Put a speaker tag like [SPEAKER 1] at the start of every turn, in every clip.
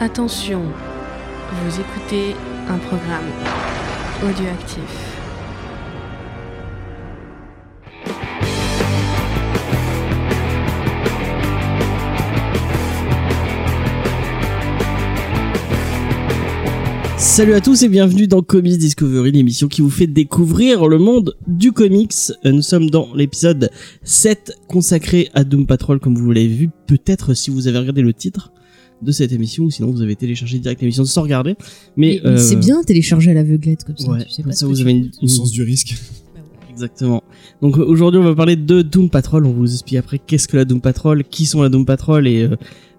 [SPEAKER 1] Attention, vous écoutez un programme audioactif.
[SPEAKER 2] Salut à tous et bienvenue dans Comics Discovery, l'émission qui vous fait découvrir le monde du comics. Euh, Nous sommes dans l'épisode 7 consacré à Doom Patrol comme vous l'avez vu, peut-être si vous avez regardé le titre de cette émission ou sinon vous avez téléchargé direct l'émission sans regarder. Mais,
[SPEAKER 3] Mais C'est
[SPEAKER 2] euh,
[SPEAKER 3] bien télécharger à l'aveuglette comme ça.
[SPEAKER 2] Ouais,
[SPEAKER 3] tu sais
[SPEAKER 2] comme
[SPEAKER 3] pas
[SPEAKER 2] ça
[SPEAKER 3] ce que
[SPEAKER 2] vous
[SPEAKER 3] tu Bah
[SPEAKER 2] avez
[SPEAKER 3] fais.
[SPEAKER 2] une, une-
[SPEAKER 4] sens du risque.
[SPEAKER 2] Exactement. Donc euh, aujourd'hui, on va parler de Doom Patrol. On vous explique après qu'est-ce que la Doom Patrol, qui sont la Doom Patrol et euh,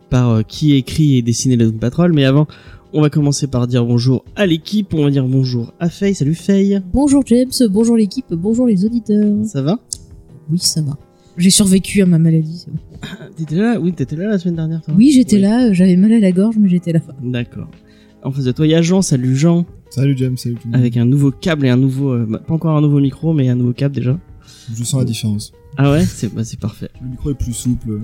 [SPEAKER 2] par euh, qui écrit et dessiné la Doom Patrol. Mais avant, on va commencer par dire bonjour à l'équipe. On va dire bonjour à Faye. Salut Faye.
[SPEAKER 3] Bonjour James, bonjour l'équipe, bonjour les auditeurs.
[SPEAKER 2] Ça va
[SPEAKER 3] Oui, ça va. J'ai survécu à ma maladie. c'est bon.
[SPEAKER 2] T'étais là Oui, t'étais là la semaine dernière, toi
[SPEAKER 3] Oui, j'étais là, euh, j'avais mal à la gorge, mais j'étais là.
[SPEAKER 2] D'accord. En face de toi, il y a Jean. Salut Jean.
[SPEAKER 4] Salut James, salut
[SPEAKER 3] Mm.
[SPEAKER 4] tout le monde.
[SPEAKER 2] Avec un nouveau câble et un nouveau. euh, bah, pas encore un nouveau micro, mais un nouveau câble déjà.
[SPEAKER 4] Je sens la différence.
[SPEAKER 2] Ah ouais C'est bah, c'est parfait.
[SPEAKER 4] Le micro est plus souple.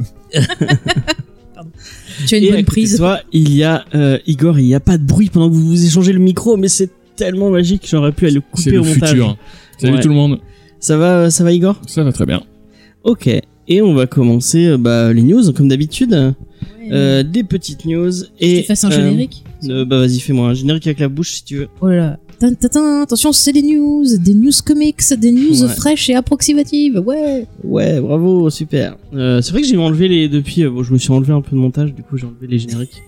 [SPEAKER 3] Tu as une
[SPEAKER 2] et à
[SPEAKER 3] bonne
[SPEAKER 2] côté de
[SPEAKER 3] prise.
[SPEAKER 2] Toi, il y a euh, Igor, il n'y a pas de bruit pendant que vous vous échangez le micro, mais c'est tellement magique, j'aurais pu aller le couper
[SPEAKER 5] C'est le
[SPEAKER 2] au montage.
[SPEAKER 5] futur. Salut
[SPEAKER 2] Ouais.
[SPEAKER 5] tout le monde.
[SPEAKER 2] Ça va, euh, ça va Igor
[SPEAKER 5] Ça va très bien.
[SPEAKER 2] Ok. Et on va commencer euh, bah, les news comme d'habitude,
[SPEAKER 3] Euh,
[SPEAKER 2] Euh, des petites news
[SPEAKER 3] je
[SPEAKER 2] et.
[SPEAKER 3] te fasse un
[SPEAKER 2] euh,
[SPEAKER 3] générique.
[SPEAKER 2] euh, bah vas-y, fais-moi un générique avec la bouche si tu veux.
[SPEAKER 3] Oh là là. Tin, tin, tin, attention, c'est des news, des news comics, des news
[SPEAKER 2] Ouais.
[SPEAKER 3] fraîches et approximatives. Ouais.
[SPEAKER 2] Ouais, bravo, super. Euh, c'est vrai que j'ai enlevé les depuis. euh, bon, je me suis enlevé un peu de montage, du coup j'ai enlevé les génériques.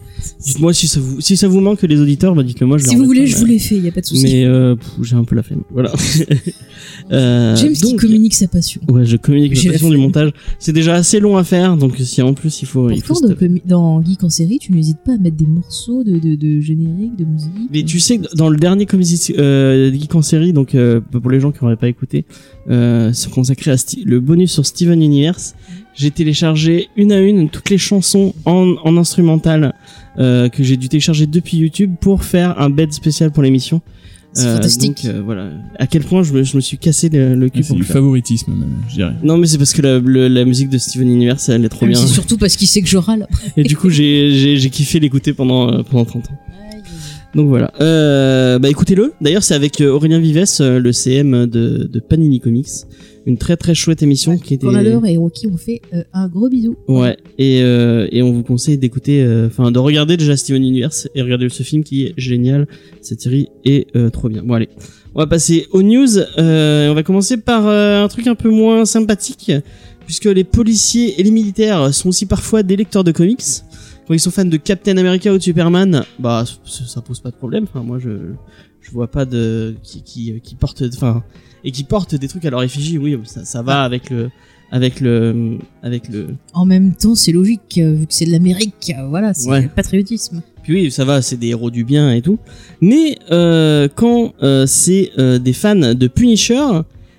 [SPEAKER 2] Dites-moi si ça vous si ça vous manque les auditeurs, bah dites-le moi. Je
[SPEAKER 3] Si
[SPEAKER 2] les
[SPEAKER 3] vous
[SPEAKER 2] remettrai,
[SPEAKER 3] voulez, je
[SPEAKER 2] mais-
[SPEAKER 3] vous les fais, y a pas de souci.
[SPEAKER 2] Mais euh, pff, j'ai un peu la flemme. Voilà. euh,
[SPEAKER 3] James qui
[SPEAKER 2] donc-
[SPEAKER 3] communique sa passion.
[SPEAKER 2] Ouais, je communique la
[SPEAKER 3] J'ai la
[SPEAKER 2] passion du
[SPEAKER 3] flemme.
[SPEAKER 2] montage. C'est déjà assez long à faire, donc si en plus il faut. Il faut
[SPEAKER 3] Pourtant,
[SPEAKER 2] se
[SPEAKER 3] dans,
[SPEAKER 2] taper.
[SPEAKER 3] Comi- dans Geek en série, tu n'hésites pas à mettre des morceaux de, de, de générique, de musique.
[SPEAKER 2] Mais tu sais, que dans le dernier comédie euh, Geek en série, donc euh, pour les gens qui n'auraient pas écouté, euh, c'est consacré à Sti- le bonus sur Steven Universe, j'ai téléchargé une à une toutes les chansons en, en instrumental euh, que j'ai dû télécharger depuis YouTube pour faire un bed spécial pour l'émission.
[SPEAKER 3] C'est
[SPEAKER 2] Euh, Donc
[SPEAKER 3] fantastique.
[SPEAKER 2] euh, voilà, à quel point je me, je me suis cassé le, le cul
[SPEAKER 5] Ah, C'est
[SPEAKER 2] pour
[SPEAKER 5] du
[SPEAKER 2] le faire.
[SPEAKER 5] favoritisme, même, je dirais.
[SPEAKER 2] Non mais c'est parce que la, le- la musique de Steven Universe elle est trop
[SPEAKER 3] Ah, Mais
[SPEAKER 2] bien.
[SPEAKER 3] C'est surtout parce qu'il sait que je râle.
[SPEAKER 2] Et du coup, j'ai, j'ai, j'ai kiffé l'écouter pendant, euh, pendant 30 ans. Donc voilà. Euh, bah écoutez-le. D'ailleurs, c'est avec euh, Aurélien Vives, euh, le CM de, de Panini Comics. Une très très chouette émission qui était.
[SPEAKER 3] Qu'on adore et à qui on fait euh, un gros bisou.
[SPEAKER 2] Ouais. Et, euh, et on vous conseille d'écouter, euh, enfin de regarder déjà Steven Universe et regarder ce film qui est génial. Cette série est euh, trop bien. Bon allez, on va passer aux news. Euh, on va commencer par euh, un truc un peu moins sympathique, puisque les policiers et les militaires sont aussi parfois des lecteurs de comics. Quand ils sont fans de Captain America ou de Superman, bah ça, ça pose pas de problème. Enfin moi je je vois pas de qui qui, qui porte, enfin et qui portent des trucs à leur effigie. Oui, ça, ça va avec le avec le avec le
[SPEAKER 3] En même temps, c'est logique, euh, vu que c'est de l'Amérique. euh, Voilà, c'est
[SPEAKER 2] Ouais.
[SPEAKER 3] le patriotisme.
[SPEAKER 2] Puis oui, ça va, c'est des héros du bien et tout. Mais euh, quand euh, c'est euh, des fans de Punisher,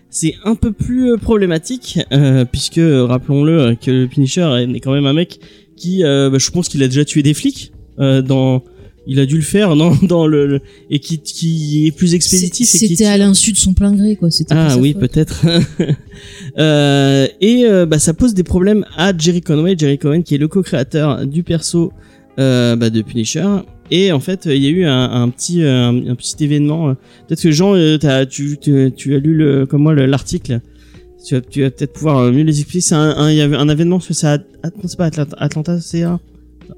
[SPEAKER 2] c'est un peu plus euh, problématique, euh, puisque euh, rappelons-le euh, que Punisher est quand même un mec qui, euh, bah, je pense qu'il a déjà tué des flics euh, dans. Il a dû le faire dans, dans le, le- et qui, qui est plus expéditif. et qui
[SPEAKER 3] C'était à
[SPEAKER 2] tire-
[SPEAKER 3] l'insu de son plein gré, quoi. C'était pas
[SPEAKER 2] ah
[SPEAKER 3] sa
[SPEAKER 2] oui,
[SPEAKER 3] faute.
[SPEAKER 2] peut-être. Euh, et euh, bah, ça pose des problèmes à Jerry Conway, Jerry Cohen qui est le co-créateur du perso euh, bah, de Punisher. Et en fait, il y a eu un, un petit euh, un, un petit événement. Peut-être que Jean, euh, t'as- tu, tu, tu as lu le, comme moi le- l'article. Tu vas, tu vas peut-être pouvoir euh, mieux les expliquer. C'est un, un- il y avait un événement parce que ça, c'est pas Atlanta, Atlanta c'est un-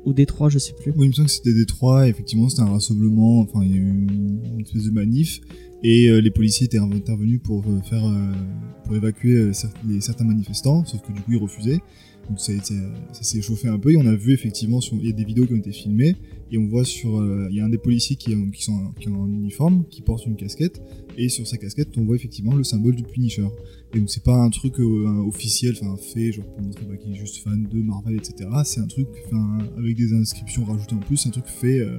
[SPEAKER 2] ou Détroit, je sais plus.
[SPEAKER 4] Oui, il me semble que c'était Détroit, effectivement, c'était un rassemblement, enfin, il y a eu une espèce de manif, et euh, les policiers étaient intervenus pour euh, faire, euh, pour évacuer euh, cer- les- certains manifestants, sauf que du coup, ils refusaient. Donc ça, a été- ça s'est échauffé un peu, et on a vu effectivement, sur- il y a des vidéos qui ont été filmées, et on voit sur, euh, il y a un des policiers qui, est- qui, sont, qui est en uniforme, qui porte une casquette, et sur sa casquette, on voit effectivement le symbole du Punisher. Et donc c'est pas un truc euh, un officiel, enfin fait, genre pour montrer bah, qu'il est juste fan de Marvel, etc. C'est un truc, enfin, avec des inscriptions rajoutées en plus, c'est un truc fait euh,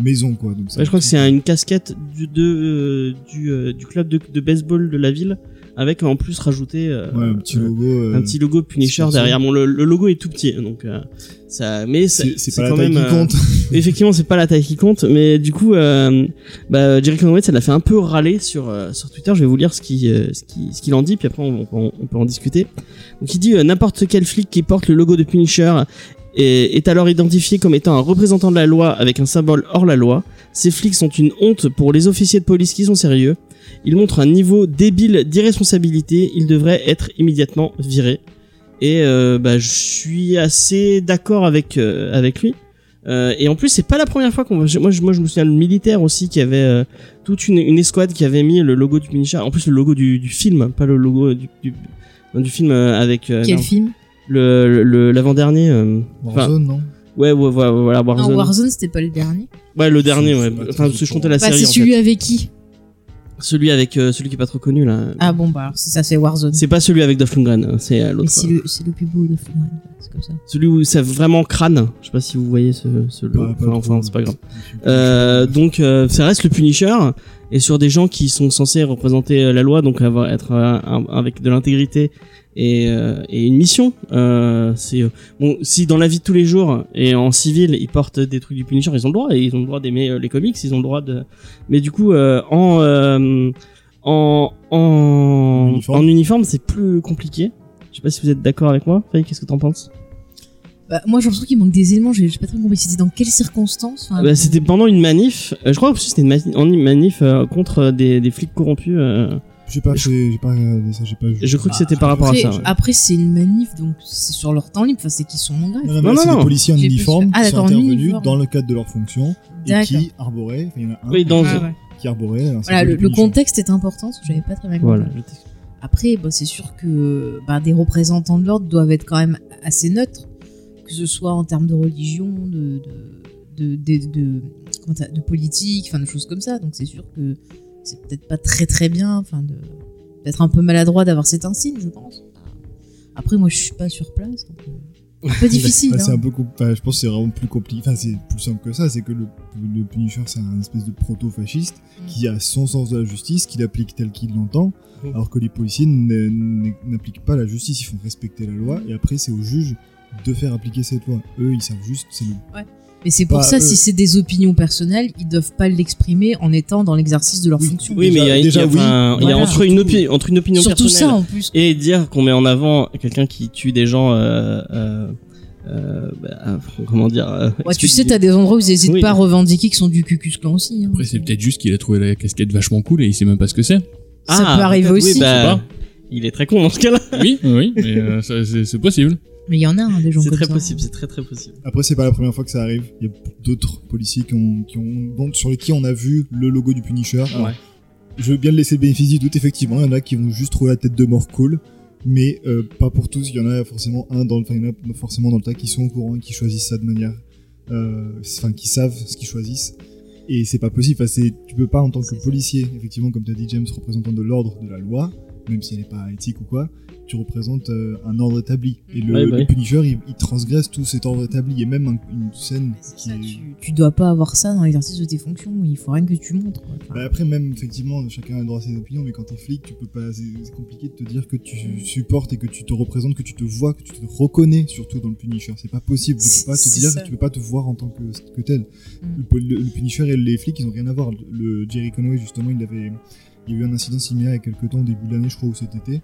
[SPEAKER 4] maison, quoi. Donc,
[SPEAKER 2] Ouais, je crois que c'est un- une casquette du, de, euh, du, euh, du club de, de baseball de la ville, avec en plus rajouté euh,
[SPEAKER 4] Ouais, un petit
[SPEAKER 2] euh,
[SPEAKER 4] logo. euh,
[SPEAKER 2] un petit logo Punisher
[SPEAKER 4] sponsor.
[SPEAKER 2] derrière. Bon, le, le logo est tout petit, donc euh, ça. Mais ça-
[SPEAKER 4] c'est c'est pas la
[SPEAKER 2] quand
[SPEAKER 4] taille
[SPEAKER 2] même.
[SPEAKER 4] qui
[SPEAKER 2] euh,
[SPEAKER 4] compte.
[SPEAKER 2] effectivement, c'est pas la taille qui compte, mais du coup, euh, bah, Jerry Conway, ça l'a fait un peu râler sur euh, sur Twitter. Je vais vous lire ce qui euh, ce qui ce qu'il en dit, puis après on, on- on peut en discuter. Donc il dit euh, n'importe quel flic qui porte le logo de Punisher et est alors identifié comme étant un représentant de la loi avec un symbole hors la loi. Ces flics sont une honte pour les officiers de police qui sont sérieux. Ils montrent un niveau débile d'irresponsabilité. Ils devraient être immédiatement virés. Et euh, bah, je suis assez d'accord avec euh, avec lui. Euh, et en plus, c'est pas la première fois qu'on voit. Moi, je, moi, je me souviens le militaire aussi qui avait euh, toute une, une escouade qui avait mis le logo du Minichar. En plus, le logo du, du film, pas le logo du du, non, du film euh, avec euh,
[SPEAKER 3] Quel
[SPEAKER 2] non,
[SPEAKER 3] film
[SPEAKER 2] le le- le- l'avant-dernier. euh, enfin,
[SPEAKER 4] Warzone, non
[SPEAKER 2] ouais, ouais, voilà, voilà,
[SPEAKER 3] Non,
[SPEAKER 2] Warzone.
[SPEAKER 3] Warzone, c'était pas le dernier.
[SPEAKER 2] Ouais, le dernier. Ouais.
[SPEAKER 4] C'est pas
[SPEAKER 2] Enfin,
[SPEAKER 4] très
[SPEAKER 2] parce que je comptais la
[SPEAKER 3] Bah,
[SPEAKER 2] série.
[SPEAKER 3] c'est
[SPEAKER 2] en fait.
[SPEAKER 3] celui avec qui
[SPEAKER 2] Celui avec euh, celui qui est pas trop connu là.
[SPEAKER 3] Ah bon, bah, alors, c'est ça, c'est Warzone.
[SPEAKER 2] C'est pas celui avec Dolph Lundgren, hein, c'est euh,
[SPEAKER 3] Mais
[SPEAKER 2] l'autre.
[SPEAKER 3] c'est le, c'est le plus beau de Florian, c'est comme ça.
[SPEAKER 2] Celui où ça vraiment crâne. Je sais pas si vous voyez ce, ce logo.
[SPEAKER 4] Pas- pas
[SPEAKER 2] Enfin,
[SPEAKER 4] trop,
[SPEAKER 2] euh, enfin, c'est pas
[SPEAKER 4] non.
[SPEAKER 2] grave. Euh, donc euh, ça reste le Punisher et sur des gens qui sont censés représenter euh, la loi, donc avoir être euh, un- avec de l'intégrité et, euh, et une mission. Euh, c'est euh, bon si dans la vie de tous les jours et en civil ils portent des trucs du Punisher, ils ont le droit, et ils ont le droit d'aimer euh, les comics, ils ont le droit de. Mais du coup euh, en euh, en en
[SPEAKER 4] Uniforme.
[SPEAKER 2] en uniforme c'est plus compliqué. Je sais pas si vous êtes d'accord avec moi. Faye, qu'est-ce que t'en penses
[SPEAKER 3] Bah, moi, j'ai l'impression qu'il manque des éléments, j'ai j'ai pas très compris. C'était dans quelles circonstances enfin,
[SPEAKER 2] Bah, c'était pendant une manif. euh, je crois que c'était une mani- en- une manif euh, contre euh, des, des flics corrompus. euh,
[SPEAKER 4] J'ai pas, fait- j'ai pas regardé ça, j'ai pas vu.
[SPEAKER 2] je crois que c'était par rapport à
[SPEAKER 3] Après,
[SPEAKER 2] ça. ouais.
[SPEAKER 3] après, c'est une manif, donc c'est sur leur temps libre, enfin, c'est qu'ils sont en grève.
[SPEAKER 4] Non, non,
[SPEAKER 2] Non,
[SPEAKER 4] mais là,
[SPEAKER 2] non,
[SPEAKER 4] c'est
[SPEAKER 2] non.
[SPEAKER 4] des policiers en
[SPEAKER 3] J'ai plus
[SPEAKER 4] uniforme
[SPEAKER 3] fait- Ah,
[SPEAKER 4] qui sont
[SPEAKER 3] d'accord, en
[SPEAKER 4] intervenus
[SPEAKER 3] uniforme.
[SPEAKER 4] dans le cadre de leur fonction et
[SPEAKER 3] D'accord.
[SPEAKER 4] qui arboraient, enfin, il y en a un
[SPEAKER 2] Oui, dans-
[SPEAKER 3] Ah, ouais.
[SPEAKER 4] qui arborait. hein, un
[SPEAKER 3] Voilà,
[SPEAKER 4] symbole
[SPEAKER 3] le,
[SPEAKER 4] du
[SPEAKER 3] le
[SPEAKER 4] Punisher.
[SPEAKER 3] contexte est important, parce que j'avais pas très bien compris.
[SPEAKER 2] Voilà. je t'explique.
[SPEAKER 3] Après, bah, c'est sûr que bah, des représentants de l'ordre doivent être quand même assez neutres, que ce soit en termes de religion, de, de, de, de, de- comment ça- de politique, enfin de choses comme ça. Donc c'est sûr que c'est peut-être pas très très bien, enfin de- d'être un peu maladroit d'avoir cet insigne, je pense. Après, moi, je suis pas sur place, donc euh, un peu difficile.
[SPEAKER 4] Bah, c'est
[SPEAKER 3] hein.
[SPEAKER 4] un peu compl- enfin, je pense que c'est vraiment plus compliqué. Enfin, c'est plus simple que ça. C'est que le, le Punisher, c'est un espèce de proto-fasciste qui a son sens de la justice, qu'il applique tel qu'il l'entend,
[SPEAKER 2] Mm.
[SPEAKER 4] alors que les policiers ne- ne- n'appliquent pas la justice. Ils font respecter la loi et après, c'est au juge de faire appliquer cette loi. Eux, ils savent juste, c'est le
[SPEAKER 3] Mais c'est pour
[SPEAKER 4] Bah,
[SPEAKER 3] ça,
[SPEAKER 4] euh,
[SPEAKER 3] si c'est des opinions personnelles, ils doivent pas l'exprimer en étant dans l'exercice de leur
[SPEAKER 4] Oui.
[SPEAKER 3] fonction.
[SPEAKER 2] Oui, mais il y a,
[SPEAKER 4] Déjà-
[SPEAKER 2] il y a-
[SPEAKER 4] déjà,
[SPEAKER 2] enfin,
[SPEAKER 4] oui.
[SPEAKER 2] il y a
[SPEAKER 3] Voilà,
[SPEAKER 2] entre, une
[SPEAKER 4] surtout-
[SPEAKER 2] opi- entre une opinion
[SPEAKER 3] Surtout
[SPEAKER 2] personnelle
[SPEAKER 3] ça en plus.
[SPEAKER 2] et dire qu'on met en avant quelqu'un qui tue des gens. euh, euh, euh, bah, comment dire euh,
[SPEAKER 3] Ouais, tu sais,
[SPEAKER 2] expédier-
[SPEAKER 3] t'as des endroits où ils hésitent
[SPEAKER 2] Oui.
[SPEAKER 3] pas à revendiquer qui sont du cucus clan aussi. hein.
[SPEAKER 5] Après, c'est peut-être juste qu'il a trouvé la casquette vachement cool et il sait même pas ce que c'est.
[SPEAKER 3] ça peut arriver
[SPEAKER 2] peut-être, oui,
[SPEAKER 3] aussi.
[SPEAKER 2] bah,
[SPEAKER 5] Je sais
[SPEAKER 2] il est très con dans ce cas-là.
[SPEAKER 5] Oui, oui, mais euh, ça, c'est c'est possible.
[SPEAKER 3] Mais il y en a hein, des gens
[SPEAKER 2] C'est
[SPEAKER 3] comme
[SPEAKER 2] très
[SPEAKER 3] ça.
[SPEAKER 2] possible, c'est très très possible.
[SPEAKER 4] Après, c'est pas la première fois que ça arrive. Il y a d'autres policiers qui ont, qui ont, dont- sur qui on a vu le logo du Punisher. Alors,
[SPEAKER 2] Ouais.
[SPEAKER 4] Je veux bien le laisser le bénéfice du doute, effectivement. Il y en a qui vont juste trouver la tête de mort cool. Mais euh, pas pour tous. Il y en a forcément un dans le, enfin, il y en a forcément dans le tas qui sont au courant et qui choisissent ça de manière, euh, enfin, qui savent ce qu'ils choisissent. Et c'est pas possible. Enfin, c'est, tu peux pas, en tant que
[SPEAKER 3] C'est ça.
[SPEAKER 4] policier, effectivement, comme t'as dit, James, représentant de l'ordre, de la loi, même si elle n'est pas éthique ou quoi, tu représentes euh, un ordre établi. Et le,
[SPEAKER 2] Ouais, bah
[SPEAKER 4] le
[SPEAKER 2] oui.
[SPEAKER 4] Punisher, il, il transgresse tout cet ordre établi. Et même un- une scène
[SPEAKER 3] Mais c'est
[SPEAKER 4] qui
[SPEAKER 3] ça,
[SPEAKER 4] est-
[SPEAKER 3] tu, tu dois pas avoir ça dans l'exercice de tes fonctions. Il faut rien que tu montres. quoi. Enfin,
[SPEAKER 4] Bah après, même, effectivement, chacun a droit à ses opinions, mais quand t'es flic, tu peux pas... C'est c'est compliqué de te dire que tu supportes et que tu te représentes, que tu te vois, que tu te reconnais, surtout dans le Punisher. C'est pas possible. Tu
[SPEAKER 3] C'est-
[SPEAKER 4] peux pas te
[SPEAKER 3] c'est
[SPEAKER 4] dire,
[SPEAKER 3] ça. Mm.
[SPEAKER 4] tu peux pas te voir en tant que, que tel. Le, le- le Punisher et les flics, ils ont rien à voir. Le, le Jerry Conway, justement, il avait... Il y a eu un incident similaire il y a quelques temps, au début de l'année, je crois, ou cet été.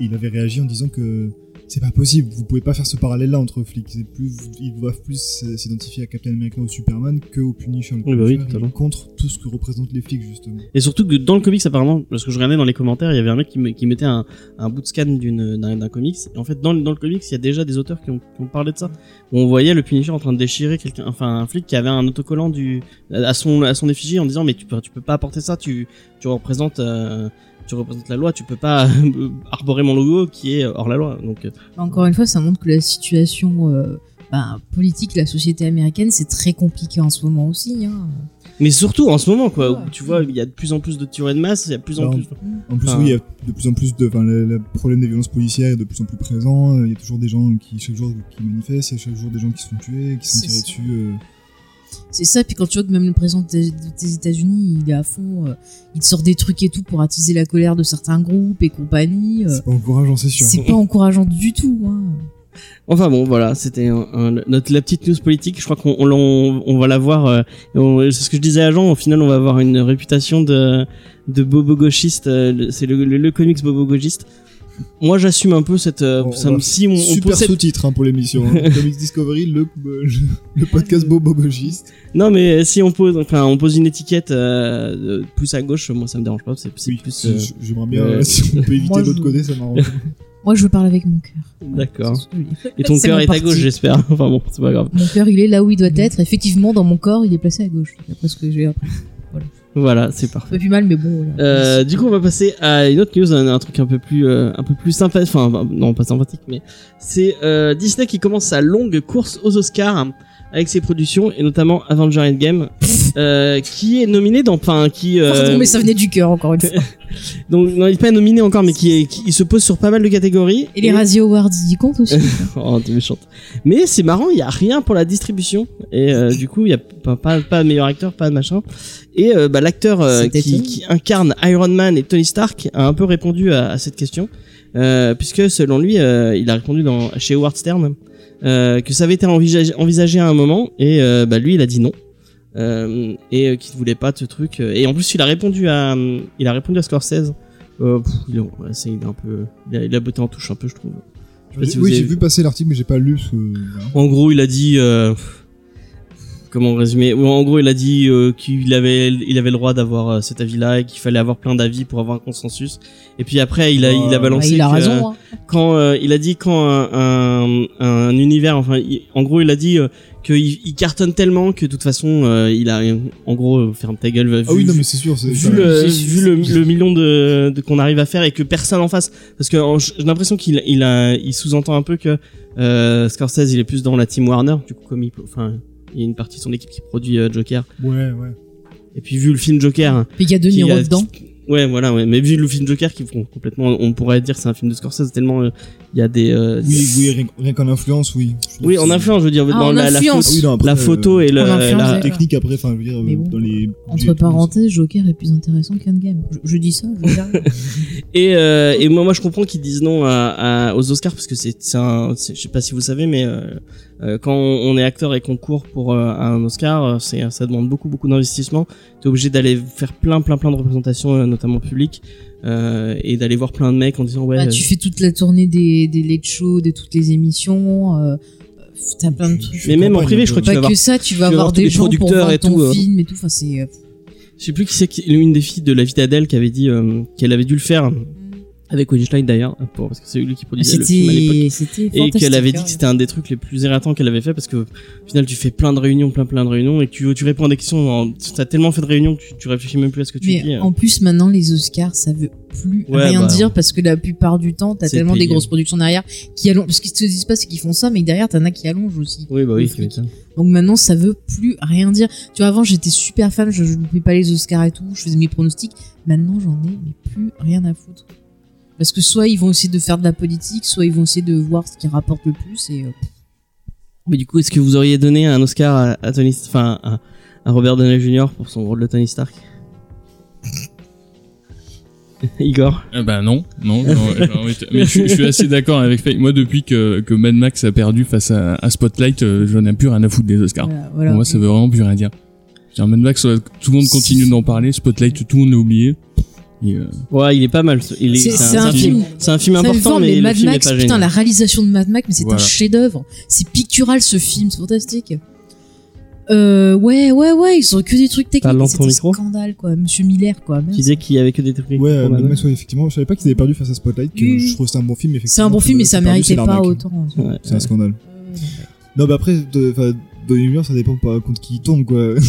[SPEAKER 4] Et il avait réagi en disant que c'est pas possible, vous pouvez pas faire ce parallèle-là entre flics. C'est plus, ils doivent plus euh, s'identifier à Captain America ou Superman que au Punisher. Le
[SPEAKER 2] Oui, bah oui,
[SPEAKER 4] Punisher, il est
[SPEAKER 2] totalement.
[SPEAKER 4] contre tout ce que représentent les flics, justement.
[SPEAKER 2] Et surtout que dans le comics, apparemment, parce que je regardais dans les commentaires, il y avait un mec qui, me- qui mettait un, un bout de scan d'une- d'un d'un comics. Et en fait, dans, le- dans le comics, il y a déjà des auteurs qui ont, qui ont parlé de ça. Où on voyait le Punisher en train de déchirer quelqu'un, enfin un flic qui avait un autocollant du à son à son effigie en disant mais tu peux tu peux pas apporter ça, tu tu représentes euh, tu représentes la loi, tu peux pas arborer mon logo qui est hors la loi. Donc euh,
[SPEAKER 3] Bah, Encore une fois, ça montre que la situation euh, bah, politique, la société américaine, c'est très compliqué en ce moment aussi. hein.
[SPEAKER 2] mais surtout en ce moment quoi, où
[SPEAKER 3] Ouais.
[SPEAKER 2] tu vois, il y a de plus en plus de tueries de masse, il y a de plus en
[SPEAKER 4] Alors,
[SPEAKER 2] plus
[SPEAKER 4] En plus,
[SPEAKER 2] Enfin-
[SPEAKER 4] oui, il y a de plus en plus de. Enfin, le, le problème des violences policières est de plus en plus présent. euh, Il y a toujours des gens qui, chaque jour, qui manifestent. Il y a chaque jour des gens qui sont tués, qui sont
[SPEAKER 3] C'est
[SPEAKER 4] tirés
[SPEAKER 3] ça.
[SPEAKER 4] dessus. euh.
[SPEAKER 3] C'est ça, puis quand tu vois que même le président des des États-Unis, il est à fond, euh, il te sort des trucs et tout pour attiser la colère de certains groupes et compagnie.
[SPEAKER 2] Ah.
[SPEAKER 3] euh,
[SPEAKER 4] C'est pas encourageant, c'est sûr.
[SPEAKER 3] c'est pas encourageant du tout. hein.
[SPEAKER 2] Enfin bon, voilà, c'était un- un- notre la petite news politique. Je crois qu'on on, l'en- on va la voir. euh, et on- c'est ce que je disais à Jean. Au final, on va avoir une réputation de de bobo gauchiste. euh, le- c'est le, le, le comics bobo gauchiste. moi j'assume un peu cette. euh,
[SPEAKER 4] Bon,
[SPEAKER 2] ça
[SPEAKER 4] on
[SPEAKER 2] me-
[SPEAKER 4] va-
[SPEAKER 2] si on, on
[SPEAKER 4] Super
[SPEAKER 2] possède-
[SPEAKER 4] sous-titre hein, pour l'émission. hein. Comics Discovery, le, le, le podcast
[SPEAKER 2] Ah,
[SPEAKER 4] bobogogiste.
[SPEAKER 2] Non, mais si on pose, enfin, on pose une étiquette euh, de- plus à gauche, moi ça me dérange pas. C'est c'est
[SPEAKER 4] Oui,
[SPEAKER 2] plus.
[SPEAKER 4] je-
[SPEAKER 2] euh,
[SPEAKER 4] j'aimerais bien,
[SPEAKER 2] euh,
[SPEAKER 4] euh, si on peut éviter
[SPEAKER 3] Moi, je-
[SPEAKER 4] l'autre côté, ça m'arrange.
[SPEAKER 3] Moi, je parle avec mon cœur.
[SPEAKER 2] D'accord.
[SPEAKER 3] C'est ce que je veux dire.
[SPEAKER 2] Et ton
[SPEAKER 3] C'est
[SPEAKER 2] cœur
[SPEAKER 3] mon
[SPEAKER 2] est à
[SPEAKER 3] parti.
[SPEAKER 2] gauche, j'espère. enfin bon, c'est pas grave.
[SPEAKER 3] Mon cœur, il est là où il doit être. Effectivement, dans mon corps, il est placé à gauche. D'après ce que j'ai appris.
[SPEAKER 2] Voilà, c'est parfait.
[SPEAKER 3] Un peu plus mal, mais bon. voilà.
[SPEAKER 2] Euh, du coup, on va passer à une autre news, un, un truc un peu plus, euh, un peu plus sympa. Enfin, bah, non, pas sympathique, mais c'est euh, Disney qui commence sa longue course aux Oscars hein, avec ses productions et notamment Avengers Endgame, euh, qui est nominé dans, enfin, qui euh,
[SPEAKER 3] Mais ça venait du cœur, encore une fois.
[SPEAKER 2] donc non, il est pas nominé encore, mais qui, est, qui il se pose sur pas mal de catégories.
[SPEAKER 3] Et les Razzie Awards, ils y comptent aussi.
[SPEAKER 2] Oh, t'es méchante. Mais c'est marrant, il y a rien pour la distribution et euh, du coup, il y a pas, pas pas de meilleur acteur, pas de machin. Et euh, bah, l'acteur euh,
[SPEAKER 3] C'est
[SPEAKER 2] qui,
[SPEAKER 3] étonnant.
[SPEAKER 2] qui incarne Iron Man et Tony Stark a un peu répondu à, à cette question euh, puisque selon lui, euh, il a répondu dans chez Howard Stern euh, que ça avait été envisagé, envisagé à un moment et euh, bah, lui, il a dit non. Euh, et euh, qu'il ne voulait pas de ce truc euh, et en plus il a répondu à euh, il a répondu à Scorsese euh, pff, il, est- ouais, c'est- il est un peu il a, il a botté en touche un peu je trouve Je sais pas si vous
[SPEAKER 4] oui,
[SPEAKER 2] avez
[SPEAKER 4] j'ai
[SPEAKER 2] vu.
[SPEAKER 4] vu passer l'article, mais j'ai pas lu. Parce que, voilà.
[SPEAKER 2] En gros, il a dit. euh, comment résumer Ouais, En gros, il a dit euh, qu'il avait, il avait le droit d'avoir euh, cet avis-là et qu'il fallait avoir plein d'avis pour avoir un consensus. Et puis après, il a, il a
[SPEAKER 4] Ouais.
[SPEAKER 3] Bah,
[SPEAKER 2] balancé.
[SPEAKER 3] il a
[SPEAKER 2] que,
[SPEAKER 3] raison. hein.
[SPEAKER 2] euh, Quand, euh, il a dit quand un, un, un univers. Enfin, il- en gros, il a dit. euh, qu'il il cartonne tellement que de toute façon euh, il a en gros euh, ferme ta gueule vu,
[SPEAKER 4] Ah oui, non, mais c'est sûr. c'est-
[SPEAKER 2] vu
[SPEAKER 4] ça-
[SPEAKER 2] le, vu le, le million de, de- qu'on arrive à faire et que personne en fasse parce que en- j'ai l'impression qu'il il a il sous-entend un peu que euh, Scorsese il est plus dans la team Warner du coup comme il enfin il y a une partie de son équipe qui produit euh, Joker
[SPEAKER 4] Ouais, ouais.
[SPEAKER 2] et puis vu le film Joker hein,
[SPEAKER 3] Puis il y a De
[SPEAKER 2] qui
[SPEAKER 3] Niro
[SPEAKER 2] a-
[SPEAKER 3] dedans.
[SPEAKER 2] qui- ouais voilà ouais mais vu le film Joker qui font complètement on pourrait dire que c'est un film de Scorsese tellement euh, il y a des euh,
[SPEAKER 4] Oui, oui, rien, rien qu'en influence, oui. Je trouve
[SPEAKER 2] oui
[SPEAKER 4] que
[SPEAKER 2] en
[SPEAKER 4] c'est-
[SPEAKER 2] influence je veux dire
[SPEAKER 3] Ah,
[SPEAKER 2] dans
[SPEAKER 3] en
[SPEAKER 2] la, la
[SPEAKER 3] influence.
[SPEAKER 2] photo,
[SPEAKER 4] Ah oui, non, après,
[SPEAKER 2] la
[SPEAKER 4] euh,
[SPEAKER 2] photo et le,
[SPEAKER 3] en influence,
[SPEAKER 2] la-
[SPEAKER 3] ouais.
[SPEAKER 4] Technique après, enfin, je veux dire,
[SPEAKER 3] Mais
[SPEAKER 4] euh,
[SPEAKER 3] bon.
[SPEAKER 4] dans les.
[SPEAKER 3] Entre parenthèses, Joker est plus intéressant qu'Endgame. Je, je dis ça, je dis rien.
[SPEAKER 2] Et, euh, et moi, moi, je comprends qu'ils disent non à, à- aux Oscars parce que c'est, c'est un, c'est- je sais pas si vous savez, mais euh, euh, quand on est acteur et qu'on court pour euh, un Oscar, euh, c'est, ça demande beaucoup, beaucoup d'investissement. T'es obligé d'aller faire plein, plein, plein de représentations, euh, notamment publiques, euh, et d'aller voir plein de mecs en disant ouais. euh,
[SPEAKER 3] Bah, tu fais toute la tournée des, des late shows, de toutes les émissions. euh, T'as plein de trucs.
[SPEAKER 2] Mais même en privé,
[SPEAKER 4] euh,
[SPEAKER 2] je crois que tu
[SPEAKER 3] Pas
[SPEAKER 2] vas
[SPEAKER 3] que
[SPEAKER 2] voir-
[SPEAKER 3] ça, tu
[SPEAKER 2] vas
[SPEAKER 3] vas
[SPEAKER 2] voir
[SPEAKER 3] avoir
[SPEAKER 2] tous les
[SPEAKER 3] des gens pour
[SPEAKER 2] producteurs
[SPEAKER 3] voir
[SPEAKER 2] et
[SPEAKER 3] ton
[SPEAKER 2] tout, hein.
[SPEAKER 3] film et tout. Enfin, c'est. euh,
[SPEAKER 2] Je sais plus qui c'est qui- une des filles de la vie d'Adèle qui avait dit euh, qu'elle avait dû le faire avec Weinstein d'ailleurs, pour, parce que c'est lui qui produisait le film à l'époque.
[SPEAKER 3] Mm. C'était. C'était.
[SPEAKER 2] et
[SPEAKER 3] fantastique,
[SPEAKER 2] qu'elle avait dit
[SPEAKER 3] hein.
[SPEAKER 2] que c'était un des trucs les plus irritants qu'elle avait fait parce que au final tu fais plein de réunions plein plein de réunions et que tu tu réponds à des questions en- t'as tellement fait de réunions que tu, tu réfléchis même plus à ce que tu
[SPEAKER 3] Mais
[SPEAKER 2] dis hein.
[SPEAKER 3] en plus, maintenant, les Oscars, ça veut plus
[SPEAKER 2] Ouais,
[SPEAKER 3] rien
[SPEAKER 2] bah,
[SPEAKER 3] dire parce que la plupart du temps, t'as
[SPEAKER 2] C'est
[SPEAKER 3] tellement
[SPEAKER 2] payé.
[SPEAKER 3] des grosses productions derrière qui allongent. Ce qu'ils te disent pas, c'est qu'ils font ça, mais derrière, t'en as qui allongent aussi.
[SPEAKER 2] oui bah
[SPEAKER 3] oui,
[SPEAKER 2] oui
[SPEAKER 3] tu m'étonnes. Donc maintenant, ça veut plus rien dire. Tu vois, avant, j'étais super fan, je je loupais pas les Oscars et tout, je faisais mes pronostics. Maintenant, j'en ai mais plus rien à foutre. Parce que soit ils vont essayer de faire de la politique, soit ils vont essayer de voir ce qui rapporte le plus. Et euh,
[SPEAKER 2] mais du coup est-ce que vous auriez donné un Oscar à, à Tony enfin à, à Robert Downey Jr pour son rôle de Tony Stark Igor
[SPEAKER 5] Ah bah non, non. non, j'ai envie de- mais je, suis- je suis assez d'accord avec Faye. Moi, depuis que, que Mad Max a perdu face à, à Spotlight, euh, j'en ai plus rien à foutre des
[SPEAKER 2] Ah.
[SPEAKER 5] Oscars.
[SPEAKER 3] voilà, voilà.
[SPEAKER 5] Pour moi, ça veut vraiment plus rien dire. Je veux dire, Mad Max, euh, tout le monde continue d'en parler. Spotlight, tout le monde l'a oublié. Et, euh,
[SPEAKER 2] ouais il est pas mal ce- il est-
[SPEAKER 3] C'est- c'est un film.
[SPEAKER 2] c'est un film
[SPEAKER 3] Ça
[SPEAKER 2] important
[SPEAKER 3] forme,
[SPEAKER 2] mais, le
[SPEAKER 3] Mad
[SPEAKER 2] film
[SPEAKER 3] Max,
[SPEAKER 2] est pas
[SPEAKER 3] putain,
[SPEAKER 2] génial
[SPEAKER 3] la réalisation de Mad Max, mais c'est
[SPEAKER 5] Voilà.
[SPEAKER 3] un chef-d'œuvre. C'est pictural ce film, c'est fantastique. Euh, ouais, ouais, ouais, ils sont que des trucs techniques.
[SPEAKER 2] Parle dans
[SPEAKER 3] mais
[SPEAKER 2] ton
[SPEAKER 3] C'est un
[SPEAKER 2] micro.
[SPEAKER 3] scandale, quoi. Monsieur Miller, quoi. Merde.
[SPEAKER 2] tu disais qu'il y avait que des trucs
[SPEAKER 4] Ouais,
[SPEAKER 2] pour
[SPEAKER 4] Mad
[SPEAKER 2] Mad Max.
[SPEAKER 4] Max, ouais, effectivement. Je savais pas qu'ils avaient perdu face à Spotlight, que
[SPEAKER 3] Oui, oui.
[SPEAKER 4] je trouve que c'est un bon film, effectivement.
[SPEAKER 3] C'est un bon film, mais
[SPEAKER 4] que
[SPEAKER 3] ça
[SPEAKER 4] perdu,
[SPEAKER 3] méritait
[SPEAKER 4] c'est
[SPEAKER 3] pas
[SPEAKER 4] l'arnaque.
[SPEAKER 3] autant.
[SPEAKER 2] Ouais.
[SPEAKER 4] C'est un scandale.
[SPEAKER 3] Euh,
[SPEAKER 4] Non, bah après, de- enfin, dans l'humeur, ça dépend pas contre qui il tombe, quoi.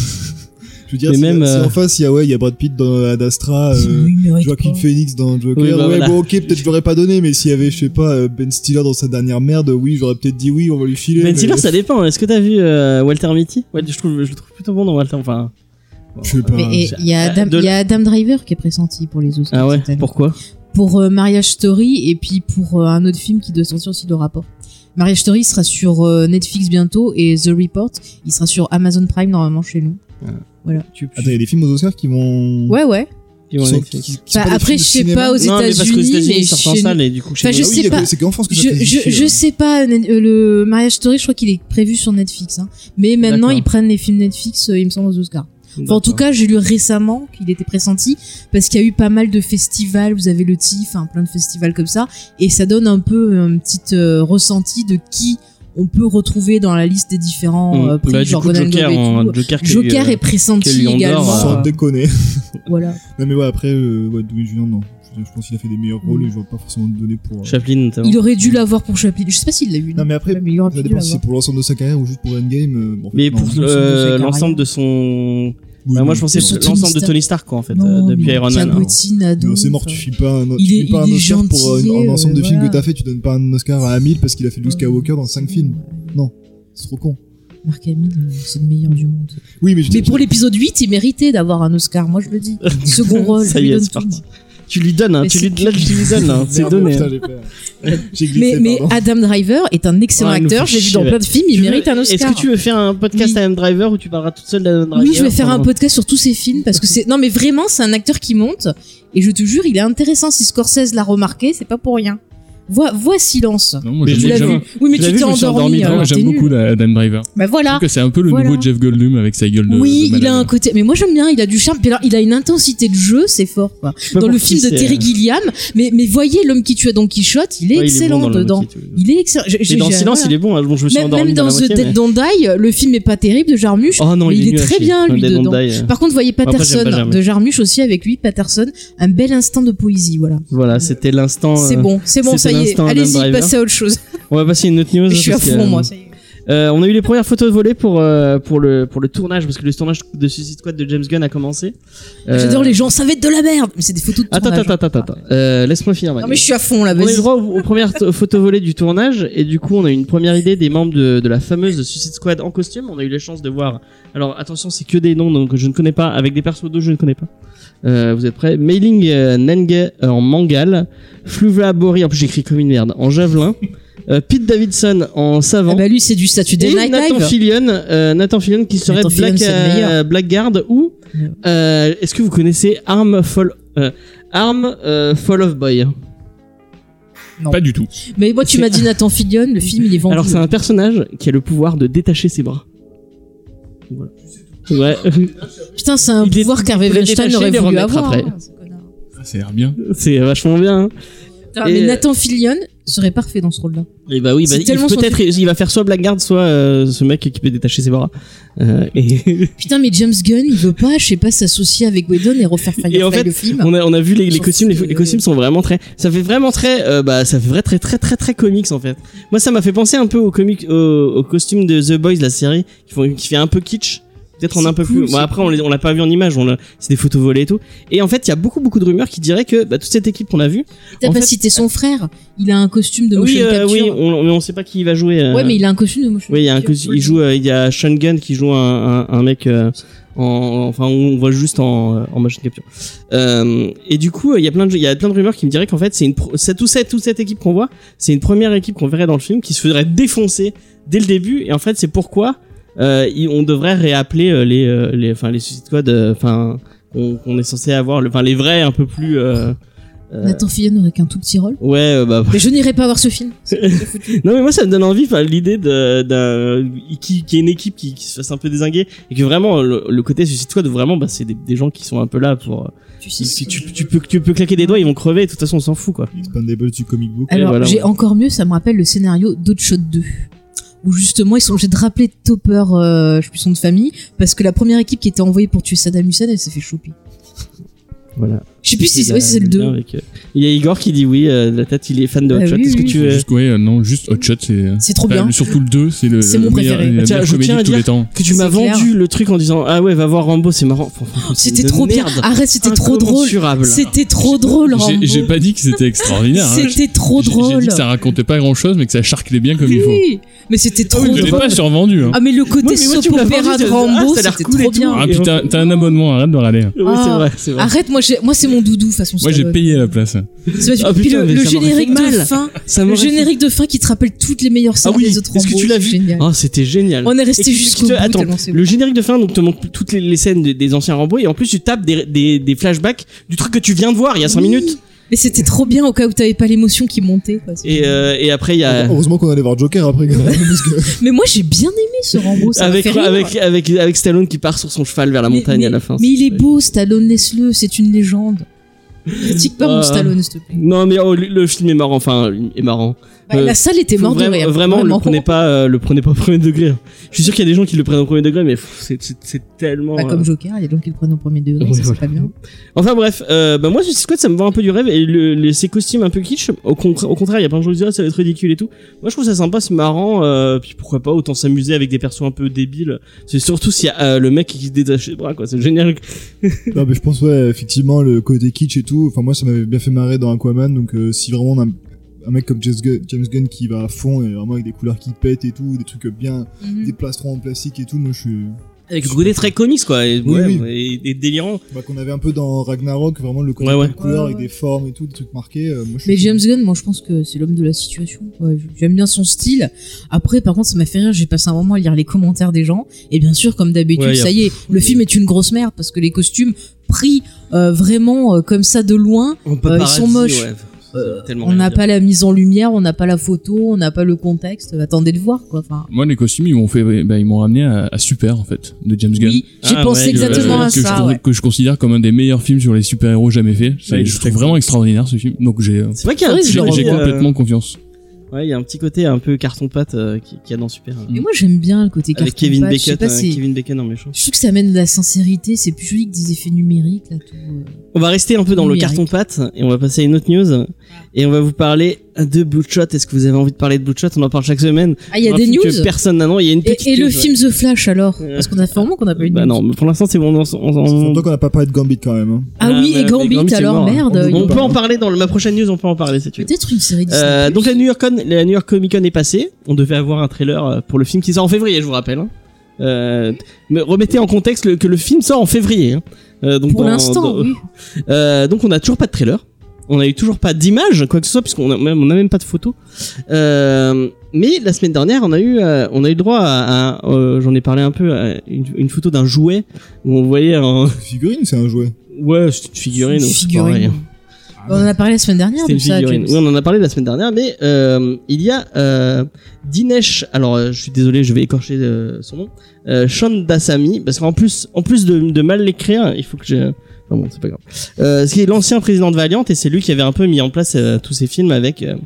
[SPEAKER 4] Je veux dire,
[SPEAKER 2] Mais
[SPEAKER 4] si,
[SPEAKER 2] même,
[SPEAKER 4] si
[SPEAKER 2] euh,
[SPEAKER 4] en face, il y a, ouais, il y a Brad Pitt dans Ad Astra, euh,
[SPEAKER 3] il mérite
[SPEAKER 4] Joaquin
[SPEAKER 3] pas.
[SPEAKER 4] Phoenix dans Joker.
[SPEAKER 2] Oui, bah
[SPEAKER 4] ouais,
[SPEAKER 2] voilà.
[SPEAKER 4] bon, ok, peut-être je l'aurais pas donné, mais s'il y avait, je sais pas, euh, Ben Stiller dans sa dernière merde, oui, j'aurais peut-être dit oui, on va lui filer.
[SPEAKER 2] Ben
[SPEAKER 4] mais-
[SPEAKER 2] Stiller, ça dépend. Est-ce que t'as vu euh, Walter Mitty Ouais, je trouve, je le trouve plutôt bon dans Walter. Enfin, bon,
[SPEAKER 4] Je sais pas.
[SPEAKER 3] Mais et- il y, a Adam-
[SPEAKER 2] Euh, De-
[SPEAKER 3] il y a Adam Driver qui est pressenti pour les Oscars.
[SPEAKER 2] Ah ouais.
[SPEAKER 3] cette année.
[SPEAKER 2] Pourquoi
[SPEAKER 3] Pour euh, Marriage Story et puis pour euh, un autre film qui doit sortir aussi le rapport. Marriage Story sera sur euh, Netflix bientôt et The Report, il sera sur Amazon Prime normalement chez nous.
[SPEAKER 2] Tu, tu-
[SPEAKER 4] Attends, il y a des films aux Oscars qui
[SPEAKER 2] Mm.
[SPEAKER 4] vont.
[SPEAKER 3] Ouais, ouais.
[SPEAKER 2] ils
[SPEAKER 4] qui
[SPEAKER 2] vont
[SPEAKER 4] sont-
[SPEAKER 2] Netflix.
[SPEAKER 4] qui- qui sont
[SPEAKER 3] Bah,
[SPEAKER 4] pas des
[SPEAKER 3] après,
[SPEAKER 4] films de
[SPEAKER 3] je sais
[SPEAKER 4] cinéma.
[SPEAKER 3] pas aux
[SPEAKER 2] Non, mais parce qu'aux
[SPEAKER 3] États-unis,
[SPEAKER 2] États-Unis,
[SPEAKER 3] mais
[SPEAKER 2] ils sortent en
[SPEAKER 3] chez
[SPEAKER 2] salle
[SPEAKER 3] nous-
[SPEAKER 2] et du coup,
[SPEAKER 3] Enfin,
[SPEAKER 2] chez nous-
[SPEAKER 3] je
[SPEAKER 4] Ah oui,
[SPEAKER 3] sais
[SPEAKER 4] il y a que-
[SPEAKER 3] pas.
[SPEAKER 4] C'est qu'en France que ça
[SPEAKER 3] Je,
[SPEAKER 4] fait
[SPEAKER 3] je,
[SPEAKER 4] chier, hein.
[SPEAKER 3] je
[SPEAKER 4] ouais.
[SPEAKER 3] sais pas, Net- euh, le Marriage Story, je crois qu'il est prévu sur Netflix. hein. Mais maintenant,
[SPEAKER 2] D'accord.
[SPEAKER 3] ils prennent les films Netflix, euh, il me semble, aux Oscars. Enfin, en tout cas, j'ai lu récemment qu'il était pressenti parce qu'il y a eu pas mal de festivals. Vous avez le TIFF, enfin, plein de festivals comme ça, et ça donne un peu un petit euh, ressenti de qui on peut retrouver dans la liste des différents euh, prix,
[SPEAKER 2] Bah, du
[SPEAKER 3] genre
[SPEAKER 2] coup,
[SPEAKER 3] Golden
[SPEAKER 2] Joker,
[SPEAKER 3] Globe et
[SPEAKER 2] en-
[SPEAKER 3] tout.
[SPEAKER 2] Joker, qui a eu,
[SPEAKER 3] Joker
[SPEAKER 2] euh,
[SPEAKER 3] est pressenti
[SPEAKER 2] Lion d'Or,
[SPEAKER 3] également. euh,
[SPEAKER 2] euh,
[SPEAKER 4] Sans déconner.
[SPEAKER 3] Voilà.
[SPEAKER 4] Non mais ouais après euh, ouais, Downey Jr. non. Je, veux dire, je pense qu'il a fait des meilleurs rôles et je vois pas forcément le donner pour. euh,
[SPEAKER 2] Chaplin notamment.
[SPEAKER 3] Il aurait dû l'avoir pour Chaplin. Je sais pas s'il l'a vu.
[SPEAKER 4] Non mais après,
[SPEAKER 3] mais il aurait
[SPEAKER 4] ça
[SPEAKER 3] pu
[SPEAKER 4] dépend si
[SPEAKER 3] l'avoir.
[SPEAKER 4] c'est pour l'ensemble de sa carrière ou juste pour Endgame. euh, bon, en fait,
[SPEAKER 2] Mais
[SPEAKER 4] non,
[SPEAKER 2] pour
[SPEAKER 4] oui,
[SPEAKER 3] l'ensemble de sa
[SPEAKER 2] euh,
[SPEAKER 3] carrière.
[SPEAKER 2] l'ensemble de son.
[SPEAKER 4] oui,
[SPEAKER 2] Bah, moi, je
[SPEAKER 4] oui.
[SPEAKER 2] pensais
[SPEAKER 3] Son Tony
[SPEAKER 2] l'ensemble de
[SPEAKER 3] Stark.
[SPEAKER 2] Tony Stark, quoi, en fait,
[SPEAKER 3] Non,
[SPEAKER 2] euh, depuis
[SPEAKER 3] mais
[SPEAKER 2] Iron Man. hein.
[SPEAKER 3] cabotine à
[SPEAKER 4] Non,
[SPEAKER 3] dos,
[SPEAKER 4] c'est mort, tu
[SPEAKER 3] enfin.
[SPEAKER 4] filmes pas un, tu
[SPEAKER 3] Il est-
[SPEAKER 4] filmes pas un
[SPEAKER 3] il est
[SPEAKER 4] Oscar pour
[SPEAKER 3] gentil,
[SPEAKER 4] un, un ensemble de
[SPEAKER 3] euh,
[SPEAKER 4] films que
[SPEAKER 3] voilà.
[SPEAKER 4] t'as fait, tu donnes pas un Oscar à Hamill parce qu'il a fait Luke Skywalker dans 5 films. C'est trop con.
[SPEAKER 3] Marc Hamill, euh, c'est le meilleur du monde.
[SPEAKER 4] Oui, mais je
[SPEAKER 3] Mais
[SPEAKER 4] dis-
[SPEAKER 3] pour l'épisode 8, il méritait d'avoir un Oscar, moi je le dis. Second rôle,
[SPEAKER 2] Ça
[SPEAKER 3] je
[SPEAKER 2] y
[SPEAKER 3] lui
[SPEAKER 2] est,
[SPEAKER 3] donne
[SPEAKER 2] c'est
[SPEAKER 3] tout,
[SPEAKER 2] parti.
[SPEAKER 3] moi.
[SPEAKER 2] Tu lui donnes, hein,
[SPEAKER 3] Mais
[SPEAKER 2] tu lui,
[SPEAKER 3] c'est-
[SPEAKER 2] là, tu lui donnes, hein, c'est
[SPEAKER 4] Merde,
[SPEAKER 2] donné.
[SPEAKER 4] putain,
[SPEAKER 2] hein.
[SPEAKER 4] j'ai pas- J'ai glissé,
[SPEAKER 3] Mais, mais
[SPEAKER 4] pardon.
[SPEAKER 3] Adam Driver est un excellent
[SPEAKER 2] Ah, il nous
[SPEAKER 3] acteur,
[SPEAKER 2] fait
[SPEAKER 3] j'ai vu dans
[SPEAKER 2] chier.
[SPEAKER 3] plein de films, il
[SPEAKER 2] Tu
[SPEAKER 3] mérite
[SPEAKER 2] veux-
[SPEAKER 3] un Oscar.
[SPEAKER 2] Est-ce que tu veux faire un podcast
[SPEAKER 3] Oui.
[SPEAKER 2] à Adam Driver où tu parleras toute seule d'Adam Driver
[SPEAKER 3] Oui, je vais faire un
[SPEAKER 2] pendant-
[SPEAKER 3] podcast sur tous ces films parce que c'est. Non, mais vraiment, c'est un acteur qui monte et je te jure, il est intéressant. Si Scorsese l'a remarqué, c'est pas pour rien. Vois, vois Silence.
[SPEAKER 5] Non, moi,
[SPEAKER 2] Mais
[SPEAKER 5] j'aime
[SPEAKER 3] Tu
[SPEAKER 2] je
[SPEAKER 3] l'as
[SPEAKER 5] j'aime-
[SPEAKER 3] vu. Oui, mais
[SPEAKER 2] je l'ai
[SPEAKER 3] tu
[SPEAKER 2] vu,
[SPEAKER 3] t'es
[SPEAKER 2] je me suis
[SPEAKER 3] endormi.
[SPEAKER 2] endormi,
[SPEAKER 5] Non,
[SPEAKER 3] alors
[SPEAKER 5] j'aime
[SPEAKER 3] t'es
[SPEAKER 5] beaucoup
[SPEAKER 3] nul.
[SPEAKER 5] la- Adam Driver.
[SPEAKER 3] Bah
[SPEAKER 5] Je
[SPEAKER 3] voilà.
[SPEAKER 5] trouve que c'est un peu le
[SPEAKER 3] Voilà.
[SPEAKER 5] nouveau Jeff Goldblum avec sa gueule de.
[SPEAKER 3] oui,
[SPEAKER 5] de
[SPEAKER 3] il a
[SPEAKER 5] malade.
[SPEAKER 3] un côté. Mais moi j'aime bien, il a du charme. Puis alors, il a une intensité de jeu, c'est fort quoi.
[SPEAKER 2] Je sais pas
[SPEAKER 3] Dans
[SPEAKER 2] pour
[SPEAKER 3] le
[SPEAKER 2] qui
[SPEAKER 3] film de
[SPEAKER 2] c'est,
[SPEAKER 3] Terry
[SPEAKER 2] euh,
[SPEAKER 3] Gilliam, mais, mais voyez l'homme qui tue Don Quichotte, il est
[SPEAKER 2] ouais, il
[SPEAKER 3] excellent
[SPEAKER 2] bon dans le
[SPEAKER 3] dedans.
[SPEAKER 2] motif, oui.
[SPEAKER 3] Il est excellent. Je- je-
[SPEAKER 2] Mais dans
[SPEAKER 3] je-
[SPEAKER 2] Silence,
[SPEAKER 3] voilà.
[SPEAKER 2] il est bon. hein, Bon, je me suis
[SPEAKER 3] Même,
[SPEAKER 2] endormi
[SPEAKER 3] même
[SPEAKER 2] dans
[SPEAKER 3] dans
[SPEAKER 2] la
[SPEAKER 3] The
[SPEAKER 2] moitié,
[SPEAKER 3] Dead
[SPEAKER 2] mais-
[SPEAKER 3] Don't Die, le film est pas terrible de Jarmusch.
[SPEAKER 2] Oh non,
[SPEAKER 3] mais il
[SPEAKER 2] il
[SPEAKER 3] est
[SPEAKER 2] nul à
[SPEAKER 3] très
[SPEAKER 2] chier,
[SPEAKER 3] bien, lui,
[SPEAKER 2] Dead Don't
[SPEAKER 3] dedans.
[SPEAKER 2] Die, euh.
[SPEAKER 3] Par contre, voyez
[SPEAKER 2] Après,
[SPEAKER 3] Patterson
[SPEAKER 2] j'aime pas Jarmusch.
[SPEAKER 3] de Jarmusch aussi avec lui, Patterson, un bel instant de poésie, voilà.
[SPEAKER 2] Voilà, c'était l'instant.
[SPEAKER 3] C'est
[SPEAKER 2] euh,
[SPEAKER 3] bon, c'est bon,
[SPEAKER 2] c'était
[SPEAKER 3] ça y est.
[SPEAKER 2] l'instant Adam
[SPEAKER 3] Allez-y,
[SPEAKER 2] Driver.
[SPEAKER 3] passez à autre chose.
[SPEAKER 2] On va passer à une autre news.
[SPEAKER 3] Je suis à
[SPEAKER 2] parce que,
[SPEAKER 3] fond,
[SPEAKER 2] euh,
[SPEAKER 3] moi, ça y est.
[SPEAKER 2] Euh, on a eu les premières photos volées pour euh, pour le pour le tournage parce que le tournage de Suicide Squad de James Gunn a commencé. Euh,
[SPEAKER 3] J'adore les gens, ça va être de la merde. Mais c'est des photos de
[SPEAKER 2] Attends,
[SPEAKER 3] tournage.
[SPEAKER 2] attends, attends, attends, attends. Euh, Laisse-moi finir.
[SPEAKER 3] Non,
[SPEAKER 2] Marie.
[SPEAKER 3] mais je suis à fond là,
[SPEAKER 2] On a eu
[SPEAKER 3] vas-y.
[SPEAKER 2] droit aux, aux premières t- photos volées du tournage et du coup on a eu une première idée des membres de, de la fameuse Suicide Squad en costume. On a eu la chance de voir. Alors attention, c'est que des noms donc je ne connais pas avec des persos d'eau je ne connais pas. Euh, vous êtes prêts Mailing euh, Nange euh, en mangal, Fluvla Bori en plus j'écris comme une merde en javelin, euh, Pete Davidson en savant.
[SPEAKER 3] Ah bah lui, c'est du statut des
[SPEAKER 2] et
[SPEAKER 3] Night
[SPEAKER 2] Nathan
[SPEAKER 3] Live.
[SPEAKER 2] Fillion, euh, Nathan Fillion qui serait
[SPEAKER 3] Nathan Fillion,
[SPEAKER 2] Black,
[SPEAKER 3] c'est le
[SPEAKER 2] euh,
[SPEAKER 3] meilleur.
[SPEAKER 2] Blackguard ou
[SPEAKER 3] Ouais.
[SPEAKER 2] euh, est-ce que vous connaissez Arm Fall euh, Arm euh, Fall of Boy
[SPEAKER 5] Pas du tout.
[SPEAKER 3] Mais moi, tu m'as dit Nathan Fillion, le film, il est vendu.
[SPEAKER 2] Alors c'est un personnage qui a le pouvoir de détacher ses bras. Voilà. Ouais.
[SPEAKER 3] Putain, c'est un
[SPEAKER 2] il est-
[SPEAKER 3] pouvoir qu'Harvey
[SPEAKER 2] il est
[SPEAKER 3] Weinstein
[SPEAKER 2] détaché,
[SPEAKER 3] aurait
[SPEAKER 2] il est
[SPEAKER 3] voulu
[SPEAKER 2] remettre
[SPEAKER 3] avoir.
[SPEAKER 2] après.
[SPEAKER 3] hein, ce connard.
[SPEAKER 5] Ça a l'air Ah, bien.
[SPEAKER 2] c'est vachement bien. hein.
[SPEAKER 3] Putain,
[SPEAKER 2] Et-
[SPEAKER 3] Ah, Mais Nathan Fillion serait parfait dans ce rôle-là.
[SPEAKER 2] Et bah oui, bah,
[SPEAKER 3] C'est
[SPEAKER 2] il-
[SPEAKER 3] tellement son
[SPEAKER 2] peut-être il va faire soit Blackguard, soit euh, ce mec qui peut détacher ses bras. Euh, et
[SPEAKER 3] Putain, mais James Gunn, il veut pas, je sais pas, s'associer avec Whedon et refaire Firefly
[SPEAKER 2] en fait,
[SPEAKER 3] le film.
[SPEAKER 2] on a on a vu les, les
[SPEAKER 3] J'en
[SPEAKER 2] costumes, les,
[SPEAKER 3] suis-
[SPEAKER 2] les costumes sont vraiment très, ça fait vraiment très, euh, bah ça fait vrai très très très très comics en fait. Moi ça m'a fait penser un peu au comic, au, au costume de The Boys la série qui, font- qui fait un peu kitsch. Peut-être en
[SPEAKER 3] C'est
[SPEAKER 2] un peu
[SPEAKER 3] cool,
[SPEAKER 2] plus. Bon,
[SPEAKER 3] c'est
[SPEAKER 2] après, on les- on l'a pas vu en image, on l'a- c'est des photos volées et tout. Et en fait, il y a beaucoup, beaucoup de rumeurs qui diraient que bah, toute cette équipe qu'on a vue,
[SPEAKER 3] T'as
[SPEAKER 2] en
[SPEAKER 3] pas
[SPEAKER 2] fait- euh,
[SPEAKER 3] cité son frère, il a un costume de motion
[SPEAKER 2] Oui, euh,
[SPEAKER 3] capture.
[SPEAKER 2] oui, on, mais on sait pas qui va jouer. euh.
[SPEAKER 3] Ouais, mais il a un costume de motion
[SPEAKER 2] Oui, il y a un
[SPEAKER 3] capture.
[SPEAKER 2] cos- il joue, euh, il y a Sean Gunn qui joue un, un, un mec, euh, en, enfin, on voit juste en, euh, en motion capture. Euh, et du coup, euh, il y a plein de, il y a plein de rumeurs qui me diraient qu'en fait, c'est une, pro- c'est tout cette, toute cette équipe qu'on voit, c'est une première équipe qu'on verrait dans le film qui se ferait défoncer dès le début. Et en fait, c'est pourquoi euh, il- on devrait réappeler euh, les, euh, les, enfin, les Suicide Squad, euh, enfin, qu'on qu'on est censé avoir, le- enfin, les vrais un peu plus. euh, euh,
[SPEAKER 3] Nathan Fillion n'aurait qu'un tout petit rôle.
[SPEAKER 2] ouais, euh, bah.
[SPEAKER 3] Mais je n'irai pas voir ce film.
[SPEAKER 2] Non mais moi ça me donne envie, enfin l'idée de- d'un qui qui est une équipe qui, qui se fasse un peu désinguer et que vraiment le, le côté Suicide Squad vraiment bah c'est des, des gens qui sont un peu là pour euh,
[SPEAKER 3] Tu sais,
[SPEAKER 2] si tu, tu peux tu peux claquer des doigts ils vont crever de toute façon on s'en fout quoi.
[SPEAKER 4] Expandables du comic book.
[SPEAKER 3] Alors,
[SPEAKER 2] voilà,
[SPEAKER 3] j'ai
[SPEAKER 2] ouais.
[SPEAKER 3] encore mieux, ça me rappelle le scénario d'Outshot 2. Où justement, ils sont obligés de rappeler Topper, euh, je sais plus son de famille, parce que la première équipe qui était envoyée pour tuer Saddam Hussein, elle s'est fait choper.
[SPEAKER 2] Voilà.
[SPEAKER 3] Je sais plus si
[SPEAKER 2] Il
[SPEAKER 3] c'est
[SPEAKER 2] a-
[SPEAKER 3] oui, c'est le
[SPEAKER 2] lien
[SPEAKER 3] 2.
[SPEAKER 2] avec, euh, Il y a Igor qui dit oui euh, la tête il est fan de
[SPEAKER 3] Ah
[SPEAKER 2] Hot Shot.
[SPEAKER 3] oui,
[SPEAKER 2] Est-ce que
[SPEAKER 3] oui.
[SPEAKER 2] tu veux
[SPEAKER 5] Juste, ouais, euh, non, juste Hot Shot, c'est. euh,
[SPEAKER 3] C'est trop
[SPEAKER 5] enfin,
[SPEAKER 3] bien.
[SPEAKER 5] surtout le 2, c'est le,
[SPEAKER 3] C'est
[SPEAKER 5] le
[SPEAKER 3] mon
[SPEAKER 5] meilleur-
[SPEAKER 3] préféré.
[SPEAKER 5] la
[SPEAKER 2] Tiens,
[SPEAKER 5] meilleure
[SPEAKER 2] je
[SPEAKER 5] comédie
[SPEAKER 2] tiens à
[SPEAKER 5] de tous
[SPEAKER 2] dire-
[SPEAKER 5] les temps.
[SPEAKER 2] que tu
[SPEAKER 3] C'est
[SPEAKER 2] m'as
[SPEAKER 3] clair.
[SPEAKER 2] vendu le truc en disant ah ouais va voir Rambo c'est marrant. Enfin, enfin, c'est
[SPEAKER 3] C'était
[SPEAKER 2] de
[SPEAKER 3] trop bien.
[SPEAKER 2] merde.
[SPEAKER 3] Arrête, c'était trop drôle.
[SPEAKER 2] Incommensurable.
[SPEAKER 3] C'était trop drôle,
[SPEAKER 5] J'ai-
[SPEAKER 3] Rambo.
[SPEAKER 5] J'ai pas dit que c'était extraordinaire. hein.
[SPEAKER 3] C'était trop
[SPEAKER 5] J'ai- J'ai dit
[SPEAKER 3] drôle.
[SPEAKER 5] que ça racontait pas grand chose, mais que ça charclait bien comme il faut. Ah
[SPEAKER 3] Oui, mais c'était trop
[SPEAKER 5] Je l'ai
[SPEAKER 3] drôle.
[SPEAKER 5] pas survendu. Hein.
[SPEAKER 3] Ah, mais le côté
[SPEAKER 2] Moi, mais moi, tu
[SPEAKER 3] soap
[SPEAKER 2] me l'as vendu,
[SPEAKER 3] opéra de
[SPEAKER 2] t'as-
[SPEAKER 3] Rambo,
[SPEAKER 2] ah, ça a l'air
[SPEAKER 3] c'était
[SPEAKER 2] cool et
[SPEAKER 3] trop
[SPEAKER 2] tout.
[SPEAKER 3] bien.
[SPEAKER 5] Ah putain, t'as un abonnement, arrête de râler.
[SPEAKER 2] Oui, c'est
[SPEAKER 3] Ah.
[SPEAKER 2] vrai, c'est vrai.
[SPEAKER 3] Arrête, moi, j'ai- moi c'est mon doudou, de toute façon.
[SPEAKER 5] Moi j'ai
[SPEAKER 3] Stallone.
[SPEAKER 5] payé la place.
[SPEAKER 3] C'est pas du-
[SPEAKER 2] Ah,
[SPEAKER 3] Puis
[SPEAKER 2] putain,
[SPEAKER 3] le,
[SPEAKER 2] mais
[SPEAKER 3] le
[SPEAKER 2] ça m'aurait fait
[SPEAKER 3] générique de
[SPEAKER 2] mal.
[SPEAKER 3] fin,
[SPEAKER 2] Ça
[SPEAKER 3] le
[SPEAKER 2] m'aurait fait-
[SPEAKER 3] générique de fin qui te rappelle toutes les meilleures
[SPEAKER 2] Ah
[SPEAKER 3] scènes
[SPEAKER 2] oui,
[SPEAKER 3] des autres
[SPEAKER 2] est-ce que
[SPEAKER 3] Rambo,
[SPEAKER 2] tu l'as
[SPEAKER 3] c'est
[SPEAKER 2] vu
[SPEAKER 3] génial.
[SPEAKER 2] Ah, c'était génial.
[SPEAKER 3] On est
[SPEAKER 2] Et
[SPEAKER 3] resté
[SPEAKER 2] qui- qui
[SPEAKER 3] jusqu'au
[SPEAKER 2] te-
[SPEAKER 3] bout.
[SPEAKER 2] attends,
[SPEAKER 3] tellement c'est
[SPEAKER 2] Le générique de fin, donc te montre toutes les, les scènes de- des anciens Rambo et en plus tu tapes des, des, des flashbacks du truc que tu viens de voir il y a 5
[SPEAKER 3] Oui.
[SPEAKER 2] minutes.
[SPEAKER 3] Mais c'était trop bien au cas où t'avais pas l'émotion qui montait. quoi.
[SPEAKER 2] Et, euh, et après, il y
[SPEAKER 3] Oh,
[SPEAKER 2] a.
[SPEAKER 4] Heureusement qu'on allait voir Joker après. quand même, parce que-
[SPEAKER 3] Mais moi j'ai bien aimé ce Rambo. oh, Ça m'a
[SPEAKER 2] Avec,
[SPEAKER 3] fait rire.
[SPEAKER 2] avec, avec, avec Stallone qui part sur son cheval vers la
[SPEAKER 3] Mais-
[SPEAKER 2] montagne
[SPEAKER 3] mais-
[SPEAKER 2] à la fin.
[SPEAKER 3] Mais il est
[SPEAKER 2] c'est-
[SPEAKER 3] beau, Stallone, laisse-le, c'est une légende. Critique pas mon
[SPEAKER 2] Ah.
[SPEAKER 3] Stallone, s'il te plaît.
[SPEAKER 2] Non, mais oh, le, le film est marrant. Enfin, il est marrant.
[SPEAKER 3] Bah,
[SPEAKER 2] Euh,
[SPEAKER 3] la salle était
[SPEAKER 2] Faut
[SPEAKER 3] morte de
[SPEAKER 2] vraiment,
[SPEAKER 3] rire.
[SPEAKER 2] vraiment, le prenez pas, euh, le prenez pas au premier degré. Je suis sûr qu'il y a des gens qui le prennent au premier degré, mais pff, c'est- c'est c'est tellement.
[SPEAKER 3] Pas
[SPEAKER 2] euh,
[SPEAKER 3] Bah, comme Joker, il y a des gens qui le prennent au premier degré,
[SPEAKER 2] Ouais,
[SPEAKER 3] ça, c'est
[SPEAKER 2] voilà.
[SPEAKER 3] pas bien.
[SPEAKER 2] Enfin bref, euh, bah moi Suicide Squad ça me vend un peu du rêve et le, les- ces costumes un peu kitsch, au, contra- au contraire il y a plein de gens qui disent Ah, ça va être ridicule et tout. Moi je trouve ça sympa, c'est marrant, euh, puis pourquoi pas autant s'amuser avec des persos un peu débiles. C'est surtout s'il y a euh, le mec qui se détache les bras quoi, c'est génial.
[SPEAKER 4] Non, mais je pense, ouais, effectivement, le côté kitsch et tout. Enfin, moi, ça m'avait bien fait marrer dans Aquaman. Donc, euh, si vraiment on a un, un mec comme James Gunn, James Gunn qui va à fond et vraiment avec des couleurs qui pètent et tout, des trucs bien,
[SPEAKER 3] Mm.
[SPEAKER 4] des plastrons en plastique et tout, moi, je suis.
[SPEAKER 2] Avec le côté très comics quoi, et,
[SPEAKER 4] Oui,
[SPEAKER 2] ouais,
[SPEAKER 4] oui.
[SPEAKER 2] et- et délirant.
[SPEAKER 4] Bah, qu'on avait un peu dans Ragnarok, vraiment le côté
[SPEAKER 2] Ouais, ouais.
[SPEAKER 4] des couleurs
[SPEAKER 3] Ouais,
[SPEAKER 4] avec
[SPEAKER 3] ouais.
[SPEAKER 4] des formes et tout, des trucs marqués. euh, moi, je
[SPEAKER 3] Mais
[SPEAKER 4] suis-
[SPEAKER 3] James Gunn, moi je pense que c'est l'homme de la situation. Ouais, J'aime bien son style. Après, par contre, ça m'a fait rire. J'ai passé un moment à lire les commentaires des gens. Et bien sûr, comme d'habitude,
[SPEAKER 2] Ouais, y a-
[SPEAKER 3] ça y est, le film est une grosse merde parce que les costumes pris euh, vraiment euh, comme ça de loin,
[SPEAKER 2] On peut
[SPEAKER 3] Euh, ils sont moches. on n'a pas la mise en lumière, on n'a pas la photo, on n'a pas le contexte. Attendez de voir quoi. Enfin,
[SPEAKER 5] Moi, les costumes, ils m'ont fait, bah, ils m'ont ramené à, à Super, en fait, de James Gunn. Euh,
[SPEAKER 3] oui, j'ai
[SPEAKER 2] Ah,
[SPEAKER 3] pensé
[SPEAKER 2] ouais,
[SPEAKER 3] exactement
[SPEAKER 5] que,
[SPEAKER 3] à
[SPEAKER 5] que je,
[SPEAKER 3] ça.
[SPEAKER 5] con-
[SPEAKER 3] ouais.
[SPEAKER 5] que je considère comme un des meilleurs films sur les super-héros jamais fait. C'est-
[SPEAKER 2] Ouais, il est
[SPEAKER 5] je
[SPEAKER 2] très
[SPEAKER 5] trouve vraiment extraordinaire ce film. Donc j'ai euh,
[SPEAKER 2] C'est vrai qu'il y a un
[SPEAKER 3] Oui,
[SPEAKER 2] petit
[SPEAKER 5] j'ai-
[SPEAKER 2] côté,
[SPEAKER 5] j'ai
[SPEAKER 2] euh,
[SPEAKER 5] complètement confiance.
[SPEAKER 2] Ouais, il y a un petit côté un peu carton-pâte euh, qui- qu'il y a dans Super. hein.
[SPEAKER 3] Mais moi, j'aime bien le côté
[SPEAKER 2] Avec
[SPEAKER 3] carton
[SPEAKER 2] Kevin
[SPEAKER 3] pâte. Je sais
[SPEAKER 2] Bacon,
[SPEAKER 3] pas
[SPEAKER 2] euh,
[SPEAKER 3] si-
[SPEAKER 2] Kevin Bacon en méchant.
[SPEAKER 3] Je trouve que ça amène de la sincérité, c'est plus joli que des effets numériques, là, tout. euh.
[SPEAKER 2] On va rester un peu dans le
[SPEAKER 3] Numérique.
[SPEAKER 2] carton pâte et on va passer à une autre news et on va vous parler de Bloodshot. Est-ce que vous avez envie de parler de Bloodshot On en parle chaque semaine.
[SPEAKER 3] Ah, il y a
[SPEAKER 2] Un
[SPEAKER 3] des
[SPEAKER 2] film
[SPEAKER 3] news
[SPEAKER 2] que personne n'a non, il y a une
[SPEAKER 3] et,
[SPEAKER 2] petite
[SPEAKER 3] et le
[SPEAKER 2] news,
[SPEAKER 3] film The Flash, alors
[SPEAKER 2] Euh.
[SPEAKER 3] Parce qu'on a fait un moment qu'on n'a pas
[SPEAKER 2] ouais.
[SPEAKER 3] eu de
[SPEAKER 2] Bah
[SPEAKER 3] news.
[SPEAKER 2] non, mais pour l'instant c'est bon. On, on-
[SPEAKER 4] Ça fait
[SPEAKER 2] on-
[SPEAKER 4] longtemps qu'on n'a pas parlé de Gambit quand même. hein.
[SPEAKER 3] Ah oui,
[SPEAKER 2] mais-
[SPEAKER 3] et
[SPEAKER 2] mais
[SPEAKER 3] Gambit,
[SPEAKER 2] c'est
[SPEAKER 3] alors,
[SPEAKER 2] mort.
[SPEAKER 3] merde,
[SPEAKER 2] On,
[SPEAKER 3] il est
[SPEAKER 2] peut
[SPEAKER 3] mort.
[SPEAKER 2] en parler dans le- ma prochaine news. On peut en parler si tu veux.
[SPEAKER 3] Peut-être une série Disney+.
[SPEAKER 2] Euh, donc la New York Con, la New York Comic Con est passée. On devait avoir un trailer euh, pour le film qui sort en février, je vous rappelle. hein. Euh, mais remettez en contexte le- que le film sort en février. hein. Euh, donc
[SPEAKER 3] Pour
[SPEAKER 2] dans-
[SPEAKER 3] l'instant,
[SPEAKER 2] dans-
[SPEAKER 3] oui.
[SPEAKER 2] Euh, donc on a toujours pas de trailer. On a eu toujours pas d'image, quoi que ce soit, puisqu'on a même, on a même pas de photo. Euh, mais la semaine dernière, on a eu, euh, on a eu droit à, à, euh, j'en ai parlé un peu, à une, une photo d'un jouet où on voyait un,
[SPEAKER 4] Figurine, c'est un jouet.
[SPEAKER 2] ouais, c'est une figurine.
[SPEAKER 3] Une
[SPEAKER 2] donc c'est pas vrai, hein.
[SPEAKER 3] On en a parlé la semaine dernière
[SPEAKER 2] C'était
[SPEAKER 3] de
[SPEAKER 2] une
[SPEAKER 3] ça.
[SPEAKER 2] figurine. Oui, on
[SPEAKER 3] James.
[SPEAKER 2] en a parlé la semaine dernière, mais euh, il y a euh, Dinesh. Alors, euh, je suis désolé, je vais écorcher euh, son nom. Euh, Dasami, parce qu'en plus, en plus de, de mal l'écrire, il faut que j'ai. Enfin bon, c'est pas grave. Euh, ce qui est l'ancien président de Valiant, et c'est lui qui avait un peu mis en place euh, tous ces films avec euh,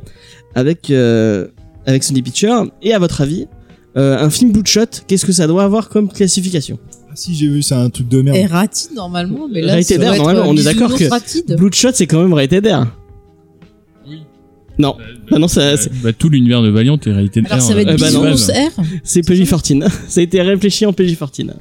[SPEAKER 2] avec euh, avec Sony Pictures. Et à votre avis, euh, un film Bloodshot, qu'est-ce que ça doit avoir comme classification
[SPEAKER 4] Ah, si, j'ai vu, c'est un truc de merde.
[SPEAKER 3] Et Ratid, normalement, mais là,
[SPEAKER 2] Rated
[SPEAKER 3] ça
[SPEAKER 2] R,
[SPEAKER 3] doit être,
[SPEAKER 2] normalement,
[SPEAKER 3] euh,
[SPEAKER 2] on est
[SPEAKER 3] bisounours
[SPEAKER 2] d'accord que-
[SPEAKER 3] Ratid.
[SPEAKER 2] Bloodshot, c'est quand même rated R. Non. Ah non, ça- c'est-
[SPEAKER 5] Bah, tout l'univers de Valiant est réalité de
[SPEAKER 3] Alors, ça
[SPEAKER 5] R,
[SPEAKER 3] va être
[SPEAKER 5] euh,
[SPEAKER 2] Eh bah non.
[SPEAKER 3] Bisounours R
[SPEAKER 2] C'est PG-14. Ça a été réfléchi en PG-14.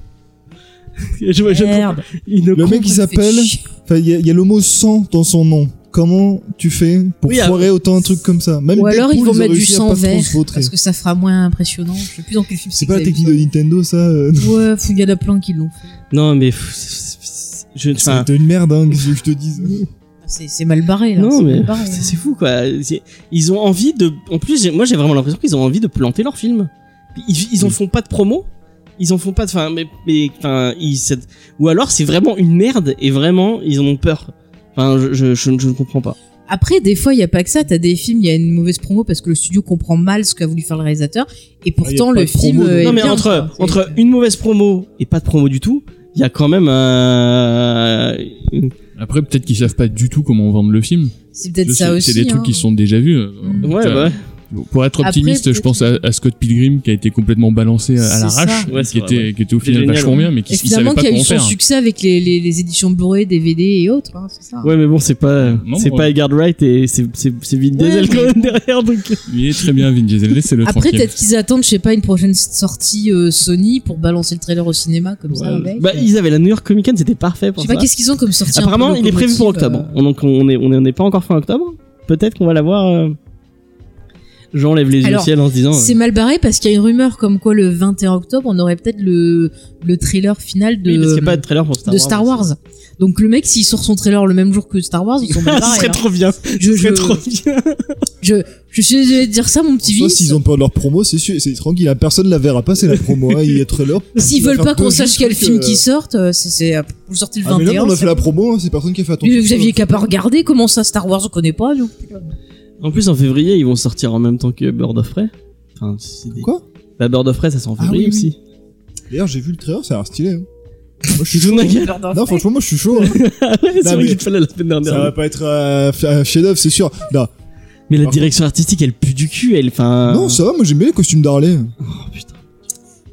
[SPEAKER 2] Je, je,
[SPEAKER 3] Merde.
[SPEAKER 2] il ne
[SPEAKER 4] Le
[SPEAKER 2] comprend-
[SPEAKER 4] mec, il s'appelle. Enfin, il y, a- il y a le mot sang dans son nom. Comment tu fais pour
[SPEAKER 2] Oui,
[SPEAKER 4] foirer autant un truc comme ça Même
[SPEAKER 3] Ou alors, ils
[SPEAKER 4] Deadpool,
[SPEAKER 3] vont
[SPEAKER 4] ont
[SPEAKER 3] mettre du
[SPEAKER 4] réussi à
[SPEAKER 3] sang
[SPEAKER 4] pas trop
[SPEAKER 3] vert,
[SPEAKER 4] se vautrer.
[SPEAKER 3] parce que ça fera moins impressionnant. Je sais plus dans quel film
[SPEAKER 4] C'est pas la
[SPEAKER 3] que vous avez
[SPEAKER 4] technique
[SPEAKER 3] vu
[SPEAKER 4] de Nintendo, ça euh,
[SPEAKER 3] ça. Ouais, fou, il y en a plein qui l'ont fait.
[SPEAKER 2] Non, mais. pff, c'est- c'est- Je, enfin,
[SPEAKER 4] C'était une merde, hein, qu'est-ce que je te dis.
[SPEAKER 3] C'est c'est mal barré, là.
[SPEAKER 2] non,
[SPEAKER 3] c'est
[SPEAKER 2] mais.
[SPEAKER 3] mal barré,
[SPEAKER 2] C'est
[SPEAKER 3] hein.
[SPEAKER 2] c'est fou, quoi. C'est- Ils ont envie de. En plus, j'ai- moi, j'ai vraiment l'impression qu'ils ont envie de planter leur film. Ils, ils en font pas de promo. Ils en font pas de. Enfin, mais. mais enfin, ils, c'est- Ou alors, c'est vraiment une merde et vraiment, ils en ont peur. Enfin, je, je, je, je ne comprends pas.
[SPEAKER 3] Après, des fois, il n'y a pas que ça. T'as des films, il y a une mauvaise promo parce que le studio comprend mal ce qu'a voulu faire le réalisateur. Et pourtant,
[SPEAKER 4] Ah, y a pas
[SPEAKER 3] le
[SPEAKER 4] de promo,
[SPEAKER 3] film.
[SPEAKER 4] donc.
[SPEAKER 3] euh, est
[SPEAKER 2] non, mais
[SPEAKER 3] bien,
[SPEAKER 2] entre,
[SPEAKER 3] quoi.
[SPEAKER 2] entre
[SPEAKER 3] C'est-
[SPEAKER 2] une mauvaise promo et pas de promo du tout, il y a quand même. Euh, une-
[SPEAKER 5] Après, peut-être qu'ils savent pas du tout comment vendre le film.
[SPEAKER 3] C'est peut-être
[SPEAKER 5] Je sais,
[SPEAKER 3] ça aussi.
[SPEAKER 5] C'est des trucs
[SPEAKER 3] hein.
[SPEAKER 5] qui sont déjà vus. euh,
[SPEAKER 3] Mm.
[SPEAKER 2] Ouais,
[SPEAKER 5] tu vois.
[SPEAKER 2] bah ouais.
[SPEAKER 5] Pour être
[SPEAKER 3] Après,
[SPEAKER 5] optimiste, je
[SPEAKER 3] peut-être-
[SPEAKER 5] pense à, à Scott Pilgrim qui a été complètement balancé à
[SPEAKER 3] C'est
[SPEAKER 5] l'arrache,
[SPEAKER 2] ça. Ouais, c'est
[SPEAKER 5] qui,
[SPEAKER 2] vrai,
[SPEAKER 5] était, qui était au
[SPEAKER 2] C'est
[SPEAKER 5] final
[SPEAKER 2] génial,
[SPEAKER 5] vachement
[SPEAKER 2] ouais.
[SPEAKER 5] bien, mais qui
[SPEAKER 3] Et
[SPEAKER 5] ils savaient
[SPEAKER 3] finalement,
[SPEAKER 5] pas
[SPEAKER 3] qui a eu
[SPEAKER 5] comment
[SPEAKER 3] son
[SPEAKER 5] faire.
[SPEAKER 3] succès avec les, les, les éditions Blu-ray, DVD et autres. hein, c'est ça.
[SPEAKER 2] Ouais, mais bon, c'est pas,
[SPEAKER 5] Non,
[SPEAKER 2] c'est
[SPEAKER 5] ouais.
[SPEAKER 2] pas Edgar Wright et c'est, c'est, c'est Vin Diesel
[SPEAKER 3] Ouais,
[SPEAKER 2] quand même derrière, donc.
[SPEAKER 5] Il est très bien, Vin Diesel. C'est le
[SPEAKER 3] Après,
[SPEAKER 5] tranquille.
[SPEAKER 3] peut-être qu'ils attendent, je sais pas, une prochaine sortie euh, Sony pour balancer le trailer au cinéma comme ça. avec.
[SPEAKER 2] bah, ils avaient la New York Comic Con, c'était parfait
[SPEAKER 3] euh, Je
[SPEAKER 2] pour
[SPEAKER 3] sais
[SPEAKER 2] ça.
[SPEAKER 3] pas, qu'est-ce qu'ils ont comme sortie un peu
[SPEAKER 2] Apparemment, il est prévu pour hein.
[SPEAKER 3] locomotive,
[SPEAKER 2] octobre. Donc, on est, on est, on est pas encore fin octobre. Peut-être qu'on va l'avoir. euh. J'enlève euh, les yeux au
[SPEAKER 3] Alors,
[SPEAKER 2] ciel en se disant.
[SPEAKER 3] euh.
[SPEAKER 2] euh,
[SPEAKER 3] C'est mal barré parce qu'il y a une rumeur comme quoi le 21 octobre, on aurait peut-être le, le trailer final de,
[SPEAKER 2] Oui, parce qu'il n'y a pas de trailer pour Star
[SPEAKER 3] de
[SPEAKER 2] Wars.
[SPEAKER 3] Star Wars. Donc le mec, s'il sort son trailer le même jour que Star Wars, ils sont mal
[SPEAKER 2] Ce
[SPEAKER 3] barrés.
[SPEAKER 2] serait
[SPEAKER 3] hein.
[SPEAKER 2] trop bien. Ce
[SPEAKER 3] Je, je,
[SPEAKER 2] serait trop bien.
[SPEAKER 3] je, je suis désolé de dire ça, mon petit
[SPEAKER 4] Soit
[SPEAKER 3] vice.
[SPEAKER 4] s'ils ont peur de leur promo, c'est sûr, c'est tranquille, hein, personne la verra pas, c'est la promo, hein, il y a trailer.
[SPEAKER 3] S'ils
[SPEAKER 4] On va
[SPEAKER 3] veulent
[SPEAKER 4] faire
[SPEAKER 3] pas qu'on
[SPEAKER 4] deux
[SPEAKER 3] sache
[SPEAKER 4] trucs,
[SPEAKER 3] quel film
[SPEAKER 4] euh,
[SPEAKER 3] qui sorte, euh, c'est, c'est, euh, vous le sortez le
[SPEAKER 4] Ah, mais
[SPEAKER 3] 21.
[SPEAKER 4] là, on a
[SPEAKER 3] ça-
[SPEAKER 4] fait la promo, hein, c'est personne qui a fait attention.
[SPEAKER 3] Mais Vous aviez qu'à pas regarder comment ça Star Wars, on connaît pas, nous.
[SPEAKER 2] En plus, en février, ils vont sortir en même temps que Bird of Prey. Enfin, c'est des-
[SPEAKER 4] Quoi
[SPEAKER 2] Bah, Bird of Prey, ça sort en
[SPEAKER 4] Ah
[SPEAKER 2] février
[SPEAKER 4] oui, oui.
[SPEAKER 2] aussi.
[SPEAKER 4] D'ailleurs, j'ai vu le trailer, ça a l'air stylé. hein. Moi, je suis
[SPEAKER 2] Je
[SPEAKER 4] chaud.
[SPEAKER 2] vous
[SPEAKER 4] hein.
[SPEAKER 2] inquiète.
[SPEAKER 4] Non, franchement, moi, je suis chaud. hein.
[SPEAKER 3] Bah
[SPEAKER 2] Ah ouais, c'est
[SPEAKER 4] Non,
[SPEAKER 2] vrai
[SPEAKER 4] mais-
[SPEAKER 2] qu'il te fallait la semaine
[SPEAKER 4] Ça va
[SPEAKER 2] dernière.
[SPEAKER 4] pas être euh, un chef-d'œuvre, c'est sûr. Non,
[SPEAKER 2] Mais la
[SPEAKER 4] Par contre-
[SPEAKER 2] direction artistique, elle pue du cul, elle. Enfin.
[SPEAKER 4] non, ça va, moi, j'aime bien les costumes d'Harley.
[SPEAKER 2] Oh, putain.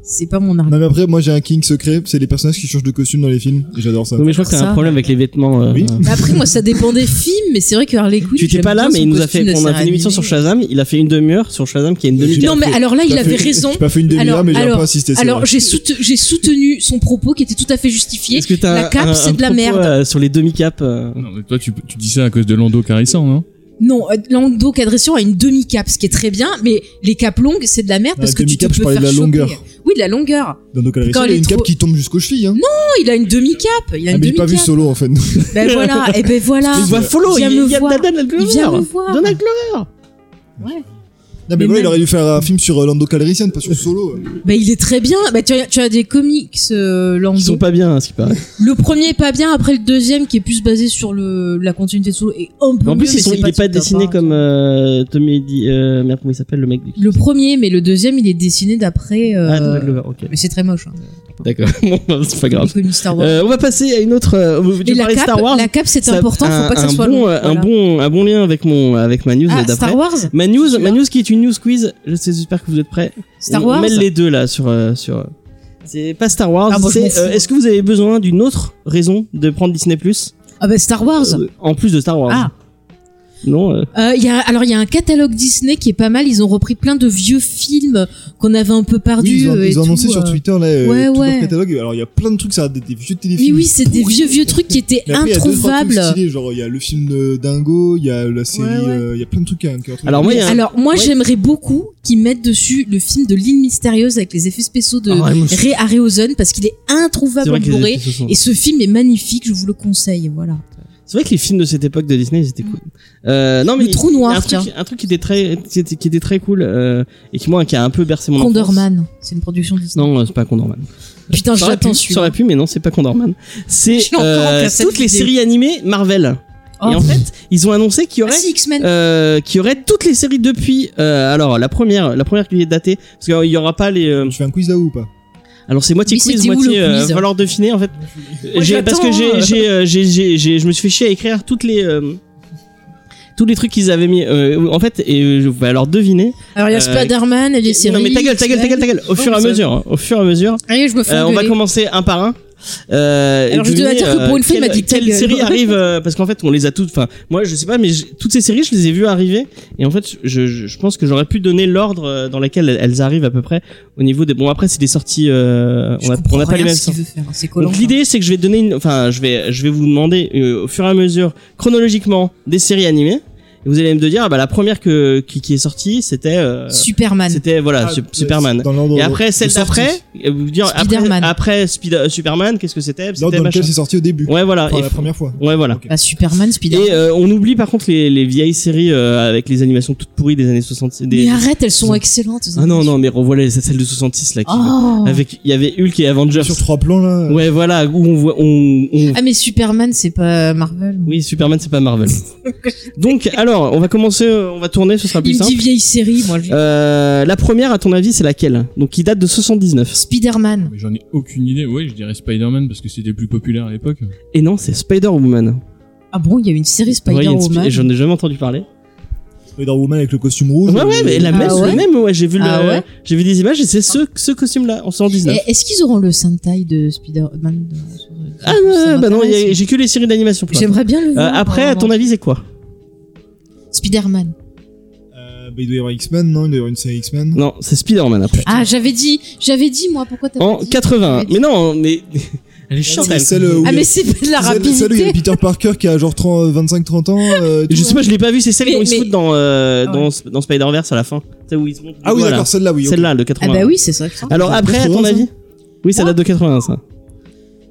[SPEAKER 3] C'est pas mon arme.
[SPEAKER 4] Non, mais après, moi, j'ai un king secret, c'est les personnages qui changent de costume dans les films, et j'adore ça.
[SPEAKER 2] Non, mais je crois que t'as un
[SPEAKER 3] Ça.
[SPEAKER 2] problème avec les vêtements. euh,
[SPEAKER 4] Oui.
[SPEAKER 2] euh,
[SPEAKER 3] Mais Après, moi, ça dépend des films, mais c'est vrai que Harley Quinn.
[SPEAKER 2] Tu étais
[SPEAKER 3] j'aime
[SPEAKER 2] pas là,
[SPEAKER 3] bien
[SPEAKER 2] mais
[SPEAKER 3] son
[SPEAKER 2] il nous a
[SPEAKER 3] costume
[SPEAKER 2] fait,
[SPEAKER 3] de
[SPEAKER 2] on a fait
[SPEAKER 3] série
[SPEAKER 2] une émission sur
[SPEAKER 3] animée.
[SPEAKER 2] Shazam, il a fait une demi-heure sur Shazam qui est une demi-heure.
[SPEAKER 4] Non,
[SPEAKER 3] Non, mais alors là, Ah, il
[SPEAKER 4] T'as
[SPEAKER 3] avait
[SPEAKER 4] fait-
[SPEAKER 3] raison.
[SPEAKER 4] J'ai pas fait une demi-heure,
[SPEAKER 3] Alors-
[SPEAKER 4] mais j'ai un
[SPEAKER 3] alors-
[SPEAKER 4] peu insisté. c'est
[SPEAKER 3] Alors,
[SPEAKER 4] vrai.
[SPEAKER 3] j'ai soute- j'ai soutenu son propos qui était tout à fait justifié.
[SPEAKER 2] Est-ce que t'as
[SPEAKER 3] La
[SPEAKER 2] un-
[SPEAKER 3] cape,
[SPEAKER 2] un-
[SPEAKER 3] c'est
[SPEAKER 2] un
[SPEAKER 3] de la
[SPEAKER 2] propos,
[SPEAKER 3] merde.
[SPEAKER 2] euh, sur les demi-capes euh,
[SPEAKER 5] Non, mais toi, tu, tu dis ça à cause de Lando hein. caressant, non
[SPEAKER 3] Non, euh, Lando Cadressian a une demi-cape, ce qui est très bien, mais les capes longues, c'est de la merde
[SPEAKER 4] Ah,
[SPEAKER 3] parce que tu te
[SPEAKER 4] demi-cape, je
[SPEAKER 3] peux
[SPEAKER 4] parlais
[SPEAKER 3] faire
[SPEAKER 4] de la
[SPEAKER 3] choper.
[SPEAKER 4] longueur.
[SPEAKER 3] Oui, de la longueur.
[SPEAKER 4] Dans nos caleries, il
[SPEAKER 3] Quand
[SPEAKER 4] y a
[SPEAKER 3] elle est
[SPEAKER 4] une cape
[SPEAKER 3] trop-
[SPEAKER 4] qui tombe jusqu'aux chevilles. Hein.
[SPEAKER 3] Oh, il a une demi-cape. Il a
[SPEAKER 4] Ah,
[SPEAKER 3] une
[SPEAKER 4] mais j'ai pas vu
[SPEAKER 3] demi-cape.
[SPEAKER 4] solo en fait.
[SPEAKER 3] Ben voilà, et ben voilà.
[SPEAKER 2] Il voit Follow, il
[SPEAKER 3] Viens me
[SPEAKER 2] il y a
[SPEAKER 3] voir.
[SPEAKER 2] Donald Glover.
[SPEAKER 3] Il vient me voir.
[SPEAKER 2] Donald Glover.
[SPEAKER 4] Non, mais,
[SPEAKER 3] Mais
[SPEAKER 4] voilà, il
[SPEAKER 3] même-
[SPEAKER 4] aurait dû faire un film sur euh, Lando Calrissian, pas sur Solo.
[SPEAKER 3] Ben il est très bien. Ben tu as, tu as des comics euh, Lando.
[SPEAKER 2] Ils sont pas bien, à ce qui paraît.
[SPEAKER 3] Le premier est pas bien, après le deuxième qui est plus basé sur le la continuité de Solo est un peu
[SPEAKER 2] En plus,
[SPEAKER 3] mieux,
[SPEAKER 2] ils
[SPEAKER 3] mais
[SPEAKER 2] sont,
[SPEAKER 3] c'est
[SPEAKER 2] il est pas
[SPEAKER 3] tout à
[SPEAKER 2] dessiné
[SPEAKER 3] part.
[SPEAKER 2] comme euh, Tommy Eddy. Euh, merde, comment il s'appelle le mec du.
[SPEAKER 3] le premier, mais le deuxième il est dessiné d'après. euh,
[SPEAKER 2] Ah, Donald Glover, ok.
[SPEAKER 3] mais c'est très moche. Hein.
[SPEAKER 2] D'accord, bon, bah, c'est pas grave.
[SPEAKER 3] Les comics Star Wars.
[SPEAKER 2] Euh, on va passer à une autre. Euh, vous-
[SPEAKER 3] Et
[SPEAKER 2] tu
[SPEAKER 3] la
[SPEAKER 2] parlais de
[SPEAKER 3] cape,
[SPEAKER 2] Star Wars.
[SPEAKER 3] la cape c'est
[SPEAKER 2] Ça-
[SPEAKER 3] important,
[SPEAKER 2] un-
[SPEAKER 3] faut pas que ça
[SPEAKER 2] un
[SPEAKER 3] soit
[SPEAKER 2] bon,
[SPEAKER 3] long,
[SPEAKER 2] euh, Un
[SPEAKER 3] voilà.
[SPEAKER 2] bon, un bon lien avec mon, avec ma news
[SPEAKER 3] Ah,
[SPEAKER 2] d'après.
[SPEAKER 3] Star Wars
[SPEAKER 2] Ma news,
[SPEAKER 3] Celui-là.
[SPEAKER 2] ma news qui est une news quiz. Je sais, j'espère que vous êtes prêts.
[SPEAKER 3] Star
[SPEAKER 2] on,
[SPEAKER 3] Wars
[SPEAKER 2] On mêle les deux là sur, euh, sur. euh, C'est pas Star Wars.
[SPEAKER 3] Ah, bon, je m'en
[SPEAKER 2] c'est.
[SPEAKER 3] fous.
[SPEAKER 2] euh, Est-ce que vous avez besoin d'une autre raison de prendre Disney Plus euh,
[SPEAKER 3] Ah bah Star Wars.
[SPEAKER 2] en plus de Star Wars
[SPEAKER 3] Ah.
[SPEAKER 2] Non. euh,
[SPEAKER 3] Euh, il y a, alors il y a un catalogue Disney qui est pas mal. Ils ont repris plein de vieux films qu'on avait un peu
[SPEAKER 4] Oui,
[SPEAKER 3] perdus.
[SPEAKER 4] ils ont,
[SPEAKER 3] euh, et
[SPEAKER 4] ils ont
[SPEAKER 3] tout,
[SPEAKER 4] annoncé sur
[SPEAKER 3] euh.
[SPEAKER 4] Twitter là, euh,
[SPEAKER 3] ouais,
[SPEAKER 4] tout leur
[SPEAKER 3] ouais.
[SPEAKER 4] catalogue. Alors il y a plein de trucs, ça des, des
[SPEAKER 3] Oui
[SPEAKER 4] vieux téléfilms.
[SPEAKER 3] oui, c'est des vieux vieux trucs qui étaient
[SPEAKER 4] Mais après, il y a deux, trois trucs
[SPEAKER 3] introuvables.
[SPEAKER 4] stylés, genre il y a le film de Dingo, il y a la série,
[SPEAKER 3] Ouais, ouais.
[SPEAKER 4] euh, il y a plein de trucs. hein, qui ont-
[SPEAKER 2] Alors moi, il y a. un-
[SPEAKER 3] Alors moi
[SPEAKER 2] Ouais.
[SPEAKER 3] j'aimerais beaucoup qu'ils mettent dessus le film de l'île mystérieuse avec les effets spéciaux de
[SPEAKER 2] Ah ouais, moi, je-
[SPEAKER 3] Ray Harryhausen parce qu'il est
[SPEAKER 2] c'est
[SPEAKER 3] introuvable
[SPEAKER 2] vrai
[SPEAKER 3] en
[SPEAKER 2] que les
[SPEAKER 3] Blu-ray.
[SPEAKER 2] effets se sont-
[SPEAKER 3] Et ce film est magnifique, je vous le conseille. Voilà.
[SPEAKER 2] C'est vrai que les films de cette époque de Disney, ils étaient cool. Euh, non, mais
[SPEAKER 3] Mm. Le trou
[SPEAKER 2] il y a
[SPEAKER 3] noir,
[SPEAKER 2] un truc,
[SPEAKER 3] tiens.
[SPEAKER 2] un truc qui était très, qui était, qui était très cool euh, et qui moi, qui a un peu bercé mon enfance.
[SPEAKER 3] Condorman, c'est une production Disney.
[SPEAKER 2] Non, euh, c'est pas Condorman.
[SPEAKER 3] Putain,
[SPEAKER 2] Ça aurait
[SPEAKER 3] j'attends
[SPEAKER 2] pu, Ça
[SPEAKER 3] celui-là.
[SPEAKER 2] aurait pu, mais non, c'est pas Condorman. C'est
[SPEAKER 3] Je l'ai encore
[SPEAKER 2] euh,
[SPEAKER 3] en cassette
[SPEAKER 2] toutes les
[SPEAKER 3] vidéo.
[SPEAKER 2] séries animées Marvel.
[SPEAKER 3] Oh.
[SPEAKER 2] Et en fait, ils ont annoncé qu'il y
[SPEAKER 3] Ah
[SPEAKER 2] aurait.
[SPEAKER 3] si, X-Men.
[SPEAKER 2] Euh, qui aurait toutes les séries depuis euh, alors la première la première qui est datée parce qu'il y aura pas les euh,
[SPEAKER 4] Tu fais un quiz là ou pas
[SPEAKER 2] alors c'est moitié
[SPEAKER 3] Mais
[SPEAKER 2] quiz
[SPEAKER 3] c'était où,
[SPEAKER 2] moitié
[SPEAKER 3] le
[SPEAKER 2] euh,
[SPEAKER 3] quiz
[SPEAKER 2] valeur deviner en fait j'ai
[SPEAKER 3] j'attends,
[SPEAKER 2] parce que j'ai
[SPEAKER 3] hein.
[SPEAKER 2] j'ai euh, j'ai j'ai- j'ai- je me suis fait chier à écrire toutes les euh, tous les trucs qu'ils avaient mis euh, en fait et euh, je vais alors deviner
[SPEAKER 3] Alors il y a
[SPEAKER 2] euh,
[SPEAKER 3] Spider-Man, il y a les séries.
[SPEAKER 2] non mais ta gueule ta gueule ta gueule ta gueule au
[SPEAKER 3] Oh,
[SPEAKER 2] fur et à
[SPEAKER 3] ça-
[SPEAKER 2] mesure hein, au fur et à mesure
[SPEAKER 3] Allez, je me fais
[SPEAKER 2] Euh, on va
[SPEAKER 3] engueuler.
[SPEAKER 2] commencer un par un. Euh,
[SPEAKER 3] Alors,
[SPEAKER 2] et
[SPEAKER 3] je dois
[SPEAKER 2] deviner,
[SPEAKER 3] dire que pour une fois, il
[SPEAKER 2] quelle-
[SPEAKER 3] m'a dit ta
[SPEAKER 2] quelle
[SPEAKER 3] gueule.
[SPEAKER 2] série arrive euh, parce qu'en fait on les a toutes. Enfin moi je sais pas mais j'ai- toutes ces séries je les ai vues arriver et en fait je, je, je pense que j'aurais pu donner l'ordre euh, dans lequel elles arrivent à peu près au niveau des. Bon après c'est des sorties. euh,
[SPEAKER 3] Je
[SPEAKER 2] on a,
[SPEAKER 3] comprends
[SPEAKER 2] on a pas les
[SPEAKER 3] rien
[SPEAKER 2] mêmes.
[SPEAKER 3] à ce qu'il
[SPEAKER 2] sorties.
[SPEAKER 3] veut faire, C'est collant.
[SPEAKER 2] Donc l'idée c'est que je vais donner une. Enfin je vais je vais vous demander euh, au fur et à mesure chronologiquement des séries animées. Et vous allez me dire ah bah la première que qui, qui est sortie c'était euh,
[SPEAKER 3] Superman.
[SPEAKER 2] c'était voilà
[SPEAKER 4] Ah, euh,
[SPEAKER 2] Sup- Superman.
[SPEAKER 4] Dans l'ordre
[SPEAKER 2] Et après, celle
[SPEAKER 4] de sortie.
[SPEAKER 2] d'après, euh, vous dire après,
[SPEAKER 3] Spider-Man.
[SPEAKER 2] après Spida- Superman, qu'est-ce que c'était
[SPEAKER 4] L'ordre
[SPEAKER 2] C'était
[SPEAKER 4] dans lequel
[SPEAKER 2] machin.
[SPEAKER 4] c'est sorti au début.
[SPEAKER 2] Ouais, voilà.
[SPEAKER 4] Enfin,
[SPEAKER 2] Et
[SPEAKER 4] la
[SPEAKER 2] f-
[SPEAKER 4] première fois.
[SPEAKER 2] Ouais, voilà.
[SPEAKER 4] Ok.
[SPEAKER 3] Bah, Superman, Spider-Man.
[SPEAKER 2] Et euh, on oublie par contre les, les vieilles séries euh, avec les animations toutes pourries des années 60. Des...
[SPEAKER 3] Mais arrête, elles sont excellentes.
[SPEAKER 2] ah non, non, mais revoilà celle de 66 là. Qui...
[SPEAKER 3] Oh.
[SPEAKER 2] Avec, il y avait Hulk et Avengers.
[SPEAKER 4] Sur trois plans là.
[SPEAKER 2] Ouais, voilà, où on voit, on, on-
[SPEAKER 3] Ah mais Superman, c'est pas Marvel.
[SPEAKER 2] Oui, Superman, c'est pas Marvel. Donc, alors, on va commencer, euh, on va tourner, ce sera plus
[SPEAKER 3] Il me dit
[SPEAKER 2] simple.
[SPEAKER 3] vieille série, moi. je-
[SPEAKER 2] Euh, la première, à ton avis, c'est laquelle Donc, qui date de 79.
[SPEAKER 3] Spider-Man.
[SPEAKER 5] Mais j'en ai aucune idée. Ouais, je dirais Spider-Man parce que c'était le plus populaire à l'époque.
[SPEAKER 2] Et non, c'est Spider-Woman.
[SPEAKER 3] Ah bon, il y a une série
[SPEAKER 2] Ouais, il y a une sp-
[SPEAKER 3] Spider-Woman.
[SPEAKER 2] J'en ai jamais entendu parler.
[SPEAKER 4] Spider-Woman euh, avec le costume rouge.
[SPEAKER 2] Ouais, ouais,
[SPEAKER 4] euh,
[SPEAKER 2] mais la
[SPEAKER 3] Ah
[SPEAKER 2] même, c'est
[SPEAKER 3] ouais
[SPEAKER 2] le même, ouais, j'ai vu, le-
[SPEAKER 3] Ah ouais
[SPEAKER 2] j'ai vu des images et c'est ce, ce costume-là, en 119.
[SPEAKER 3] Et Est-ce qu'ils auront le Sentai de Spider-Man de- sur-
[SPEAKER 2] Ah
[SPEAKER 3] sur-
[SPEAKER 2] non,
[SPEAKER 3] ça
[SPEAKER 2] bah non, il y a-
[SPEAKER 3] m'intéresse.
[SPEAKER 2] j'ai que les séries d'animation. pour l'instant.
[SPEAKER 3] J'aimerais bien le
[SPEAKER 2] Euh,
[SPEAKER 3] voir.
[SPEAKER 2] après, à ton avis, c'est quoi
[SPEAKER 3] Spider-Man.
[SPEAKER 4] euh, bah, il doit y avoir X-Men, non Il doit y avoir une série X-Men.
[SPEAKER 2] Non, c'est Spider-Man. hein, putain.
[SPEAKER 3] Ah, j'avais dit, j'avais dit moi pourquoi t'as
[SPEAKER 2] en
[SPEAKER 3] pas dit
[SPEAKER 2] 80.
[SPEAKER 3] J'avais dit.
[SPEAKER 2] Mais non, mais. Elle est chiante, elle.
[SPEAKER 4] celle euh, où il y
[SPEAKER 3] Ah,
[SPEAKER 4] a-
[SPEAKER 3] mais c'est pas de la
[SPEAKER 4] celle- Celle où il y a
[SPEAKER 3] rapidité. Ah, bah
[SPEAKER 4] Peter Parker qui a genre 25-30 ans. euh, et tout,
[SPEAKER 2] Je sais
[SPEAKER 4] là.
[SPEAKER 2] pas, je l'ai pas vu, c'est celle
[SPEAKER 3] Mais-
[SPEAKER 2] où ils se
[SPEAKER 3] mais- Ah
[SPEAKER 2] foutent dans, euh,
[SPEAKER 3] Ouais.
[SPEAKER 2] dans, Sp- dans Spider-Verse à la fin. Celle où ils se montent.
[SPEAKER 4] Ah oui,
[SPEAKER 2] Voilà.
[SPEAKER 4] d'accord, celle-là, oui. ok.
[SPEAKER 2] Celle-là, le
[SPEAKER 3] Ah
[SPEAKER 2] 80.
[SPEAKER 3] bah oui, c'est ça. que ça.
[SPEAKER 2] Alors après, à ton
[SPEAKER 4] 80,
[SPEAKER 2] avis Oui, ça
[SPEAKER 3] Quoi
[SPEAKER 2] date de 80, ça.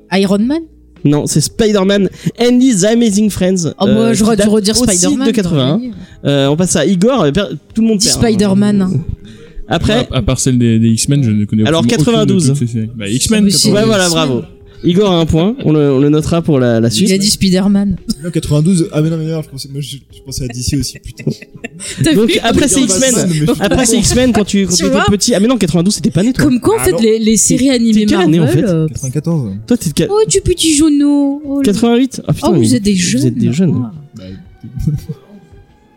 [SPEAKER 3] Ah, Iron Man
[SPEAKER 2] Non, c'est Spider-Man Andy's Amazing Friends.
[SPEAKER 3] Oh,
[SPEAKER 2] euh,
[SPEAKER 3] moi,
[SPEAKER 2] qui
[SPEAKER 3] j'aurais dû
[SPEAKER 2] date
[SPEAKER 3] redire
[SPEAKER 2] aussi
[SPEAKER 3] Spider-Man.
[SPEAKER 2] de 81. Euh, on passe à Igor, euh, per- tout le monde
[SPEAKER 3] Dis
[SPEAKER 2] perd.
[SPEAKER 3] Spider-Man. hein.
[SPEAKER 2] Après,
[SPEAKER 5] à, à part celle des, des X-Men, je ne connais
[SPEAKER 2] Alors,
[SPEAKER 5] absolument aucune de
[SPEAKER 2] 92.
[SPEAKER 5] toutes ces séries. Bah, X-Men,
[SPEAKER 3] C'est pas
[SPEAKER 2] ouais,
[SPEAKER 3] possible.
[SPEAKER 2] voilà,
[SPEAKER 5] 92.
[SPEAKER 2] bravo. Igor a un point, on le, on le notera pour la, la suite.
[SPEAKER 3] Il a dit Spider-man.
[SPEAKER 4] Non, 92. Ah, mais non, mais merde, je pensais, moi, je, je pensais à DC aussi, putain.
[SPEAKER 3] T'as
[SPEAKER 2] Donc
[SPEAKER 3] vu
[SPEAKER 2] après
[SPEAKER 4] Je
[SPEAKER 2] c'est
[SPEAKER 4] veux dire Batman,
[SPEAKER 2] X-Men.
[SPEAKER 4] mais je suis
[SPEAKER 2] Après c'est X-Men quand tu quand
[SPEAKER 3] Tu
[SPEAKER 2] t'étais
[SPEAKER 3] vois
[SPEAKER 2] petit. Ah mais non 92 c'était pas né toi.
[SPEAKER 3] Comme quoi, en
[SPEAKER 4] Ah
[SPEAKER 3] fait,
[SPEAKER 4] non.
[SPEAKER 3] les, les séries animées
[SPEAKER 2] quelle année,
[SPEAKER 3] Marvel.
[SPEAKER 2] en fait
[SPEAKER 3] euh,
[SPEAKER 4] 94.
[SPEAKER 2] Toi t'es de qua-
[SPEAKER 3] Oh, tu petit jauneau. Oh, là.
[SPEAKER 2] 88. Ah putain
[SPEAKER 3] Oh,
[SPEAKER 2] mais
[SPEAKER 3] vous êtes des jeunes.
[SPEAKER 2] Vous êtes des jeunes.
[SPEAKER 4] Bah,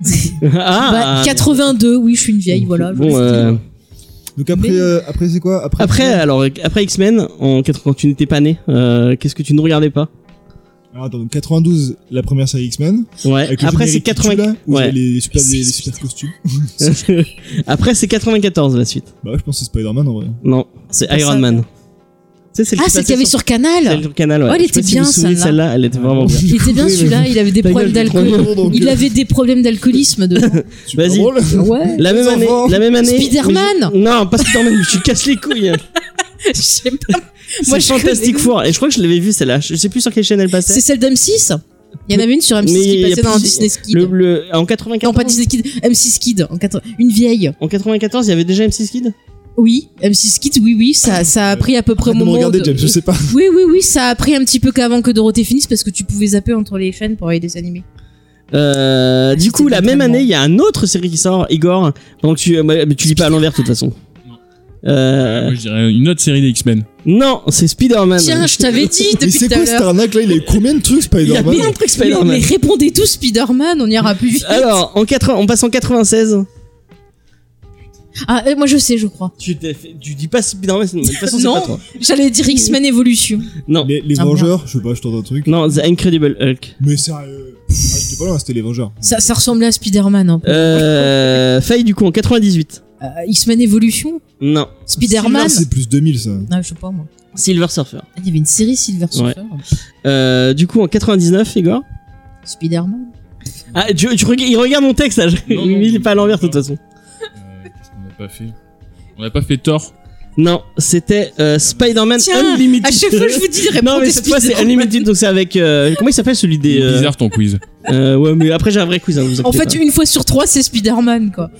[SPEAKER 2] Ah.
[SPEAKER 3] Bah, 82, oui, je suis une vieille, voilà. je
[SPEAKER 2] Bon
[SPEAKER 3] le Ah,
[SPEAKER 2] euh,
[SPEAKER 3] dis.
[SPEAKER 4] Donc après,
[SPEAKER 3] Mais-
[SPEAKER 4] euh, après c'est quoi Après,
[SPEAKER 2] après alors euh, après X-Men en 80 quand tu n'étais pas né euh, qu'est-ce que tu ne regardais pas
[SPEAKER 4] Alors, attends, donc 92, la première série X-Men.
[SPEAKER 2] Ouais.
[SPEAKER 4] Avec le
[SPEAKER 2] Euh, Après c'est
[SPEAKER 4] générique qui tue,
[SPEAKER 2] 80.
[SPEAKER 4] là, où
[SPEAKER 2] Ouais.
[SPEAKER 4] j'avais Les, les super,
[SPEAKER 3] Mais
[SPEAKER 4] les, les
[SPEAKER 3] c'est
[SPEAKER 4] super costumes.
[SPEAKER 2] Après c'est 94 la suite.
[SPEAKER 4] Bah, ouais, je pense que c'est Spider-Man en vrai.
[SPEAKER 2] Non c'est
[SPEAKER 3] pas
[SPEAKER 2] Iron
[SPEAKER 3] ça.
[SPEAKER 2] Man. Tu sais, c'est le
[SPEAKER 3] Ah,
[SPEAKER 2] qui
[SPEAKER 3] c'est
[SPEAKER 2] passait
[SPEAKER 3] qu'il y avait sur
[SPEAKER 2] celle
[SPEAKER 3] Canal.
[SPEAKER 2] sur Canal ouais.
[SPEAKER 3] Oh, elle
[SPEAKER 2] Je sais pas si
[SPEAKER 3] était
[SPEAKER 2] vous
[SPEAKER 3] bien,
[SPEAKER 2] vous souvenez de
[SPEAKER 3] celle-là.
[SPEAKER 2] celle-là elle était vraiment bien.
[SPEAKER 3] Il était bien
[SPEAKER 4] Oui, mais-
[SPEAKER 3] celui-là, il avait des
[SPEAKER 2] Ta
[SPEAKER 3] problèmes
[SPEAKER 2] gueule, je prends
[SPEAKER 3] d'alcool.
[SPEAKER 4] Donc,
[SPEAKER 2] euh.
[SPEAKER 4] euh,
[SPEAKER 3] Il avait des problèmes d'alcoolisme dedans.
[SPEAKER 4] super
[SPEAKER 2] Vas-y.
[SPEAKER 4] drôle.
[SPEAKER 3] Ouais.
[SPEAKER 2] La même
[SPEAKER 4] Les
[SPEAKER 2] année,
[SPEAKER 4] enfants.
[SPEAKER 2] la même année.
[SPEAKER 3] Spider-Man.
[SPEAKER 2] mais je- Non, pas Spider-Man, je casse les couilles.
[SPEAKER 3] Je sais pas. Moi,
[SPEAKER 2] C'est
[SPEAKER 3] je
[SPEAKER 2] Fantastic
[SPEAKER 3] connais.
[SPEAKER 2] Four. Et je crois que je l'avais vu celle-là. Je sais plus sur quelle chaîne elle
[SPEAKER 3] C'est
[SPEAKER 2] passait.
[SPEAKER 3] celle d'M6 Il y en avait une sur M6
[SPEAKER 2] Mais
[SPEAKER 3] qui
[SPEAKER 2] il y a
[SPEAKER 3] passait dans
[SPEAKER 2] plus-
[SPEAKER 3] Disney Kid.
[SPEAKER 2] Le, le- en
[SPEAKER 3] Non,
[SPEAKER 2] 94,
[SPEAKER 3] pas Disney Kid, M6 Kid. En quatre- Une vieille.
[SPEAKER 2] en 94, il y avait déjà M6 Kid
[SPEAKER 3] Oui, M6 Kid, oui, oui, ça, ça a pris à peu près au
[SPEAKER 4] Arrête de me
[SPEAKER 3] moment.
[SPEAKER 4] regarder,
[SPEAKER 3] de-
[SPEAKER 4] James, je sais pas.
[SPEAKER 3] Oui, oui, oui, ça a pris un petit peu qu'avant que Dorothée finisse parce que tu pouvais zapper entre les chaînes pour aller des animés.
[SPEAKER 2] euh, Du
[SPEAKER 3] Ah, c'était
[SPEAKER 2] coup, la
[SPEAKER 3] totalement-
[SPEAKER 2] même année, il y a un autre série qui sort, Igor. Donc tu, euh, bah, mais tu lis pas à l'envers de toute façon.
[SPEAKER 5] Non.
[SPEAKER 2] Euh,
[SPEAKER 5] Moi, je dirais une autre série des X-Men.
[SPEAKER 2] Ah, non, c'est Spider-Man.
[SPEAKER 3] Tiens, je t'avais dit
[SPEAKER 4] Mais
[SPEAKER 3] depuis
[SPEAKER 4] c'est
[SPEAKER 3] tout à
[SPEAKER 4] quoi cette
[SPEAKER 3] l'heure.
[SPEAKER 4] arnaque là Il a eu combien de trucs
[SPEAKER 2] Il y a
[SPEAKER 4] Spider-Man
[SPEAKER 2] plein de trucs
[SPEAKER 3] Mais, mais
[SPEAKER 2] Spider-Man.
[SPEAKER 3] répondez tous Spider-Man, on ira plus vite.
[SPEAKER 2] Alors, en 80, on passe en 96.
[SPEAKER 3] Ah, euh, moi je sais, je crois.
[SPEAKER 2] Tu, t'es fait- tu dis pas Spider-Man, de toute façon, c'est
[SPEAKER 3] Non.
[SPEAKER 2] pas toi.
[SPEAKER 3] J'allais dire X-Men Evolution.
[SPEAKER 2] Non,
[SPEAKER 4] Les, les
[SPEAKER 3] Ah,
[SPEAKER 4] Vengeurs, je sais pas, je tente un truc.
[SPEAKER 2] non, The Incredible Hulk.
[SPEAKER 4] Mais sérieux. Ah, j'étais pas loin, c'était les Vengeurs.
[SPEAKER 3] Ça, ça ressemblait à Spider-Man. hein.
[SPEAKER 2] Euh, Faye, du coup, en 98.
[SPEAKER 3] Euh, X-Men Evolution
[SPEAKER 2] Non.
[SPEAKER 3] Spider-Man
[SPEAKER 4] Silver, C'est plus 2000 ça.
[SPEAKER 3] Ah, Je sais pas moi. Ah,
[SPEAKER 2] Silver Surfer.
[SPEAKER 3] Il y avait une série Silver Surfer.
[SPEAKER 2] Euh, du coup, en 99, Igor.
[SPEAKER 3] Spider-Man
[SPEAKER 2] Ah, tu, tu reg- il regarde mon texte là. je-
[SPEAKER 5] Non, non,
[SPEAKER 2] il est
[SPEAKER 5] non,
[SPEAKER 2] pas à l'envers de
[SPEAKER 5] non.
[SPEAKER 2] toute façon.
[SPEAKER 5] Euh, Qu'est-ce qu'on n'a pas fait On n'a pas fait Thor.
[SPEAKER 2] Non, c'était euh, Spider-Man
[SPEAKER 3] Tiens,
[SPEAKER 2] Unlimited.
[SPEAKER 3] à chaque fois je vous dis, répondez
[SPEAKER 2] non, mais cette fois c'est
[SPEAKER 3] Spider-Man.
[SPEAKER 2] Unlimited, donc c'est avec. euh, comment il s'appelle celui des.
[SPEAKER 5] C'est
[SPEAKER 2] euh,
[SPEAKER 5] Bizarre ton quiz.
[SPEAKER 2] euh, ouais, mais après j'ai un vrai quiz. hein, vous
[SPEAKER 3] En
[SPEAKER 2] inquiétez
[SPEAKER 3] fait,
[SPEAKER 2] pas.
[SPEAKER 3] une fois sur trois, c'est Spider-Man, quoi.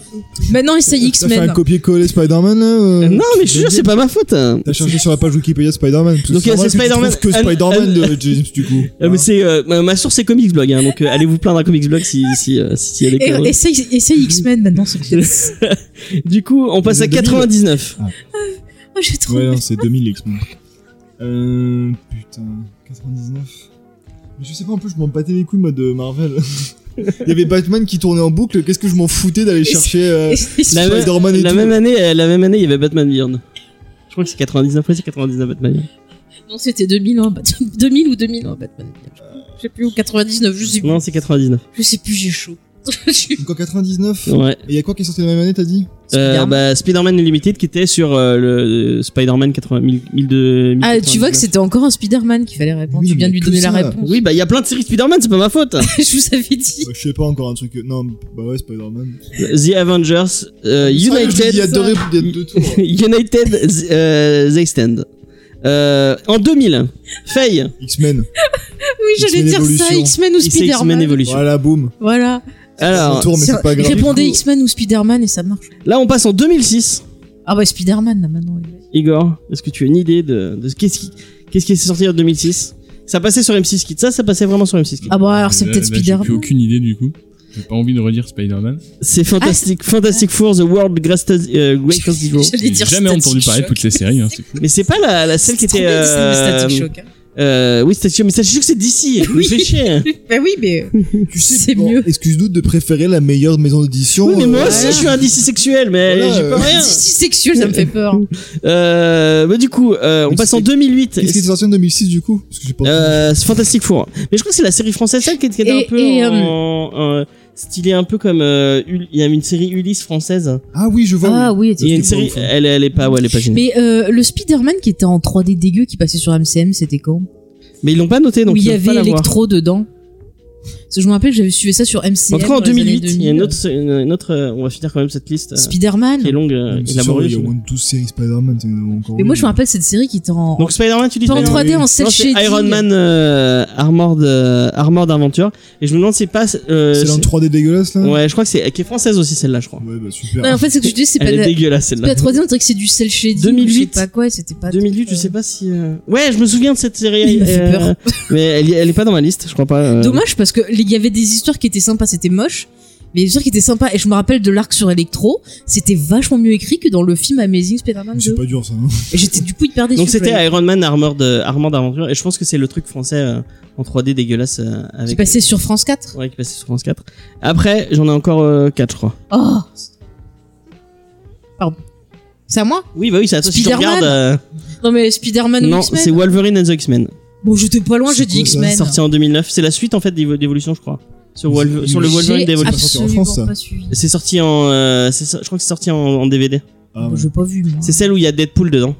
[SPEAKER 3] Maintenant, c'est
[SPEAKER 4] T'as fait
[SPEAKER 3] X-Men.
[SPEAKER 4] un copier-coller Spider-Man là
[SPEAKER 2] Euh,
[SPEAKER 4] euh,
[SPEAKER 2] Non, mais je te jure, c'est pas ma faute. hein.
[SPEAKER 4] T'as cherché sur la page Wikipédia Spider-Man. parce que
[SPEAKER 2] Donc,
[SPEAKER 4] c'est
[SPEAKER 2] euh,
[SPEAKER 4] normal
[SPEAKER 2] c'est
[SPEAKER 4] que tu
[SPEAKER 2] Spider-Man-
[SPEAKER 4] trouves que
[SPEAKER 2] Un-
[SPEAKER 4] Spider-Man de James du coup. Ah.
[SPEAKER 2] Euh, mais c'est euh, ma- ma source c'est Comics Blog, hein, donc euh, allez vous plaindre à Comics Blog si si euh, si, s'il y a des
[SPEAKER 3] Et-
[SPEAKER 2] conneries.
[SPEAKER 3] Eh, Essaye essaye X-Men maintenant, c'est peut-être.
[SPEAKER 2] Du coup, on passe à
[SPEAKER 4] Les
[SPEAKER 2] 99.
[SPEAKER 3] Oh, j'ai trop.
[SPEAKER 4] Ouais, non, c'est 2000 les X-Men. Euh. Putain, 99. Mais je sais pas, en plus, je m'en battais les couilles, moi, de Marvel. Il y avait Batman qui tournait en boucle, qu'est-ce que je m'en foutais d'aller chercher euh,
[SPEAKER 2] La, même-
[SPEAKER 4] Spider-Man et
[SPEAKER 2] la
[SPEAKER 4] tout.
[SPEAKER 2] même année, euh, la même année, il y avait Batman Beyond. Je crois que c'est 99, oui, c'est 99 Batman. Beyond.
[SPEAKER 3] Non, c'était 2001, Bat- 2000 ou 2001, Batman. Je sais plus, ou 99, je sais plus.
[SPEAKER 2] Non, c'est 99.
[SPEAKER 3] Je sais plus, j'ai chaud. Je-
[SPEAKER 4] Donc en 99,
[SPEAKER 2] Ouais.
[SPEAKER 4] et y a quoi qui est sorti la même année, t'as dit
[SPEAKER 2] Euh,
[SPEAKER 3] Spider-Man.
[SPEAKER 2] bah, Spider-Man Unlimited qui était sur euh, le euh, Spider-Man 80 mille- mille deux-
[SPEAKER 3] Ah, tu vois
[SPEAKER 2] 1099.
[SPEAKER 3] que c'était encore un Spider-Man qu'il fallait répondre.
[SPEAKER 4] Oui,
[SPEAKER 3] tu viens de
[SPEAKER 4] mais
[SPEAKER 3] lui
[SPEAKER 4] que
[SPEAKER 3] donner la
[SPEAKER 4] ça.
[SPEAKER 3] réponse.
[SPEAKER 2] Oui, bah il y a plein de séries de Spider-Man, c'est pas ma faute.
[SPEAKER 3] je vous avais dit.
[SPEAKER 4] Bah, Je sais pas encore un truc. euh, Non, bah ouais, Spider-Man.
[SPEAKER 2] The Avengers, euh,
[SPEAKER 4] Il y a
[SPEAKER 2] United,
[SPEAKER 4] deux, ré- il y a deux tours.
[SPEAKER 2] United, z- euh, They Stand. Euh, en 2000, Faye,
[SPEAKER 4] X-Men.
[SPEAKER 3] Oui, j'allais
[SPEAKER 4] X-Men
[SPEAKER 3] dire ça,
[SPEAKER 4] Evolution.
[SPEAKER 3] X-Men ou
[SPEAKER 2] c'est X-Men
[SPEAKER 3] Spider-Man.
[SPEAKER 2] Evolution.
[SPEAKER 4] Voilà, boum.
[SPEAKER 3] Voilà.
[SPEAKER 4] Un
[SPEAKER 2] Alors,
[SPEAKER 4] tour, mais
[SPEAKER 3] C'est-
[SPEAKER 4] c'est pas grave.
[SPEAKER 3] Répondez
[SPEAKER 4] Du coup,
[SPEAKER 3] X-Men ou Spider-Man et ça marche.
[SPEAKER 2] là on passe en 2006.
[SPEAKER 3] Ah bah Spider-Man là maintenant. oui.
[SPEAKER 2] Igor, est-ce que tu as une idée de, de ce- qu'est-ce qui qu'est-ce qui est sorti en 2006 Ça passait sur M6 Kids, ça, ça passait vraiment sur M6 Kids.
[SPEAKER 3] Ah bah alors c'est
[SPEAKER 5] Là-
[SPEAKER 3] peut-être
[SPEAKER 5] là, J'ai plus
[SPEAKER 3] Spider-Man.
[SPEAKER 5] aucune idée du coup. J'ai pas envie de redire Spider-Man.
[SPEAKER 2] C'est Fantastic, Fantastic Four, The World Greatest, euh, Greatest Hero.
[SPEAKER 3] J'allais
[SPEAKER 5] J'ai
[SPEAKER 3] dire
[SPEAKER 5] jamais
[SPEAKER 3] Static
[SPEAKER 5] entendu parler de
[SPEAKER 3] Shock.
[SPEAKER 5] toutes ces séries. hein, c'est fou.
[SPEAKER 2] Mais c'est pas la, la celle qui
[SPEAKER 3] C'est trop
[SPEAKER 2] était.
[SPEAKER 3] bien, Disney, mais
[SPEAKER 2] Euh,
[SPEAKER 3] Static Shock, hein.
[SPEAKER 2] euh, oui, Static Shock, mais Static Shock c'est d'ici.
[SPEAKER 3] Oui.
[SPEAKER 2] fait chier. hein.
[SPEAKER 3] Bah oui, mais.
[SPEAKER 4] tu sais,
[SPEAKER 3] c'est
[SPEAKER 4] bon,
[SPEAKER 3] mieux.
[SPEAKER 4] Excuse-nous de préférer la meilleure maison d'édition.
[SPEAKER 2] Oui, mais moi
[SPEAKER 4] euh,
[SPEAKER 2] aussi je suis un d'ici sexuel, mais
[SPEAKER 4] Voilà,
[SPEAKER 2] j'ai pas
[SPEAKER 4] euh.
[SPEAKER 2] rien.
[SPEAKER 3] Si, si, sexuel, ça me fait peur.
[SPEAKER 2] Euh, mais du coup, euh, on
[SPEAKER 4] Mais
[SPEAKER 2] passe en
[SPEAKER 4] c'est-
[SPEAKER 2] 2008.
[SPEAKER 4] Qu'est-ce qui est sorti en 2006 du coup Parce que j'ai pas.
[SPEAKER 2] Euh, c'est Fantastic Four. Mais je crois que c'est la série française celle qui était un
[SPEAKER 3] Et-
[SPEAKER 2] peu
[SPEAKER 3] et,
[SPEAKER 2] en, en- stylé un peu comme euh, Ul- il y a une série Ulysse française.
[SPEAKER 4] Ah oui, je vois.
[SPEAKER 3] Ah
[SPEAKER 4] oui.
[SPEAKER 3] oui,
[SPEAKER 2] Il y a une
[SPEAKER 4] c'était
[SPEAKER 2] série,
[SPEAKER 4] pas ouf, hein.
[SPEAKER 2] elle, elle est pas, ouais, elle est pas géniale.
[SPEAKER 3] Mais euh, le Spider-Man qui était en 3D dégueu qui passait sur MCM, c'était quand
[SPEAKER 2] Mais ils l'ont pas noté, donc
[SPEAKER 3] Où il y
[SPEAKER 2] ils peuvent
[SPEAKER 3] avait
[SPEAKER 2] pas la voir.
[SPEAKER 3] Electro dedans. Parce que je me rappelle que j'avais suivi ça sur MCM.
[SPEAKER 2] En tout cas, en
[SPEAKER 3] dans les
[SPEAKER 2] 2008,
[SPEAKER 3] années
[SPEAKER 2] il y a
[SPEAKER 3] 2000.
[SPEAKER 2] une autre, une, une autre, euh, on va finir quand même cette liste euh, qui est
[SPEAKER 3] Spider-Man.
[SPEAKER 2] longue, euh,
[SPEAKER 4] Même
[SPEAKER 2] et
[SPEAKER 4] si sur- Ah, Il
[SPEAKER 2] laborieuse.
[SPEAKER 4] y a Euh, au moins 12 séries Spider-Man, c'est encore.
[SPEAKER 3] Mais moi, je me rappelle cette série qui était en.
[SPEAKER 2] Donc Spider-Man, tu dis
[SPEAKER 3] pas en
[SPEAKER 2] Spider-Man.
[SPEAKER 3] 3D, en
[SPEAKER 2] Non,
[SPEAKER 3] 7
[SPEAKER 2] c'est
[SPEAKER 3] shading.
[SPEAKER 2] Iron Man euh, Armored, euh, Armored Adventure. Et je me demande si c'est pas. euh,
[SPEAKER 4] C'est en
[SPEAKER 2] c'est-
[SPEAKER 4] 3D dégueulasse là
[SPEAKER 2] Ouais, je crois que c'est. qui est française aussi celle-là, je crois.
[SPEAKER 4] Ouais, bah super.
[SPEAKER 3] Non, en fait, c'est que je dis, c'est pas
[SPEAKER 2] Elle
[SPEAKER 3] de
[SPEAKER 2] est
[SPEAKER 3] la...
[SPEAKER 2] dégueulasse
[SPEAKER 3] c'est pas
[SPEAKER 2] celle-là.
[SPEAKER 3] la 3D, on dirait que c'est du cel shading.
[SPEAKER 2] 2008.
[SPEAKER 3] Je sais pas quoi, c'était pas.
[SPEAKER 2] 2008, je sais pas si. euh, Ouais, je me souviens de cette série.
[SPEAKER 3] Il m'a fait
[SPEAKER 2] euh,
[SPEAKER 3] peur.
[SPEAKER 2] mais elle, y- elle est pas dans ma liste, je crois pas. euh.
[SPEAKER 3] Dommage parce que il y avait des histoires qui étaient sympas, c'était moche. Mais des histoires qui étaient sympas. Et je me rappelle de l'arc sur Electro, c'était vachement mieux écrit que dans le film Amazing Spider-Man
[SPEAKER 4] Mais
[SPEAKER 3] 2.
[SPEAKER 4] C'est pas dur ça. hein.
[SPEAKER 3] Et j'étais du coup hyper déçu.
[SPEAKER 2] Donc c'était Iron Man Armored, euh, Armored Adventure. Et je pense que c'est le truc français euh, en 3D dégueulasse euh,
[SPEAKER 3] Qui
[SPEAKER 2] avec. euh,
[SPEAKER 3] passait sur France 4.
[SPEAKER 2] Ouais, qui passait sur France 4. Après, j'en ai encore 4, je crois.
[SPEAKER 3] Oh Pardon. C'est à moi
[SPEAKER 2] Oui, bah oui, c'est à toi si tu
[SPEAKER 3] Spider-Man
[SPEAKER 2] regardes. euh,
[SPEAKER 3] Non mais Spider-Man ou
[SPEAKER 2] Non, c'est
[SPEAKER 3] X-Men Ah,
[SPEAKER 2] Wolverine and the X-Men.
[SPEAKER 3] Bon, j'étais pas loin,
[SPEAKER 4] C'est
[SPEAKER 3] j'ai dit
[SPEAKER 4] quoi ça
[SPEAKER 3] X-Men.
[SPEAKER 2] sorti en 2009. C'est la suite en fait d'Evo- d'Evolution, je crois. Sur,
[SPEAKER 4] C'est-
[SPEAKER 2] Wolver- sur le
[SPEAKER 4] J'ai
[SPEAKER 2] Wolverine
[SPEAKER 3] J'ai
[SPEAKER 4] Devil.
[SPEAKER 2] d'Evolution.
[SPEAKER 4] sorti en
[SPEAKER 3] absolument
[SPEAKER 4] France, ça.
[SPEAKER 3] pas suivi.
[SPEAKER 2] C'est sorti en, euh, c'est so- je crois que c'est sorti en, en DVD.
[SPEAKER 4] Ah,
[SPEAKER 3] Bon,
[SPEAKER 4] ouais.
[SPEAKER 3] j'ai pas vu, moi.
[SPEAKER 2] C'est celle où il y a Deadpool dedans.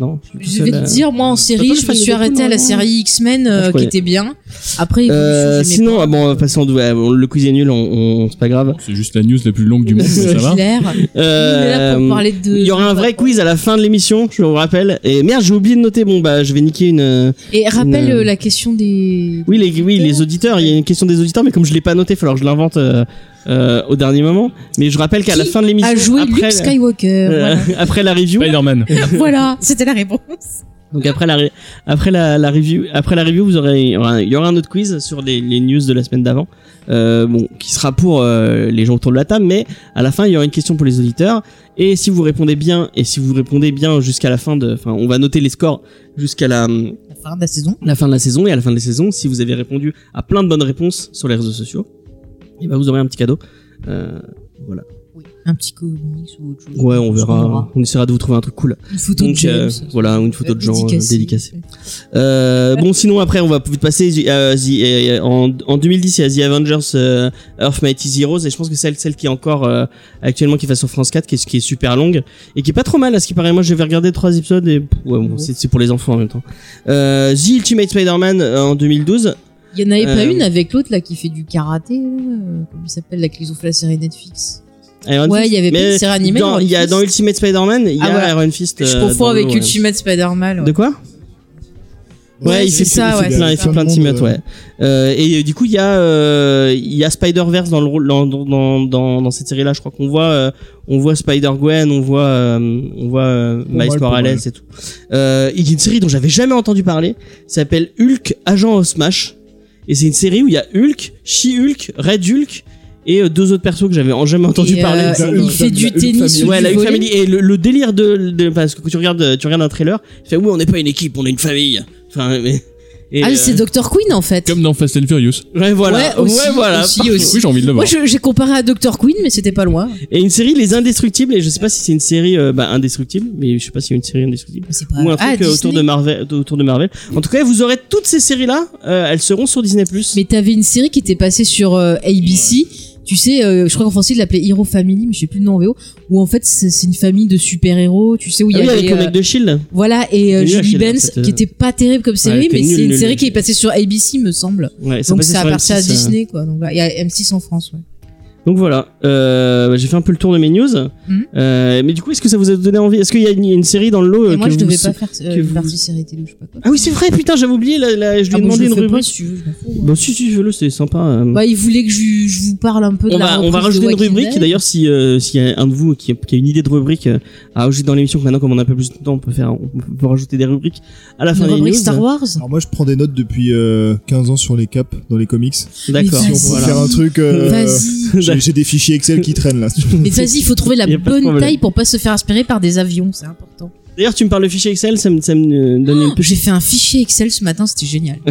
[SPEAKER 2] Non. je suis tout
[SPEAKER 3] Je
[SPEAKER 2] seul,
[SPEAKER 3] vais te
[SPEAKER 2] euh.
[SPEAKER 3] dire, moi en
[SPEAKER 2] Attends,
[SPEAKER 3] série,
[SPEAKER 2] je
[SPEAKER 3] je
[SPEAKER 2] fais
[SPEAKER 3] me
[SPEAKER 2] des
[SPEAKER 3] suis
[SPEAKER 2] découps,
[SPEAKER 3] arrêtée à la
[SPEAKER 2] normalement.
[SPEAKER 3] série X-Men
[SPEAKER 2] Ah, je
[SPEAKER 3] euh, qui
[SPEAKER 2] connais.
[SPEAKER 3] était bien. Après,
[SPEAKER 2] Euh,
[SPEAKER 3] Evolution, j'aimais
[SPEAKER 2] sinon,
[SPEAKER 3] pas.
[SPEAKER 2] ah bon, passons, le quiz est nul, on, on- c'est pas grave.
[SPEAKER 5] C'est juste la news la plus longue du monde, mais ça va.
[SPEAKER 3] Claire. On est là pour parler de.
[SPEAKER 2] Euh, il y aura un vrai quiz à la fin de l'émission, je vous rappelle. Et merde, j'ai oublié de noter. Bon bah, je vais niquer une. euh,
[SPEAKER 3] Et rappelle
[SPEAKER 2] Une-
[SPEAKER 3] euh, la question des.
[SPEAKER 2] Oui, les, oui, les auditeurs. Il y a une question des auditeurs, mais comme je l'ai pas noté, il va falloir que je l'invente euh, euh, au dernier moment. Mais je rappelle qu'à la
[SPEAKER 3] Qui
[SPEAKER 2] fin de l'émission,
[SPEAKER 3] A joué
[SPEAKER 2] après,
[SPEAKER 3] Luke Skywalker.
[SPEAKER 2] euh, après la review,
[SPEAKER 5] Spider-Man.
[SPEAKER 3] Voilà, Voilà, c'était la réponse.
[SPEAKER 2] Donc après la ré- après la, la review après la review vous aurez il y aura un- il y aura un autre quiz sur les, les news de la semaine d'avant euh, bon qui sera pour euh, les gens autour de la table mais à la fin il y aura une question pour les auditeurs et si vous répondez bien et si vous répondez bien jusqu'à la fin de enfin on va noter les scores jusqu'à la
[SPEAKER 3] La fin de la saison.
[SPEAKER 2] la fin de la saison et à la fin de la saison si vous avez répondu à plein de bonnes réponses sur les réseaux sociaux et ben vous aurez un petit cadeau Euh,
[SPEAKER 3] Oui. Un petit comics ou autre chose.
[SPEAKER 2] ouais on
[SPEAKER 3] Ce qu'on
[SPEAKER 2] verra
[SPEAKER 3] aura.
[SPEAKER 2] on essaiera de vous trouver un truc cool
[SPEAKER 3] Une photo
[SPEAKER 2] Donc,
[SPEAKER 3] de James.
[SPEAKER 2] euh, voilà, une photo de Jean, euh,
[SPEAKER 3] dédicacée.
[SPEAKER 2] dédicacée. Euh, bon, sinon, après, on va vite passer euh, The- euh, en, en 2010, il y a The Avengers euh, Earth Mighty Zeroes, et je pense que celle, celle qui est encore euh, actuellement qui va sur France 4, qui est, qui est super longue, et qui est pas trop mal à ce qui paraît. Moi, j'avais regardé trois épisodes, et pff, ouais, bon, c'est c'est pour les enfants en même temps. Euh, The Ultimate Spider-Man euh, en 2012,
[SPEAKER 3] Il y en avait pas
[SPEAKER 2] Euh,
[SPEAKER 3] une avec l'autre là qui fait du karaté, là, euh, comment il s'appelle, là, qui joue la série Netflix.
[SPEAKER 2] Iron
[SPEAKER 3] Ouais,
[SPEAKER 2] Fist.
[SPEAKER 3] il y avait pas
[SPEAKER 2] Mais
[SPEAKER 3] de série animée
[SPEAKER 2] Dans,
[SPEAKER 3] dans
[SPEAKER 2] il y a,
[SPEAKER 3] Iron
[SPEAKER 2] dans
[SPEAKER 3] Fist.
[SPEAKER 2] Ultimate Spider-Man, il y a
[SPEAKER 3] Ah, voilà.
[SPEAKER 2] Iron Fist.
[SPEAKER 3] Je
[SPEAKER 2] euh,
[SPEAKER 3] confonds
[SPEAKER 2] dans le
[SPEAKER 3] avec
[SPEAKER 2] lot, ouais.
[SPEAKER 3] Ultimate Spider-Man. ouais.
[SPEAKER 2] De quoi Ouais,
[SPEAKER 3] Ouais,
[SPEAKER 2] il
[SPEAKER 3] c'est
[SPEAKER 2] fait
[SPEAKER 3] ça,
[SPEAKER 2] plein, il fait
[SPEAKER 3] ouais,
[SPEAKER 2] plein,
[SPEAKER 3] c'est
[SPEAKER 2] il fait
[SPEAKER 3] ça.
[SPEAKER 2] plein de teammates, ouais. Euh, et euh, du coup, il y a, euh, il y a Spider Verse dans le rôle, dans, dans, dans, dans cette série-là. Je crois qu'on voit, euh, on voit Spider Gwen, on voit, euh, on voit euh,
[SPEAKER 4] mal,
[SPEAKER 2] Miles
[SPEAKER 4] pas
[SPEAKER 2] Morales
[SPEAKER 4] mal.
[SPEAKER 2] et tout. Euh, il y a une série dont j'avais jamais entendu parler. Ça s'appelle Hulk, Agent of Smash. Et c'est une série où il y a Hulk, She-Hulk, Red Hulk et euh, deux autres persos que j'avais en- jamais entendu
[SPEAKER 3] Et,
[SPEAKER 2] parler.
[SPEAKER 3] euh,
[SPEAKER 2] qui sont
[SPEAKER 4] La
[SPEAKER 2] dans-
[SPEAKER 3] il fait du
[SPEAKER 4] la Hulk
[SPEAKER 3] tennis.
[SPEAKER 4] Family.
[SPEAKER 3] ou
[SPEAKER 2] Ouais,
[SPEAKER 3] du
[SPEAKER 2] la Hulk
[SPEAKER 3] volley.
[SPEAKER 2] Family et le, le délire de, de- parce que quand tu regardes tu regardes un trailer, tu fais oui, on n'est pas une équipe, on est une famille. Enfin mais et,
[SPEAKER 3] Ah,
[SPEAKER 2] euh,
[SPEAKER 3] c'est Dr. Queen en fait.
[SPEAKER 5] Comme dans Fast and Furious.
[SPEAKER 2] Ouais voilà,
[SPEAKER 3] Ouais, aussi,
[SPEAKER 2] voilà.
[SPEAKER 3] aussi,
[SPEAKER 2] Parfait.
[SPEAKER 3] aussi.
[SPEAKER 5] Oui, j'ai envie de le
[SPEAKER 3] Moi
[SPEAKER 5] voir.
[SPEAKER 3] je- j'ai comparé à Dr. Queen, mais c'était pas loin.
[SPEAKER 2] Et une série Les Indestructibles et je sais pas si c'est une série euh, bah, indestructible, mais je sais pas si c'est une série indestructible
[SPEAKER 3] C'est pas
[SPEAKER 2] ou un
[SPEAKER 3] ah,
[SPEAKER 2] truc euh, autour
[SPEAKER 3] Disney.
[SPEAKER 2] de Marvel autour de Marvel. En tout cas, vous aurez toutes ces séries là, elles seront sur Disney+.
[SPEAKER 3] Mais t'avais une série qui était passée sur euh, ABC. Tu sais, euh, je crois qu'en français, ils l'appelaient Hero Family, mais je sais plus le nom en VO. Où en fait, c'est c'est une famille de super-héros. Tu sais, où il
[SPEAKER 2] Ah
[SPEAKER 3] y
[SPEAKER 2] oui,
[SPEAKER 3] avait.
[SPEAKER 2] avec le
[SPEAKER 3] euh,
[SPEAKER 2] mec de Shield.
[SPEAKER 3] Voilà, et euh,
[SPEAKER 2] C'est nul, Achille,
[SPEAKER 3] Julie
[SPEAKER 2] en
[SPEAKER 3] Benz,
[SPEAKER 2] fait, euh.
[SPEAKER 3] qui était pas terrible comme
[SPEAKER 2] elle
[SPEAKER 3] série,
[SPEAKER 2] était
[SPEAKER 3] mais
[SPEAKER 2] nulle,
[SPEAKER 3] c'est une
[SPEAKER 2] nulle,
[SPEAKER 3] série
[SPEAKER 2] nulle.
[SPEAKER 3] qui est passée sur ABC, me semble.
[SPEAKER 2] Ouais, ça
[SPEAKER 3] Donc
[SPEAKER 2] passait
[SPEAKER 3] ça
[SPEAKER 2] sur
[SPEAKER 3] appartient à
[SPEAKER 2] M6, euh.
[SPEAKER 3] Disney, quoi. Donc voilà, il y a M6 en France, ouais.
[SPEAKER 2] Donc voilà, euh, bah, j'ai fait un peu le tour de mes news.
[SPEAKER 3] Mhm.
[SPEAKER 2] Euh, mais du coup, est-ce que ça vous a donné envie Est-ce qu'il y a une, une série dans le lot euh,
[SPEAKER 3] et moi,
[SPEAKER 2] que
[SPEAKER 3] je
[SPEAKER 2] vous
[SPEAKER 3] devais pas faire euh,
[SPEAKER 2] que
[SPEAKER 3] une
[SPEAKER 2] vous-
[SPEAKER 3] partie série télé ou je sais pas quoi.
[SPEAKER 2] Ah oui, c'est vrai, putain, j'avais oublié, là, là, je lui ai
[SPEAKER 3] Ah bon,
[SPEAKER 2] demandé
[SPEAKER 3] je le
[SPEAKER 2] une
[SPEAKER 3] fais pas,
[SPEAKER 2] rubrique.
[SPEAKER 3] si tu veux, je m'en fous, hein.
[SPEAKER 2] Bon, Bah, si, si, fais-le, c'était sympa. euh.
[SPEAKER 3] Bah, il voulait que je, je vous parle un peu de
[SPEAKER 2] on,
[SPEAKER 3] la
[SPEAKER 2] va, on va
[SPEAKER 3] reprise de
[SPEAKER 2] rajouter une
[SPEAKER 3] Walking
[SPEAKER 2] rubrique,
[SPEAKER 3] Dead.
[SPEAKER 2] d'ailleurs, si, euh, s'il y a un de vous qui, qui a une idée de rubrique euh, à rajouter dans l'émission, que maintenant, comme on a un peu plus de temps, on peut, faire, on peut- peut rajouter des rubriques à la fin
[SPEAKER 3] Une
[SPEAKER 2] des
[SPEAKER 3] rubrique
[SPEAKER 2] news.
[SPEAKER 3] Star Wars.
[SPEAKER 4] Alors moi je prends des notes depuis euh, 15 ans sur les caps dans les comics.
[SPEAKER 2] D'accord,
[SPEAKER 3] Mais
[SPEAKER 4] Si on
[SPEAKER 3] Vas-y.
[SPEAKER 4] peut
[SPEAKER 2] voilà.
[SPEAKER 4] faire un truc, euh,
[SPEAKER 3] Vas-y.
[SPEAKER 4] j'ai j'ai des fichiers Excel qui traînent là.
[SPEAKER 3] Mais vas-y, il faut trouver la
[SPEAKER 2] Y a pas de
[SPEAKER 3] bonne
[SPEAKER 2] problème.
[SPEAKER 3] taille pour pas se faire aspirer par des avions, c'est important.
[SPEAKER 2] D'ailleurs, tu me parles de fichier Excel, ça me, ça me donne une
[SPEAKER 3] J'ai
[SPEAKER 2] petite,
[SPEAKER 3] fait un fichier Excel ce matin, c'était génial.
[SPEAKER 2] Ah,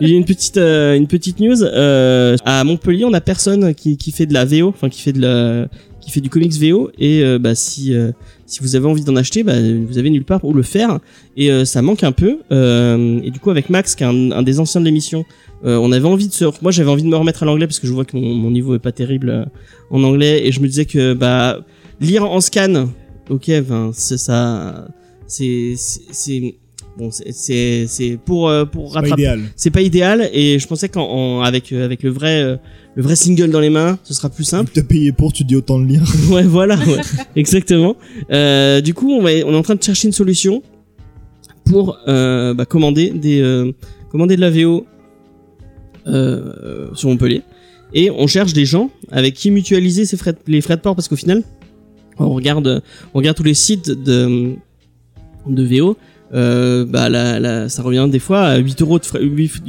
[SPEAKER 2] j'ai une petite, euh, une petite news. euh, à Montpellier, on a personne qui, qui fait de la VO, enfin, qui fait de la, qui fait du comics VO, et euh, bah, si, euh, Si vous avez envie d'en acheter, bah, vous avez nulle part où le faire. Et euh, ça manque un peu. Euh, et du coup, avec Max, qui est un, un des anciens de l'émission, euh, on avait envie de se... Moi, j'avais envie de me remettre à l'anglais parce que je vois que mon, mon niveau est pas terrible euh, en anglais. Et je me disais que bah, lire en scan, ok, ben, c'est ça... C'est... c'est- c'est- Bon, c'est- c'est c'est pour, euh, pour
[SPEAKER 4] Pas
[SPEAKER 2] rattraper
[SPEAKER 4] idéal.
[SPEAKER 2] c'est pas idéal et je pensais qu'en en- avec euh, avec le vrai euh, le vrai single dans les mains ce sera plus simple
[SPEAKER 4] T'as payé pour, tu te dis autant le lire.
[SPEAKER 2] ouais voilà ouais, exactement euh, du coup on, va, on est en train de chercher une solution pour euh, bah, commander des euh, commander de la VO euh, sur Montpellier et on cherche des gens avec qui mutualiser ces frais de- les frais de port parce qu'au final on regarde on regarde tous les sites de de VO euh, bah la, la- ça revient des fois à 8 euros de frais, 8,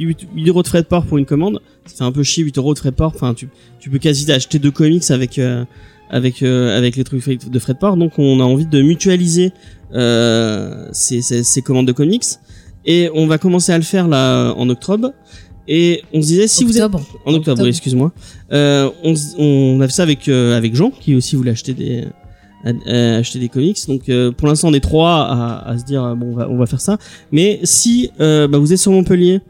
[SPEAKER 2] euros de frais de port pour une commande ça fait un peu chier 8 euros de frais de port enfin tu, tu peux quasi acheter deux comics avec euh, avec euh, avec les trucs de frais de port donc on a envie de mutualiser euh, ces, ces, ces commandes de comics et on va commencer à le faire là en octobre et on se disait si vous êtes
[SPEAKER 3] Octobre.
[SPEAKER 2] en octobre,
[SPEAKER 3] Octobre.
[SPEAKER 2] oui, excuse-moi. Euh, on, s- on a fait ça avec euh, avec Jean qui aussi voulait acheter des à- euh, acheter des comics. Donc euh, pour l'instant on est trois à, à se dire euh, bon on va, on va faire ça. Mais si euh, bah, vous êtes sur Montpellier,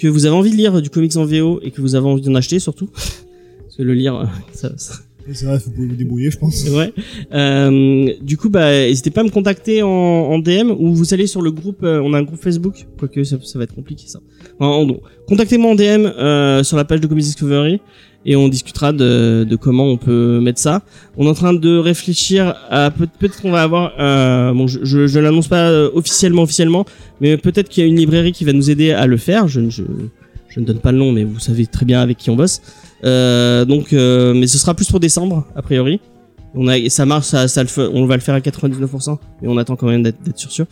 [SPEAKER 2] que vous avez envie de lire du comics en VO et que vous avez envie d'en acheter surtout, parce que le lire euh, ça, ça-
[SPEAKER 4] C'est vrai, faut vous débrouiller, je pense.
[SPEAKER 2] c'est vrai. Euh, du coup, bah, n'hésitez pas à me contacter en, en DM ou vous allez sur le groupe. euh, on a un groupe Facebook, quoique ça, ça va être compliqué ça. En, en gros, contactez-moi en DM euh, sur la page de Comics Discovery et on discutera de, de comment on peut mettre ça. On est en train de réfléchir à peut- peut-être qu'on va avoir. euh, bon, je, je, je l'annonce pas euh, officiellement, officiellement, mais peut-être qu'il y a une librairie qui va nous aider à le faire. Je, ne- je, je ne donne pas le nom, mais vous savez très bien avec qui on bosse. Euh, donc, euh, mais ce sera plus pour décembre a priori. On a, et ça marche, ça, ça le fait- on va le faire à 99%, mais on attend quand même d'être d'être sûr sûr.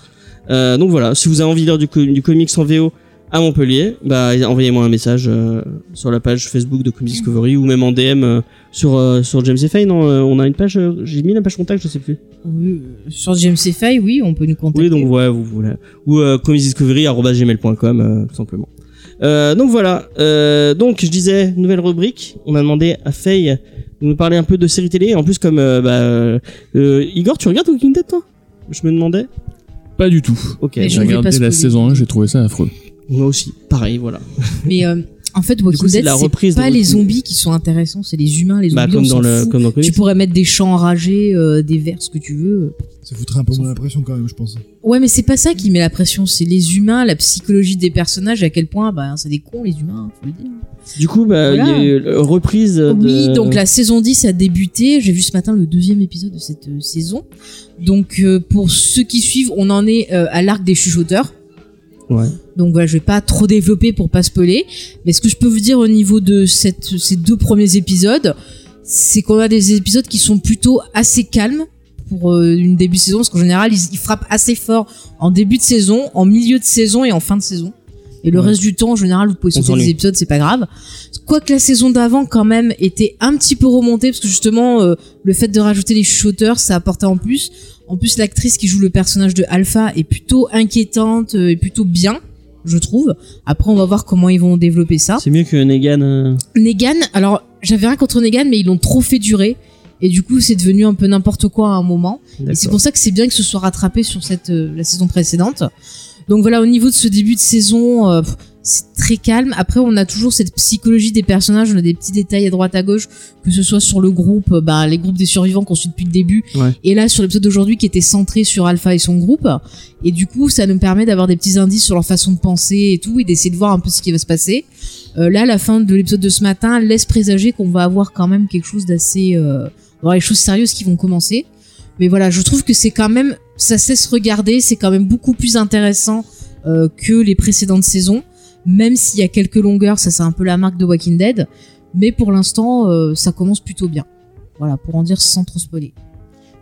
[SPEAKER 2] Euh, donc voilà, si vous avez envie de lire du, co- du comics en VO à Montpellier, bah envoyez-moi un message euh, sur la page Facebook de Comics Discovery ou même en DM euh, sur euh, sur James F.A. Non, euh, on a une page, euh, j'ai mis la page contact, je sais plus.
[SPEAKER 3] Oui, euh, Sur James Fay, oui, on peut nous contacter.
[SPEAKER 2] Oui, donc ouais, vous voulez. Ou euh, comicsdiscovery.gmail.com, euh, tout simplement. Euh, donc voilà. Euh, donc je disais, nouvelle rubrique. On a demandé à Faye de nous parler un peu de séries télé. En plus, comme euh, bah, euh, euh, Igor, tu regardes Walking Dead, toi Je me demandais.
[SPEAKER 5] Pas du tout.
[SPEAKER 2] Ok.
[SPEAKER 3] Mais Et je
[SPEAKER 5] J'ai
[SPEAKER 3] ne vais pas
[SPEAKER 5] regardé la
[SPEAKER 3] spoiler.
[SPEAKER 5] saison 1, j'ai trouvé ça affreux.
[SPEAKER 2] Moi aussi. Pareil, voilà.
[SPEAKER 3] Mais euh, en fait,
[SPEAKER 2] Du
[SPEAKER 3] Walking
[SPEAKER 2] coup, c'est
[SPEAKER 3] Dead,
[SPEAKER 2] la reprise
[SPEAKER 3] c'est
[SPEAKER 2] de
[SPEAKER 3] pas les
[SPEAKER 2] Walking Dead.
[SPEAKER 3] zombies qui sont intéressants, c'est les humains, les zombies.
[SPEAKER 2] Bah, comme
[SPEAKER 3] on
[SPEAKER 2] dans
[SPEAKER 3] s'en
[SPEAKER 2] le,
[SPEAKER 3] fout.
[SPEAKER 2] comme dans le
[SPEAKER 3] Tu
[SPEAKER 2] comics.
[SPEAKER 3] pourrais mettre des chants enragés, euh, des vers, ce que tu veux.
[SPEAKER 4] Ça foutrait un peu moins la pression quand même, je pense.
[SPEAKER 3] Ouais, mais c'est pas ça qui met la pression, c'est les humains, la psychologie des personnages, à quel point, bah, c'est des cons, les humains, hein, faut le dire.
[SPEAKER 2] Du coup, bah, il y a eu euh, reprise. De...
[SPEAKER 3] Oui, donc la saison 10 a débuté. J'ai vu ce matin le deuxième épisode de cette euh, saison. Donc, euh, pour ceux qui suivent, on en est euh, à l'arc des chuchoteurs.
[SPEAKER 2] Ouais.
[SPEAKER 3] Donc voilà, je vais pas trop développer pour pas spoiler, mais ce que je peux vous dire au niveau de cette, ces deux premiers épisodes, c'est qu'on a des épisodes qui sont plutôt assez calmes pour euh, une début de saison, parce qu'en général ils, ils frappent assez fort en début de saison, en milieu de saison et en fin de saison. Et le
[SPEAKER 2] Ouais.
[SPEAKER 3] reste du temps, en général, vous pouvez sauter
[SPEAKER 2] s'ennuie.
[SPEAKER 3] des épisodes, c'est pas grave. Quoique la saison d'avant, quand même, était un petit peu remontée, parce que justement, euh, le fait de rajouter les shooters, ça apportait en plus. En plus, l'actrice qui joue le personnage de Alpha est plutôt inquiétante euh, et plutôt bien, je trouve. Après, on va voir comment ils vont développer ça.
[SPEAKER 2] C'est mieux que Negan. euh,
[SPEAKER 3] Negan, alors j'avais rien contre Negan, mais ils l'ont trop fait durer. Et du coup, c'est devenu un peu n'importe quoi à un moment. Et c'est
[SPEAKER 2] d'accord.
[SPEAKER 3] pour ça que c'est bien que ce soit rattrapé sur cette, euh, la saison précédente. Donc voilà, au niveau de ce début de saison, euh, pff, c'est très calme. Après, on a toujours cette psychologie des personnages. On a des petits détails à droite à gauche, que ce soit sur le groupe, euh, bah, les groupes des survivants qu'on suit depuis le début.
[SPEAKER 2] Ouais.
[SPEAKER 3] Et là, sur l'épisode d'aujourd'hui qui était centré sur Alpha et son groupe. Et du coup, ça nous permet d'avoir des petits indices sur leur façon de penser et tout, et d'essayer de voir un peu ce qui va se passer. Euh, là, la fin de l'épisode de ce matin laisse présager qu'on va avoir quand même quelque chose d'assez... Euh, on va avoir des choses sérieuses qui vont commencer. Mais voilà, je trouve que c'est quand même, ça cesse regarder, c'est quand même beaucoup plus intéressant euh, que les précédentes saisons, même s'il y a quelques longueurs, ça c'est un peu la marque de Walking Dead. Mais pour l'instant, euh, ça commence plutôt bien. Voilà, pour en dire sans trop spoiler.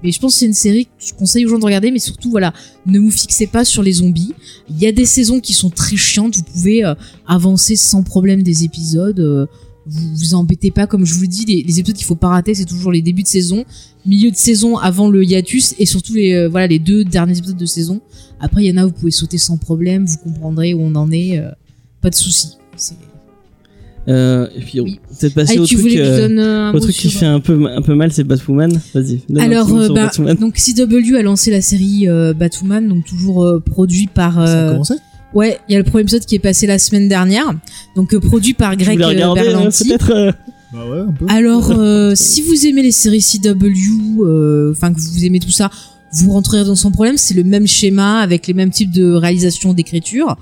[SPEAKER 3] Mais je pense que c'est une série que je conseille aux gens de regarder, mais surtout, voilà, ne vous fixez pas sur les zombies. Il y a des saisons qui sont très chiantes, vous pouvez euh, avancer sans problème des épisodes, euh, vous vous embêtez pas, comme je vous le dis, les, les épisodes qu'il faut pas rater, c'est toujours les débuts de saison milieu de saison avant le hiatus et surtout les euh, voilà les deux derniers épisodes de saison. Après, il y en a vous pouvez sauter sans problème, vous comprendrez où on en est, euh, pas de souci. C'est-
[SPEAKER 2] Euh, et puis, on
[SPEAKER 3] Oui.
[SPEAKER 2] peut-être passer
[SPEAKER 3] Allez,
[SPEAKER 2] au
[SPEAKER 3] tu
[SPEAKER 2] truc,
[SPEAKER 3] voulais que je
[SPEAKER 2] euh,
[SPEAKER 3] donne euh, un
[SPEAKER 2] au
[SPEAKER 3] mot
[SPEAKER 2] truc qui
[SPEAKER 3] sur-
[SPEAKER 2] fait un peu, un peu mal, c'est Batwoman. Vas-y. donne un
[SPEAKER 3] Alors,
[SPEAKER 2] petit mot
[SPEAKER 3] euh,
[SPEAKER 2] sur
[SPEAKER 3] bah,
[SPEAKER 2] Batwoman.
[SPEAKER 3] donc CW a lancé la série euh, Batwoman, donc toujours euh, produit par.
[SPEAKER 4] Ça
[SPEAKER 3] euh,
[SPEAKER 4] a commencé
[SPEAKER 3] ouais, il y a le premier épisode qui est passé la semaine dernière, donc euh, produit par
[SPEAKER 2] Tu
[SPEAKER 3] Greg
[SPEAKER 2] voulais
[SPEAKER 3] euh,
[SPEAKER 2] regarder, euh,
[SPEAKER 3] Berlanti.
[SPEAKER 2] peut-être euh,
[SPEAKER 4] Bah ouais, un peu.
[SPEAKER 3] Alors, euh, si vous aimez les séries CW, euh, enfin que vous aimez tout ça, vous rentrez dans son problème. C'est le même schéma avec les mêmes types de réalisation d'écriture.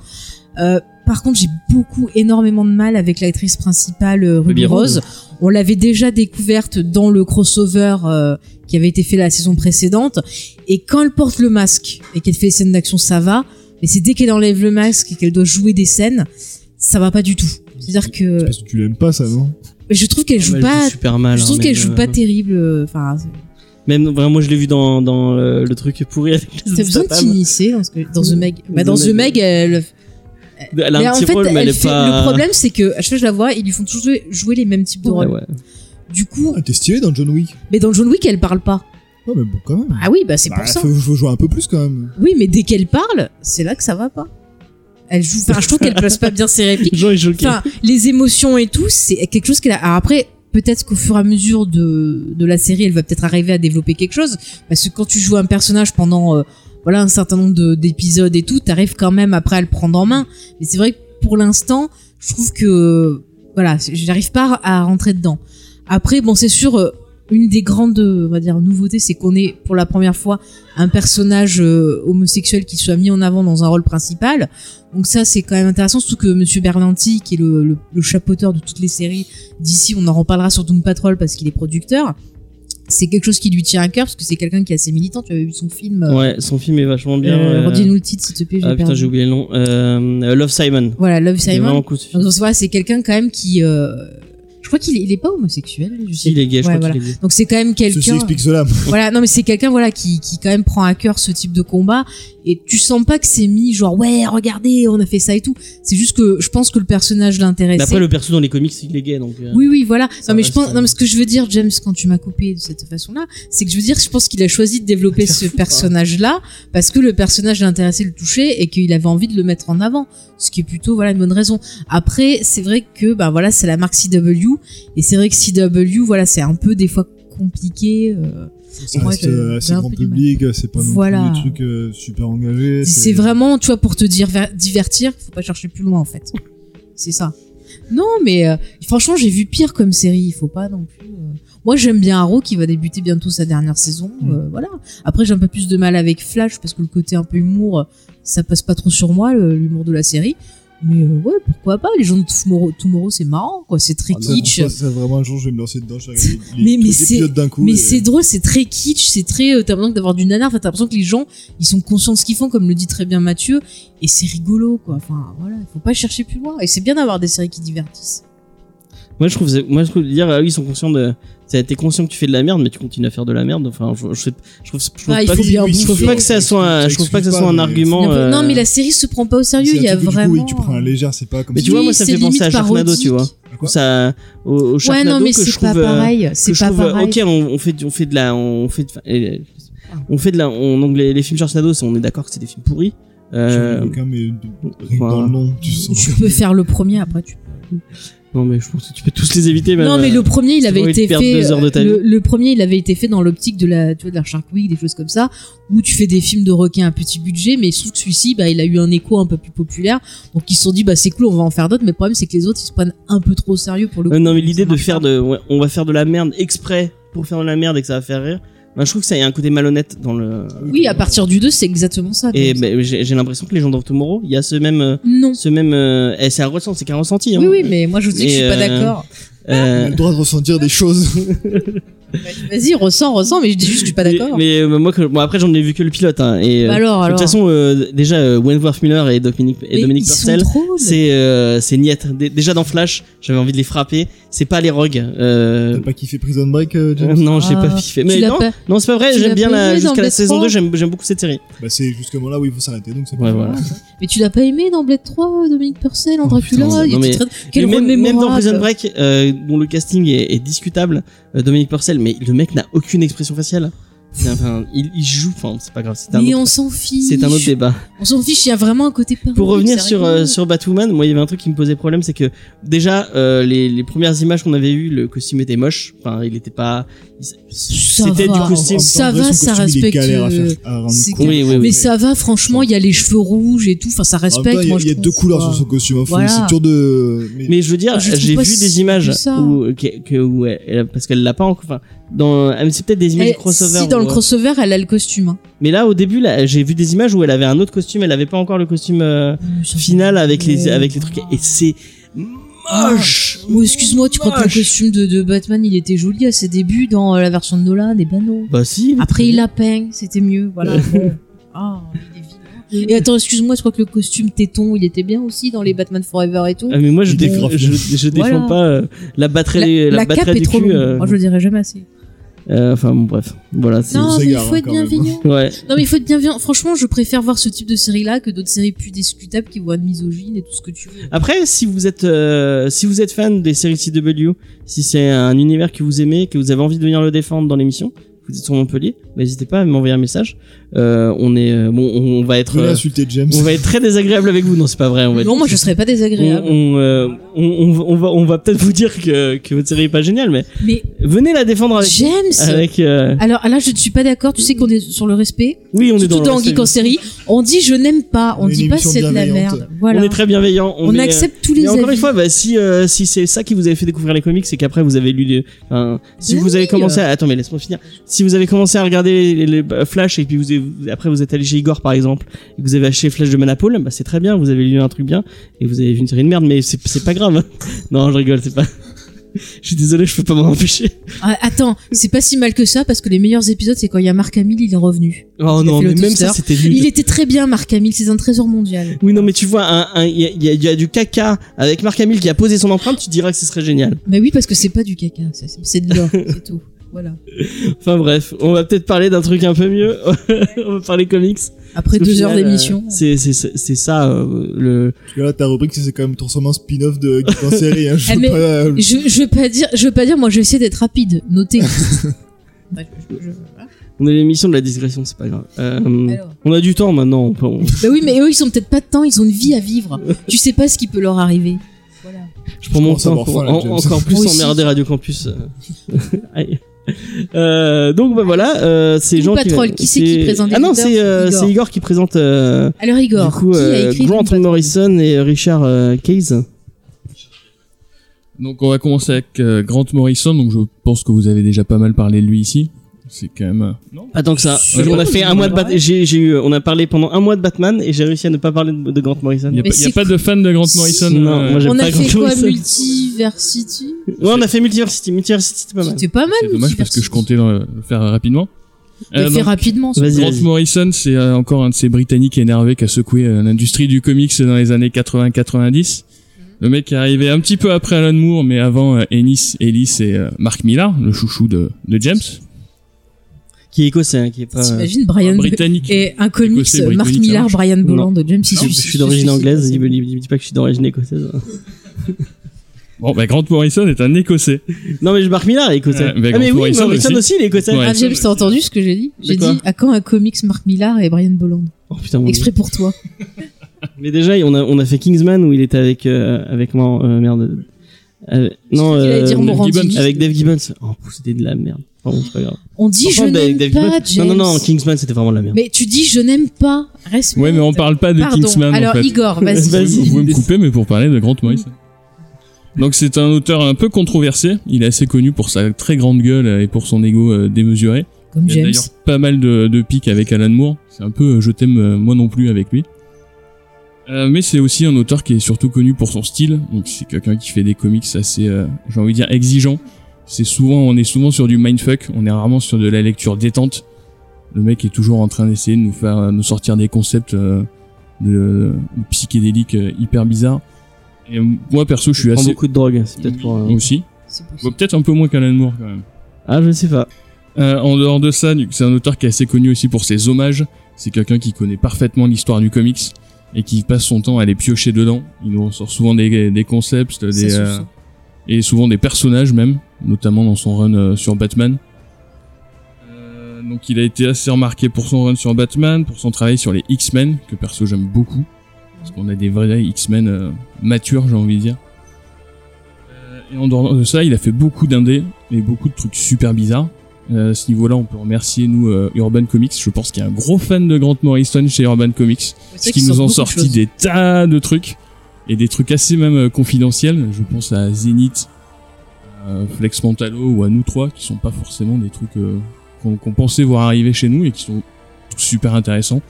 [SPEAKER 3] Euh, par contre, j'ai beaucoup, énormément de mal avec l'actrice principale euh, Ruby
[SPEAKER 2] Ruby Rose.
[SPEAKER 3] Rose. On l'avait déjà découverte dans le crossover euh, qui avait été fait la saison précédente. Et quand elle porte le masque et qu'elle fait les scènes d'action, ça va. Mais c'est dès qu'elle enlève le masque et qu'elle doit jouer des scènes, ça va pas du tout. C'est-à-dire
[SPEAKER 4] C'est
[SPEAKER 3] que
[SPEAKER 4] parce que tu l'aimes pas, ça, non
[SPEAKER 3] je trouve qu'elle joue
[SPEAKER 2] Ah, elle
[SPEAKER 3] pas
[SPEAKER 2] joue super mal.
[SPEAKER 3] je
[SPEAKER 2] hein,
[SPEAKER 3] trouve
[SPEAKER 2] mais,
[SPEAKER 3] qu'elle joue
[SPEAKER 2] euh,
[SPEAKER 3] pas terrible. euh, Enfin,
[SPEAKER 2] Même, vraiment, moi, je l'ai vu dans, dans euh, le truc pourri avec les
[SPEAKER 3] t'as besoin de
[SPEAKER 2] Instapam.
[SPEAKER 3] t'initier dans, ce que- dans The Meg. Bah, dans
[SPEAKER 2] Mmh. The
[SPEAKER 3] The
[SPEAKER 2] Meg.
[SPEAKER 3] Meg, elle.
[SPEAKER 2] Elle a
[SPEAKER 3] Mais
[SPEAKER 2] un
[SPEAKER 3] en
[SPEAKER 2] petit
[SPEAKER 3] fait,
[SPEAKER 2] rôle, mais elle
[SPEAKER 3] elle
[SPEAKER 2] est
[SPEAKER 3] fait-
[SPEAKER 2] pas.
[SPEAKER 3] Le problème, c'est que à chaque fois que je la vois, ils lui font toujours jouer, jouer les mêmes types de
[SPEAKER 2] Ouais,
[SPEAKER 3] rôles.
[SPEAKER 2] ouais.
[SPEAKER 3] Du coup,
[SPEAKER 4] Ah, t'es stylé dans John Wick.
[SPEAKER 3] mais dans John Wick, elle parle pas.
[SPEAKER 4] Ouais, mais bon, quand même.
[SPEAKER 3] Ah oui, bah c'est
[SPEAKER 4] Bah,
[SPEAKER 3] pour ça.
[SPEAKER 4] Faut, faut jouer un peu plus, quand même.
[SPEAKER 3] Oui, mais dès qu'elle parle, c'est là que ça va pas. Elle joue. Enfin, je trouve qu'elle place pas bien ses répliques.
[SPEAKER 2] Jean est choqué.
[SPEAKER 3] Enfin, les émotions et tout, c'est quelque chose qu'elle a. Alors après, peut-être qu'au fur et à mesure de, de la série, elle va peut-être arriver à développer quelque chose. Parce que quand tu joues un personnage pendant euh, voilà un certain nombre de- d'épisodes et tout, t'arrives quand même après à le prendre en main. Mais c'est vrai que pour l'instant, je trouve que voilà, c'est- j'arrive pas à rentrer dedans. Après, bon, c'est sûr. euh, une des grandes, euh, on va dire, nouveautés, c'est qu'on ait pour la première fois un personnage euh, homosexuel qui soit mis en avant dans un rôle principal. Donc ça, c'est quand même intéressant, surtout que Monsieur Berlanti, qui est le, le, le chapeauteur de toutes les séries d'ici, on en reparlera sur Doom Patrol parce qu'il est producteur. C'est quelque chose qui lui tient à cœur parce que c'est quelqu'un qui est assez militant. Tu avais vu son film. euh,
[SPEAKER 2] Ouais, son film est vachement bien.
[SPEAKER 3] euh,
[SPEAKER 2] euh,
[SPEAKER 3] Redis-nous le titre, s'il te plaît. je
[SPEAKER 2] Ah
[SPEAKER 3] l'ai
[SPEAKER 2] putain,
[SPEAKER 3] perdu.
[SPEAKER 2] j'ai oublié le nom. Euh, euh, Love Simon.
[SPEAKER 3] Voilà, Love
[SPEAKER 2] Il est
[SPEAKER 3] Simon.
[SPEAKER 2] vraiment cool ce film.
[SPEAKER 3] Donc, voilà, c'est quelqu'un quand même qui. euh, Je crois qu'il est, il est pas homosexuel. Je sais
[SPEAKER 2] Si, il est gay, je
[SPEAKER 3] Ouais,
[SPEAKER 2] crois
[SPEAKER 3] voilà.
[SPEAKER 2] qu'il est gay.
[SPEAKER 3] Donc c'est quand même
[SPEAKER 4] Ceci
[SPEAKER 3] quelqu'un.
[SPEAKER 4] explique cela.
[SPEAKER 3] voilà non mais c'est quelqu'un voilà qui, qui quand même prend à cœur ce type de combat et tu sens pas que c'est mis genre ouais regardez on a fait ça et tout c'est juste que je pense que le personnage
[SPEAKER 2] Mais
[SPEAKER 3] l'intéressait
[SPEAKER 2] après, le perso dans les comics, il est gay, donc. euh,
[SPEAKER 3] oui oui voilà
[SPEAKER 2] Ça
[SPEAKER 3] non mais je
[SPEAKER 2] reste,
[SPEAKER 3] pense
[SPEAKER 2] euh,
[SPEAKER 3] non mais ce que je veux dire James quand tu m'as coupé de cette façon là c'est que je veux dire je pense qu'il a choisi de développer
[SPEAKER 2] Ça te
[SPEAKER 3] ce
[SPEAKER 2] fout, quoi.
[SPEAKER 3] personnage là parce que le personnage l'intéressait le toucher et qu'il avait envie de le mettre en avant ce qui est plutôt voilà une bonne raison après c'est vrai que bah voilà c'est la marque CW et c'est vrai que CW voilà c'est un peu des fois compliqué euh,
[SPEAKER 4] Ça
[SPEAKER 3] Ouais,
[SPEAKER 4] reste
[SPEAKER 3] j'ai-
[SPEAKER 4] euh,
[SPEAKER 3] j'ai
[SPEAKER 4] assez
[SPEAKER 3] un
[SPEAKER 4] grand
[SPEAKER 3] peu du mal.
[SPEAKER 4] public, c'est pas non
[SPEAKER 3] Voilà.
[SPEAKER 4] plus des trucs euh, super engagés. Ah,
[SPEAKER 3] C'est vraiment, tu vois, pour te dire, divertir, faut pas chercher plus loin en fait. C'est ça. Non, mais euh, franchement, j'ai vu pire comme série. Il faut pas non plus. euh. Moi, j'aime bien Arrow qui va débuter bientôt sa dernière saison. euh, voilà. Après, j'ai un peu plus de mal avec Flash parce que le côté un peu humour, euh, ça passe pas trop sur moi, le- l'humour de la série. Mais euh, ouais, pourquoi pas Les gens de Tomorrow, Tomorrow, c'est marrant, quoi. C'est très
[SPEAKER 4] Ah, ça,
[SPEAKER 3] kitsch.
[SPEAKER 4] en soi, ça, vraiment un jour, je vais me lancer dedans. Je vais regarder les,
[SPEAKER 3] Mais- mais
[SPEAKER 4] tous les
[SPEAKER 3] c'est-
[SPEAKER 4] épisodes d'un coup.
[SPEAKER 3] Mais
[SPEAKER 4] et-
[SPEAKER 3] c'est drôle, c'est très kitsch, c'est très. euh, T'as l'impression d'avoir du nanar, enfin, t'as l'impression que les gens, ils sont conscients de ce qu'ils font, comme le dit très bien Mathieu, et c'est rigolo, quoi. Enfin, voilà, il faut pas chercher plus loin. Et c'est bien d'avoir des séries qui divertissent.
[SPEAKER 2] Moi, je trouve, moi, je trouve de dire, ah oui, ils sont conscients de. t'es- T'es conscient que tu fais de la merde, mais tu continues à faire de la merde. Enfin, je, je, sais- je trouve, je trouve
[SPEAKER 3] Ah, il
[SPEAKER 2] pas,
[SPEAKER 3] faut
[SPEAKER 2] que-
[SPEAKER 3] bien
[SPEAKER 2] je trouve
[SPEAKER 3] bouffer.
[SPEAKER 2] pas que ça soit, un- je trouve pas que ça soit un
[SPEAKER 4] mais-
[SPEAKER 2] argument.
[SPEAKER 3] Il y a un peu- Non,
[SPEAKER 2] euh,
[SPEAKER 3] mais la série se prend pas au
[SPEAKER 4] Oh, c'est
[SPEAKER 3] sérieux, il y
[SPEAKER 4] un
[SPEAKER 3] a
[SPEAKER 4] truc où, du coup,
[SPEAKER 3] vraiment.
[SPEAKER 4] oui, tu prends un légère, c'est pas comme
[SPEAKER 2] Mais
[SPEAKER 4] si-
[SPEAKER 2] tu vois, moi, ça
[SPEAKER 3] c'est
[SPEAKER 2] fait penser
[SPEAKER 3] limite
[SPEAKER 2] à Sharknado, tu vois.
[SPEAKER 3] parodique.
[SPEAKER 4] Quoi
[SPEAKER 2] ça, au, au
[SPEAKER 3] Ouais,
[SPEAKER 2] Sharknado
[SPEAKER 3] non, mais
[SPEAKER 2] que je
[SPEAKER 3] c'est
[SPEAKER 2] trouve.
[SPEAKER 3] pas
[SPEAKER 2] euh,
[SPEAKER 3] pareil.
[SPEAKER 2] que
[SPEAKER 3] C'est
[SPEAKER 2] je
[SPEAKER 3] pas
[SPEAKER 2] trouve, euh,
[SPEAKER 3] pareil.
[SPEAKER 2] ok on, on fait du- on fait de la on fait de- euh, on fait de la on donc les, les films Sharknado c'est- on est d'accord que c'est des films pourris
[SPEAKER 4] J'en ai
[SPEAKER 2] euh,
[SPEAKER 4] aucun, mais de- rien que
[SPEAKER 2] voilà.
[SPEAKER 4] dans le nom, tu sens.
[SPEAKER 3] Tu peux faire le premier après, tu
[SPEAKER 2] non mais je pense que tu peux tous les éviter même,
[SPEAKER 3] Non, mais
[SPEAKER 2] euh,
[SPEAKER 3] le premier, il
[SPEAKER 2] c'est
[SPEAKER 3] avait
[SPEAKER 2] pour
[SPEAKER 3] été
[SPEAKER 2] te perdre
[SPEAKER 3] fait. euh,
[SPEAKER 2] deux heures de ta
[SPEAKER 3] le, le premier, il avait été fait dans l'optique de la, tu vois, de la Shark Week, des choses comme ça, où tu fais des films de requins à petit budget, mais il se trouve que celui-ci, bah, il a eu un écho un peu plus populaire, donc ils se sont dit, bah, c'est cool, on va en faire d'autres, mais le problème, c'est que les autres, ils se prennent un peu trop au sérieux pour le coup.
[SPEAKER 2] Euh, non mais l'idée
[SPEAKER 3] Ça
[SPEAKER 2] de
[SPEAKER 3] marche
[SPEAKER 2] faire
[SPEAKER 3] pas.
[SPEAKER 2] de ouais, on va faire de la merde exprès pour faire de la merde et que ça va faire rire ben, je trouve que ça y a un côté malhonnête dans le
[SPEAKER 3] Oui, à partir du 2, c'est exactement ça.
[SPEAKER 2] et
[SPEAKER 3] quoi.
[SPEAKER 2] ben, j'ai j'ai l'impression que les gens dans Tomorrow il y a ce même euh,
[SPEAKER 3] non.
[SPEAKER 2] ce même euh, eh, c'est un ressenti c'est qu'un ressenti hein.
[SPEAKER 3] Oui, oui, mais moi, je vous dis que je suis
[SPEAKER 2] Mais,
[SPEAKER 3] pas
[SPEAKER 2] euh,
[SPEAKER 3] d'accord.
[SPEAKER 4] On a
[SPEAKER 2] Euh,
[SPEAKER 4] le droit de ressentir des choses.
[SPEAKER 3] Vas-y, ressens, ressens, mais je dis juste que je suis Ah, pas d'accord.
[SPEAKER 2] mais, mais, euh, moi que, bon, après j'en ai vu que le pilote hein, et euh,
[SPEAKER 3] Bah alors,
[SPEAKER 2] De toute
[SPEAKER 3] alors.
[SPEAKER 2] façon, euh, déjà, euh, Wentworth Miller et Dominique, et
[SPEAKER 3] Mais
[SPEAKER 2] Dominique
[SPEAKER 3] ils sont
[SPEAKER 2] Purcell,
[SPEAKER 3] drôles.
[SPEAKER 2] c'est euh, c'est niette. Dé- Déjà dans Flash, j'avais envie de les frapper. C'est pas les rogues. Euh,
[SPEAKER 4] T'as pas kiffé Prison Break,
[SPEAKER 2] euh,
[SPEAKER 4] euh, James
[SPEAKER 2] non, j'ai
[SPEAKER 3] Ah,
[SPEAKER 2] pas kiffé.
[SPEAKER 3] Tu
[SPEAKER 2] Mais
[SPEAKER 3] l'as
[SPEAKER 2] non,
[SPEAKER 3] pas-
[SPEAKER 2] non c'est pas vrai.
[SPEAKER 3] tu
[SPEAKER 2] J'aime
[SPEAKER 3] l'as
[SPEAKER 2] bien
[SPEAKER 3] pas
[SPEAKER 2] la,
[SPEAKER 3] aimé dans
[SPEAKER 2] jusqu'à la
[SPEAKER 3] Blade
[SPEAKER 2] saison 2,
[SPEAKER 3] Trois
[SPEAKER 2] j'aime j'aime beaucoup cette série.
[SPEAKER 4] Bah, c'est justement là où il faut s'arrêter, donc c'est
[SPEAKER 2] Ouais,
[SPEAKER 4] pas
[SPEAKER 2] voilà.
[SPEAKER 3] Mais tu l'as pas aimé dans Blade 3, Dominique Purcell, en
[SPEAKER 4] Oh,
[SPEAKER 3] Dracula
[SPEAKER 2] putain,
[SPEAKER 3] il
[SPEAKER 2] non,
[SPEAKER 3] était
[SPEAKER 2] mais-
[SPEAKER 3] très- Quel
[SPEAKER 2] Mais même, même dans
[SPEAKER 3] remémorable.
[SPEAKER 2] Prison Break, euh, dont le casting est, est discutable, euh, Dominique Purcell, mais le mec n'a aucune expression faciale. Enfin, il, il joue, enfin, c'est pas grave, c'est un,
[SPEAKER 3] Mais
[SPEAKER 2] autre-
[SPEAKER 3] on s'en fiche.
[SPEAKER 2] c'est un autre débat.
[SPEAKER 3] On s'en fiche, il y a vraiment un côté parodique.
[SPEAKER 2] Pour revenir
[SPEAKER 3] c'est
[SPEAKER 2] sur,
[SPEAKER 3] rigolo.
[SPEAKER 2] euh, sur Batwoman, moi, il y avait un truc qui me posait problème, c'est que déjà, euh, les, les premières images qu'on avait eues, le costume était moche. Enfin, il était pas. il-
[SPEAKER 3] Ça
[SPEAKER 2] C'était
[SPEAKER 3] va.
[SPEAKER 2] du costume.
[SPEAKER 3] Ça
[SPEAKER 4] En vrai,
[SPEAKER 3] va,
[SPEAKER 4] son
[SPEAKER 3] ça
[SPEAKER 4] costume, il est
[SPEAKER 3] respecte,
[SPEAKER 4] galère à faire-
[SPEAKER 3] euh,
[SPEAKER 4] à rendre
[SPEAKER 3] c'est
[SPEAKER 4] compte.
[SPEAKER 3] que-
[SPEAKER 2] Oui, oui, oui.
[SPEAKER 3] Mais ça va, franchement, il y a les cheveux rouges et tout. Enfin, ça
[SPEAKER 4] En
[SPEAKER 3] respecte.
[SPEAKER 4] même temps, il y a,
[SPEAKER 3] moi,
[SPEAKER 4] il y a
[SPEAKER 3] je
[SPEAKER 4] deux
[SPEAKER 3] trouve,
[SPEAKER 4] couleurs sur
[SPEAKER 3] quoi. Eh,
[SPEAKER 4] son costume. hein. Enfin,
[SPEAKER 3] Voilà.
[SPEAKER 4] C'est dur de. Mais,
[SPEAKER 2] Mais je veux dire,
[SPEAKER 3] Ah, Je trouve
[SPEAKER 2] j'ai
[SPEAKER 3] pas
[SPEAKER 2] vu
[SPEAKER 3] si
[SPEAKER 2] des images
[SPEAKER 3] ça.
[SPEAKER 2] où, que, que- où elle- parce qu'elle l'a pas encore. Enfin, dans, ah, mais c'est peut-être des images
[SPEAKER 3] Elle-
[SPEAKER 2] de crossover.
[SPEAKER 3] Eh, si dans le
[SPEAKER 2] ou-
[SPEAKER 3] crossover, elle a le costume. hein.
[SPEAKER 2] Mais là, au début, là, j'ai vu des images où elle avait un autre costume. Elle avait pas encore le costume euh, final avec les
[SPEAKER 3] Ouais.
[SPEAKER 2] avec les trucs. Et Ah, c'est moche.
[SPEAKER 3] Oh, excuse-moi, tu crois que
[SPEAKER 2] Moche.
[SPEAKER 3] le costume de, de Batman, il était joli à ses débuts dans euh, la version de Nolan et ben non.
[SPEAKER 2] Bah si.
[SPEAKER 3] Après, il a peint, c'était mieux, voilà. Bon. Ah, il est vilain. Et attends, excuse-moi, tu crois que le costume téton, il était bien aussi dans les Batman Forever et tout
[SPEAKER 2] Ah, mais moi, je
[SPEAKER 4] Il est
[SPEAKER 2] défends,
[SPEAKER 4] grave.
[SPEAKER 2] je, je
[SPEAKER 3] Voilà.
[SPEAKER 2] défends pas euh, la batterie, la, batterie
[SPEAKER 3] cape est
[SPEAKER 2] du
[SPEAKER 3] trop
[SPEAKER 2] cul.
[SPEAKER 3] longue.
[SPEAKER 2] euh,
[SPEAKER 3] Moi, je le dirais jamais assez.
[SPEAKER 2] euh, enfin bon, bref, voilà. c'est-
[SPEAKER 3] Non, mais il
[SPEAKER 4] égard,
[SPEAKER 3] faut
[SPEAKER 4] hein,
[SPEAKER 3] être
[SPEAKER 4] quand même.
[SPEAKER 3] bienveillant.
[SPEAKER 2] Ouais.
[SPEAKER 3] Non, mais il faut être bienveillant. Franchement, je préfère voir ce type de série-là que d'autres séries plus discutables qui voient de misogyne et tout ce que tu veux.
[SPEAKER 2] Après, si vous êtes euh, si vous êtes fan des séries CW, si c'est un univers que vous aimez, que vous avez envie de venir le défendre dans l'émission, vous êtes sur Montpellier, bah, n'hésitez pas à m'envoyer un message. Euh, on est euh, bon, on, on va être
[SPEAKER 4] Vous voulez
[SPEAKER 2] euh,
[SPEAKER 4] insulter James.
[SPEAKER 2] on va être très désagréable avec vous. Non, c'est pas vrai. On va être-
[SPEAKER 3] Non, moi, je serais pas désagréable.
[SPEAKER 2] On, on, euh, on, on- on va on va peut-être vous dire que que votre série est pas géniale, mais
[SPEAKER 3] Mais
[SPEAKER 2] venez la défendre avec
[SPEAKER 3] James
[SPEAKER 2] avec euh,
[SPEAKER 3] Alors là, je ne suis pas d'accord. Tu sais qu'on est sur le respect.
[SPEAKER 2] oui, on est
[SPEAKER 3] Surtout
[SPEAKER 2] dans, le
[SPEAKER 3] dans,
[SPEAKER 2] respect,
[SPEAKER 3] Geek en série. On dit je n'aime pas. On
[SPEAKER 4] On est
[SPEAKER 3] dit
[SPEAKER 4] une
[SPEAKER 3] pas
[SPEAKER 4] émission
[SPEAKER 3] c'est de la
[SPEAKER 4] bienveillante.
[SPEAKER 3] merde. Voilà.
[SPEAKER 2] On est très bienveillant. On,
[SPEAKER 3] On
[SPEAKER 2] met, euh,
[SPEAKER 3] accepte tous les
[SPEAKER 2] Mais encore
[SPEAKER 3] avis.
[SPEAKER 2] une fois, bah, si, euh, si c'est ça qui vous avez fait découvrir les comics, c'est qu'après vous avez lu les. Enfin, si
[SPEAKER 3] Mais
[SPEAKER 2] vous avez
[SPEAKER 3] oui.
[SPEAKER 2] commencé à. Attends, mais laisse-moi finir. Si vous avez commencé à regarder les, les- bah, Flash et puis vous avez- après vous êtes allé chez Igor par exemple, et que vous avez acheté Flash de Manapole, bah, c'est très bien, vous avez lu un truc bien et vous avez vu une série de merde, mais c'est c'est pas grave. non, je rigole, c'est pas. Je suis désolé, je peux pas m'en empêcher.
[SPEAKER 3] Ah, attends, c'est pas si mal que ça parce que les meilleurs épisodes, c'est quand il y a Marc Hamill, il est revenu.
[SPEAKER 2] Oh
[SPEAKER 3] Il a
[SPEAKER 2] non,
[SPEAKER 3] fait
[SPEAKER 2] mais
[SPEAKER 3] le
[SPEAKER 2] même
[SPEAKER 3] toaster.
[SPEAKER 2] ça c'était nul.
[SPEAKER 3] Il était très bien, Marc Hamill. C'est un trésor mondial.
[SPEAKER 2] Oui, non, mais tu vois, un- un- il y, a- il y a- il y a du caca avec Marc Hamill qui a posé son empreinte, tu diras que ce serait génial.
[SPEAKER 3] Mais oui, parce que c'est pas du caca. ça, C'est c'est de l'or, c'est tout. Voilà.
[SPEAKER 2] Enfin bref, on va peut-être parler d'un truc un peu mieux. on va parler comics.
[SPEAKER 3] Après
[SPEAKER 2] Parce qu'au
[SPEAKER 3] deux heures
[SPEAKER 2] final,
[SPEAKER 3] d'émission.
[SPEAKER 2] euh, C'est c'est c'est c'est ça euh, le.
[SPEAKER 4] Parce que là, ta rubrique, c'est quand même transformé en spin-off de Geek en série. Hein. Je
[SPEAKER 3] Ah,
[SPEAKER 4] veux
[SPEAKER 3] mais-
[SPEAKER 4] pas. euh,
[SPEAKER 3] Je, je veux pas dire, je veux pas dire, moi je vais essayer d'être rapide, notez. Bah, je- je-
[SPEAKER 2] On est l'émission de la discrétion, c'est pas grave. Euh,
[SPEAKER 3] Alors.
[SPEAKER 2] on a du temps maintenant. on peut- on-
[SPEAKER 3] Bah oui, mais eux ils ont peut-être pas de temps, ils ont une vie à vivre. Tu sais pas ce qui peut leur arriver. Voilà.
[SPEAKER 2] je prends mon
[SPEAKER 4] commence à
[SPEAKER 2] temps
[SPEAKER 4] avoir
[SPEAKER 2] pour
[SPEAKER 4] faim, là,
[SPEAKER 2] en-
[SPEAKER 4] James.
[SPEAKER 2] encore plus
[SPEAKER 3] Moi aussi.
[SPEAKER 2] emmerder Radio Campus. euh. Aïe. Euh, donc bah voilà, euh, c'est
[SPEAKER 3] Doom
[SPEAKER 2] Jean
[SPEAKER 3] Patrol,
[SPEAKER 2] qui,
[SPEAKER 3] qui c'est qui présente les
[SPEAKER 2] Ah non,
[SPEAKER 3] leaders
[SPEAKER 2] c'est euh,
[SPEAKER 3] Igor.
[SPEAKER 2] c'est Igor qui présente. euh,
[SPEAKER 3] Alors Igor,
[SPEAKER 2] du coup,
[SPEAKER 3] qui a
[SPEAKER 2] euh,
[SPEAKER 3] écrit
[SPEAKER 2] Grant
[SPEAKER 3] Doom Patrol
[SPEAKER 2] Morrison et Richard euh, Case.
[SPEAKER 5] Donc on va commencer avec euh, Grant Morrison, donc je pense que vous avez déjà pas mal parlé de lui ici. C'est quand même... euh,
[SPEAKER 2] Pas tant que ça.
[SPEAKER 5] Si,
[SPEAKER 2] on
[SPEAKER 5] non,
[SPEAKER 2] a fait
[SPEAKER 5] mais
[SPEAKER 2] un mois de
[SPEAKER 5] ouais.
[SPEAKER 2] Batman. J'ai j'ai eu, on a parlé pendant un mois de Batman et j'ai réussi à ne pas parler de, de Grant Morrison.
[SPEAKER 5] Il n'y a,
[SPEAKER 3] Mais
[SPEAKER 5] pas- y a
[SPEAKER 3] c'est
[SPEAKER 5] pas de fan de Grant Morrison
[SPEAKER 2] Non,
[SPEAKER 5] euh,
[SPEAKER 2] moi j'aime
[SPEAKER 3] On
[SPEAKER 2] pas
[SPEAKER 3] a fait
[SPEAKER 2] Grant
[SPEAKER 3] quoi
[SPEAKER 2] Morrison.
[SPEAKER 3] Multiversity
[SPEAKER 2] Ouais, on a fait Multiversity. Multiversity, c'était pas mal.
[SPEAKER 3] C'était pas mal.
[SPEAKER 5] C'est dommage parce que je comptais le le faire rapidement.
[SPEAKER 3] On
[SPEAKER 5] Euh,
[SPEAKER 3] fait
[SPEAKER 5] donc,
[SPEAKER 3] rapidement.
[SPEAKER 2] Vas-y,
[SPEAKER 5] Grant
[SPEAKER 2] vas-y.
[SPEAKER 5] Morrison, c'est euh, encore un de ces Britanniques énervés qui a secoué euh, l'industrie du comics dans les années 80-90. Le mec est arrivé un petit peu après Alan Moore, mais avant euh, Ennis Ellis et euh, Mark Millar, le chouchou de, de James.
[SPEAKER 2] Qui est écossais, hein, qui est pas. euh,
[SPEAKER 3] T'imagines Brian
[SPEAKER 5] Un Britannique.
[SPEAKER 3] et un comics,
[SPEAKER 5] Écossais,
[SPEAKER 3] Marc
[SPEAKER 5] britannique,
[SPEAKER 3] Millar,
[SPEAKER 5] ça
[SPEAKER 3] Brian Bolland de James
[SPEAKER 2] je, je suis d'origine anglaise, il me dit- il me dit pas que je suis d'origine écossaise.
[SPEAKER 5] Bon, bah, Grant Morrison est un Écossais.
[SPEAKER 2] Non, mais je Marc Millar est écossais.
[SPEAKER 5] Ouais, mais
[SPEAKER 2] ah, mais
[SPEAKER 5] Grant
[SPEAKER 2] oui, mais
[SPEAKER 5] Morrison
[SPEAKER 2] Morrison aussi.
[SPEAKER 5] aussi.
[SPEAKER 2] il est écossais.
[SPEAKER 5] Ouais.
[SPEAKER 3] Ah James, t'as entendu ce que j'ai dit J'ai
[SPEAKER 2] De quoi
[SPEAKER 3] dit à quand un comics Marc Millar et Brian Bolland
[SPEAKER 2] Oh putain, mon
[SPEAKER 3] Exprès pour toi.
[SPEAKER 2] Dieu. Mais déjà, on a, on a fait Kingsman où il était avec, euh, avec moi, euh, merde. euh, non,
[SPEAKER 3] Il
[SPEAKER 2] euh,
[SPEAKER 3] allait dire Morandini.
[SPEAKER 2] avec Dave Gibbons. Oh, pouh, c'était de la merde. Pardon, c'est pas grave.
[SPEAKER 3] On dit
[SPEAKER 2] Franchement,
[SPEAKER 3] je n'aime pas
[SPEAKER 2] Gibbons-
[SPEAKER 3] James.
[SPEAKER 2] Non, non, non, Kingsman, c'était vraiment de la merde.
[SPEAKER 3] Mais tu dis je n'aime pas. Respect.
[SPEAKER 5] Ouais, mais on parle pas de
[SPEAKER 3] Pardon.
[SPEAKER 5] Kingsman
[SPEAKER 3] Alors
[SPEAKER 5] en fait.
[SPEAKER 3] Igor, vas-y.
[SPEAKER 2] Vas-y.
[SPEAKER 5] Vous pouvez me couper, mais pour parler de Grant Morrison. Donc c'est un auteur un peu controversé. Il est assez connu pour sa très grande gueule et pour son ego euh, démesuré.
[SPEAKER 3] Comme
[SPEAKER 5] Il y a
[SPEAKER 3] James.
[SPEAKER 5] d'ailleurs pas mal de, de pics avec Alan Moore. C'est un peu euh, je t'aime euh, moi non plus avec lui. Euh, mais c'est aussi un auteur qui est surtout connu pour son style. Donc c'est quelqu'un qui fait des comics assez, euh, j'ai envie de dire, exigeants. C'est souvent, on est souvent sur du mindfuck. On est rarement sur de la lecture détente. Le mec est toujours en train d'essayer de nous faire, euh, nous sortir des concepts euh, de, de psychédéliques euh, hyper bizarres. Et moi perso, je suis
[SPEAKER 2] Il prend
[SPEAKER 5] assez
[SPEAKER 2] beaucoup de drogue, c'est peut-être pour. euh,
[SPEAKER 5] aussi.
[SPEAKER 3] C'est
[SPEAKER 5] Bon,
[SPEAKER 3] possible.
[SPEAKER 5] peut-être un peu moins qu'Alan Moore quand même.
[SPEAKER 2] Ah, je sais pas.
[SPEAKER 5] Euh, en dehors de ça, du- c'est un auteur qui est assez connu aussi pour ses hommages. C'est quelqu'un qui connaît parfaitement l'histoire du comics et qui passe son temps à les piocher dedans. Il nous ressort souvent des, des concepts,
[SPEAKER 3] Ça
[SPEAKER 5] des,
[SPEAKER 3] se
[SPEAKER 5] euh,
[SPEAKER 3] sent.
[SPEAKER 5] et souvent des personnages même, notamment dans son run euh, sur Batman. Euh, donc il a été assez remarqué pour son run sur Batman, pour son travail sur les X-Men, que perso j'aime beaucoup, parce qu'on a des vrais X-Men euh, matures, j'ai envie de dire. Euh, et en dehors de ça, il a fait beaucoup d'indés, et beaucoup de trucs super bizarres. Euh, à ce niveau-là, on peut remercier nous euh, Urban Comics, je pense qu'il y a un gros fan de Grant Morrison chez Urban Comics,
[SPEAKER 3] C'est
[SPEAKER 5] ce
[SPEAKER 3] vrai
[SPEAKER 5] qui
[SPEAKER 3] qu'ils
[SPEAKER 5] nous
[SPEAKER 3] sortent
[SPEAKER 5] ont
[SPEAKER 3] beaucoup de
[SPEAKER 5] sorti
[SPEAKER 3] choses.
[SPEAKER 5] des tas de trucs, et des trucs assez même euh, confidentiels, je pense à Zenith, à Flex Mentalo ou à nous trois, qui sont pas forcément des trucs... euh, qu'on qu'on pensait voir arriver chez nous et qui sont tous super intéressants.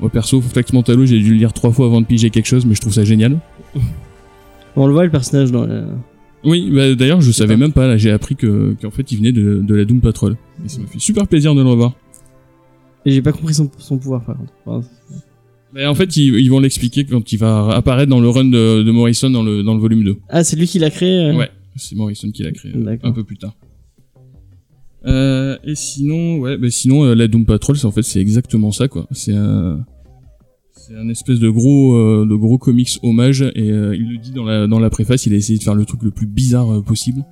[SPEAKER 5] Moi perso, Flex Mentalo, j'ai dû le lire trois fois avant de piger quelque chose, mais je trouve ça génial.
[SPEAKER 2] On le voit le personnage dans la...
[SPEAKER 5] Oui, bah, d'ailleurs, je savais
[SPEAKER 2] pas.
[SPEAKER 5] même pas, là, j'ai appris que, qu'en fait, il venait de, de la Doom Patrol. Et ça m'a fait super plaisir de le revoir.
[SPEAKER 2] Et j'ai pas compris son, son pouvoir par contre. Enfin,
[SPEAKER 5] Mais en fait, ils, ils vont l'expliquer quand il va apparaître dans le run de, de Morrison dans le, dans le volume 2.
[SPEAKER 2] Ah, c'est lui qui l'a créé. euh
[SPEAKER 5] Ouais, c'est Morrison qui l'a créé euh,
[SPEAKER 2] D'accord.
[SPEAKER 5] un peu plus tard. Euh, et sinon, ouais, bah sinon euh, la Doom Patrol, c'est en fait c'est exactement ça quoi. C'est un, c'est un espèce de gros, euh, de gros comics hommage et euh, il le dit dans la, dans la préface, il a essayé de faire le truc le plus bizarre euh, possible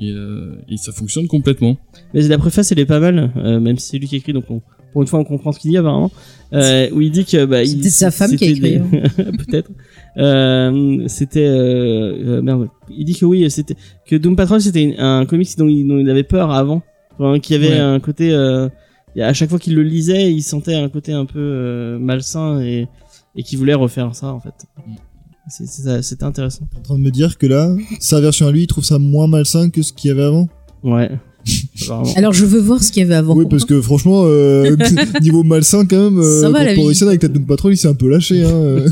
[SPEAKER 5] et, euh, et ça fonctionne complètement.
[SPEAKER 2] Mais la préface, elle est pas mal, euh, même si c'est lui qui écrit, donc on- pour une fois, on comprend ce qu'il dit apparemment. Euh, où il dit que bah, il-
[SPEAKER 3] C'était sa femme qui a
[SPEAKER 2] c'était
[SPEAKER 3] écrit,
[SPEAKER 2] des- Peut-être. Euh, c'était euh, euh, merde. Il dit que oui, c'était que Doom Patrol, c'était une- un comics dont il, dont il avait peur avant, Enfin, qu'il y avait
[SPEAKER 5] Ouais.
[SPEAKER 2] un côté. euh, et à chaque fois qu'il le lisait, il sentait un côté un peu euh, malsain et, et qu'il voulait refaire ça en fait.
[SPEAKER 5] Mm.
[SPEAKER 2] C'est- c'est ça- C'était intéressant.
[SPEAKER 4] en train de me dire que là, sa version à lui, il trouve ça moins malsain que ce qu'il y avait avant.
[SPEAKER 2] Ouais. Apparemment.
[SPEAKER 3] Alors je veux voir ce qu'il y avait avant.
[SPEAKER 4] Oui, parce que franchement, euh, niveau malsain quand même, euh,
[SPEAKER 3] Ça va, la
[SPEAKER 4] Grant
[SPEAKER 3] vie.
[SPEAKER 4] Morrison avec ta Doom Patrol, il s'est un peu lâché. Hein, euh.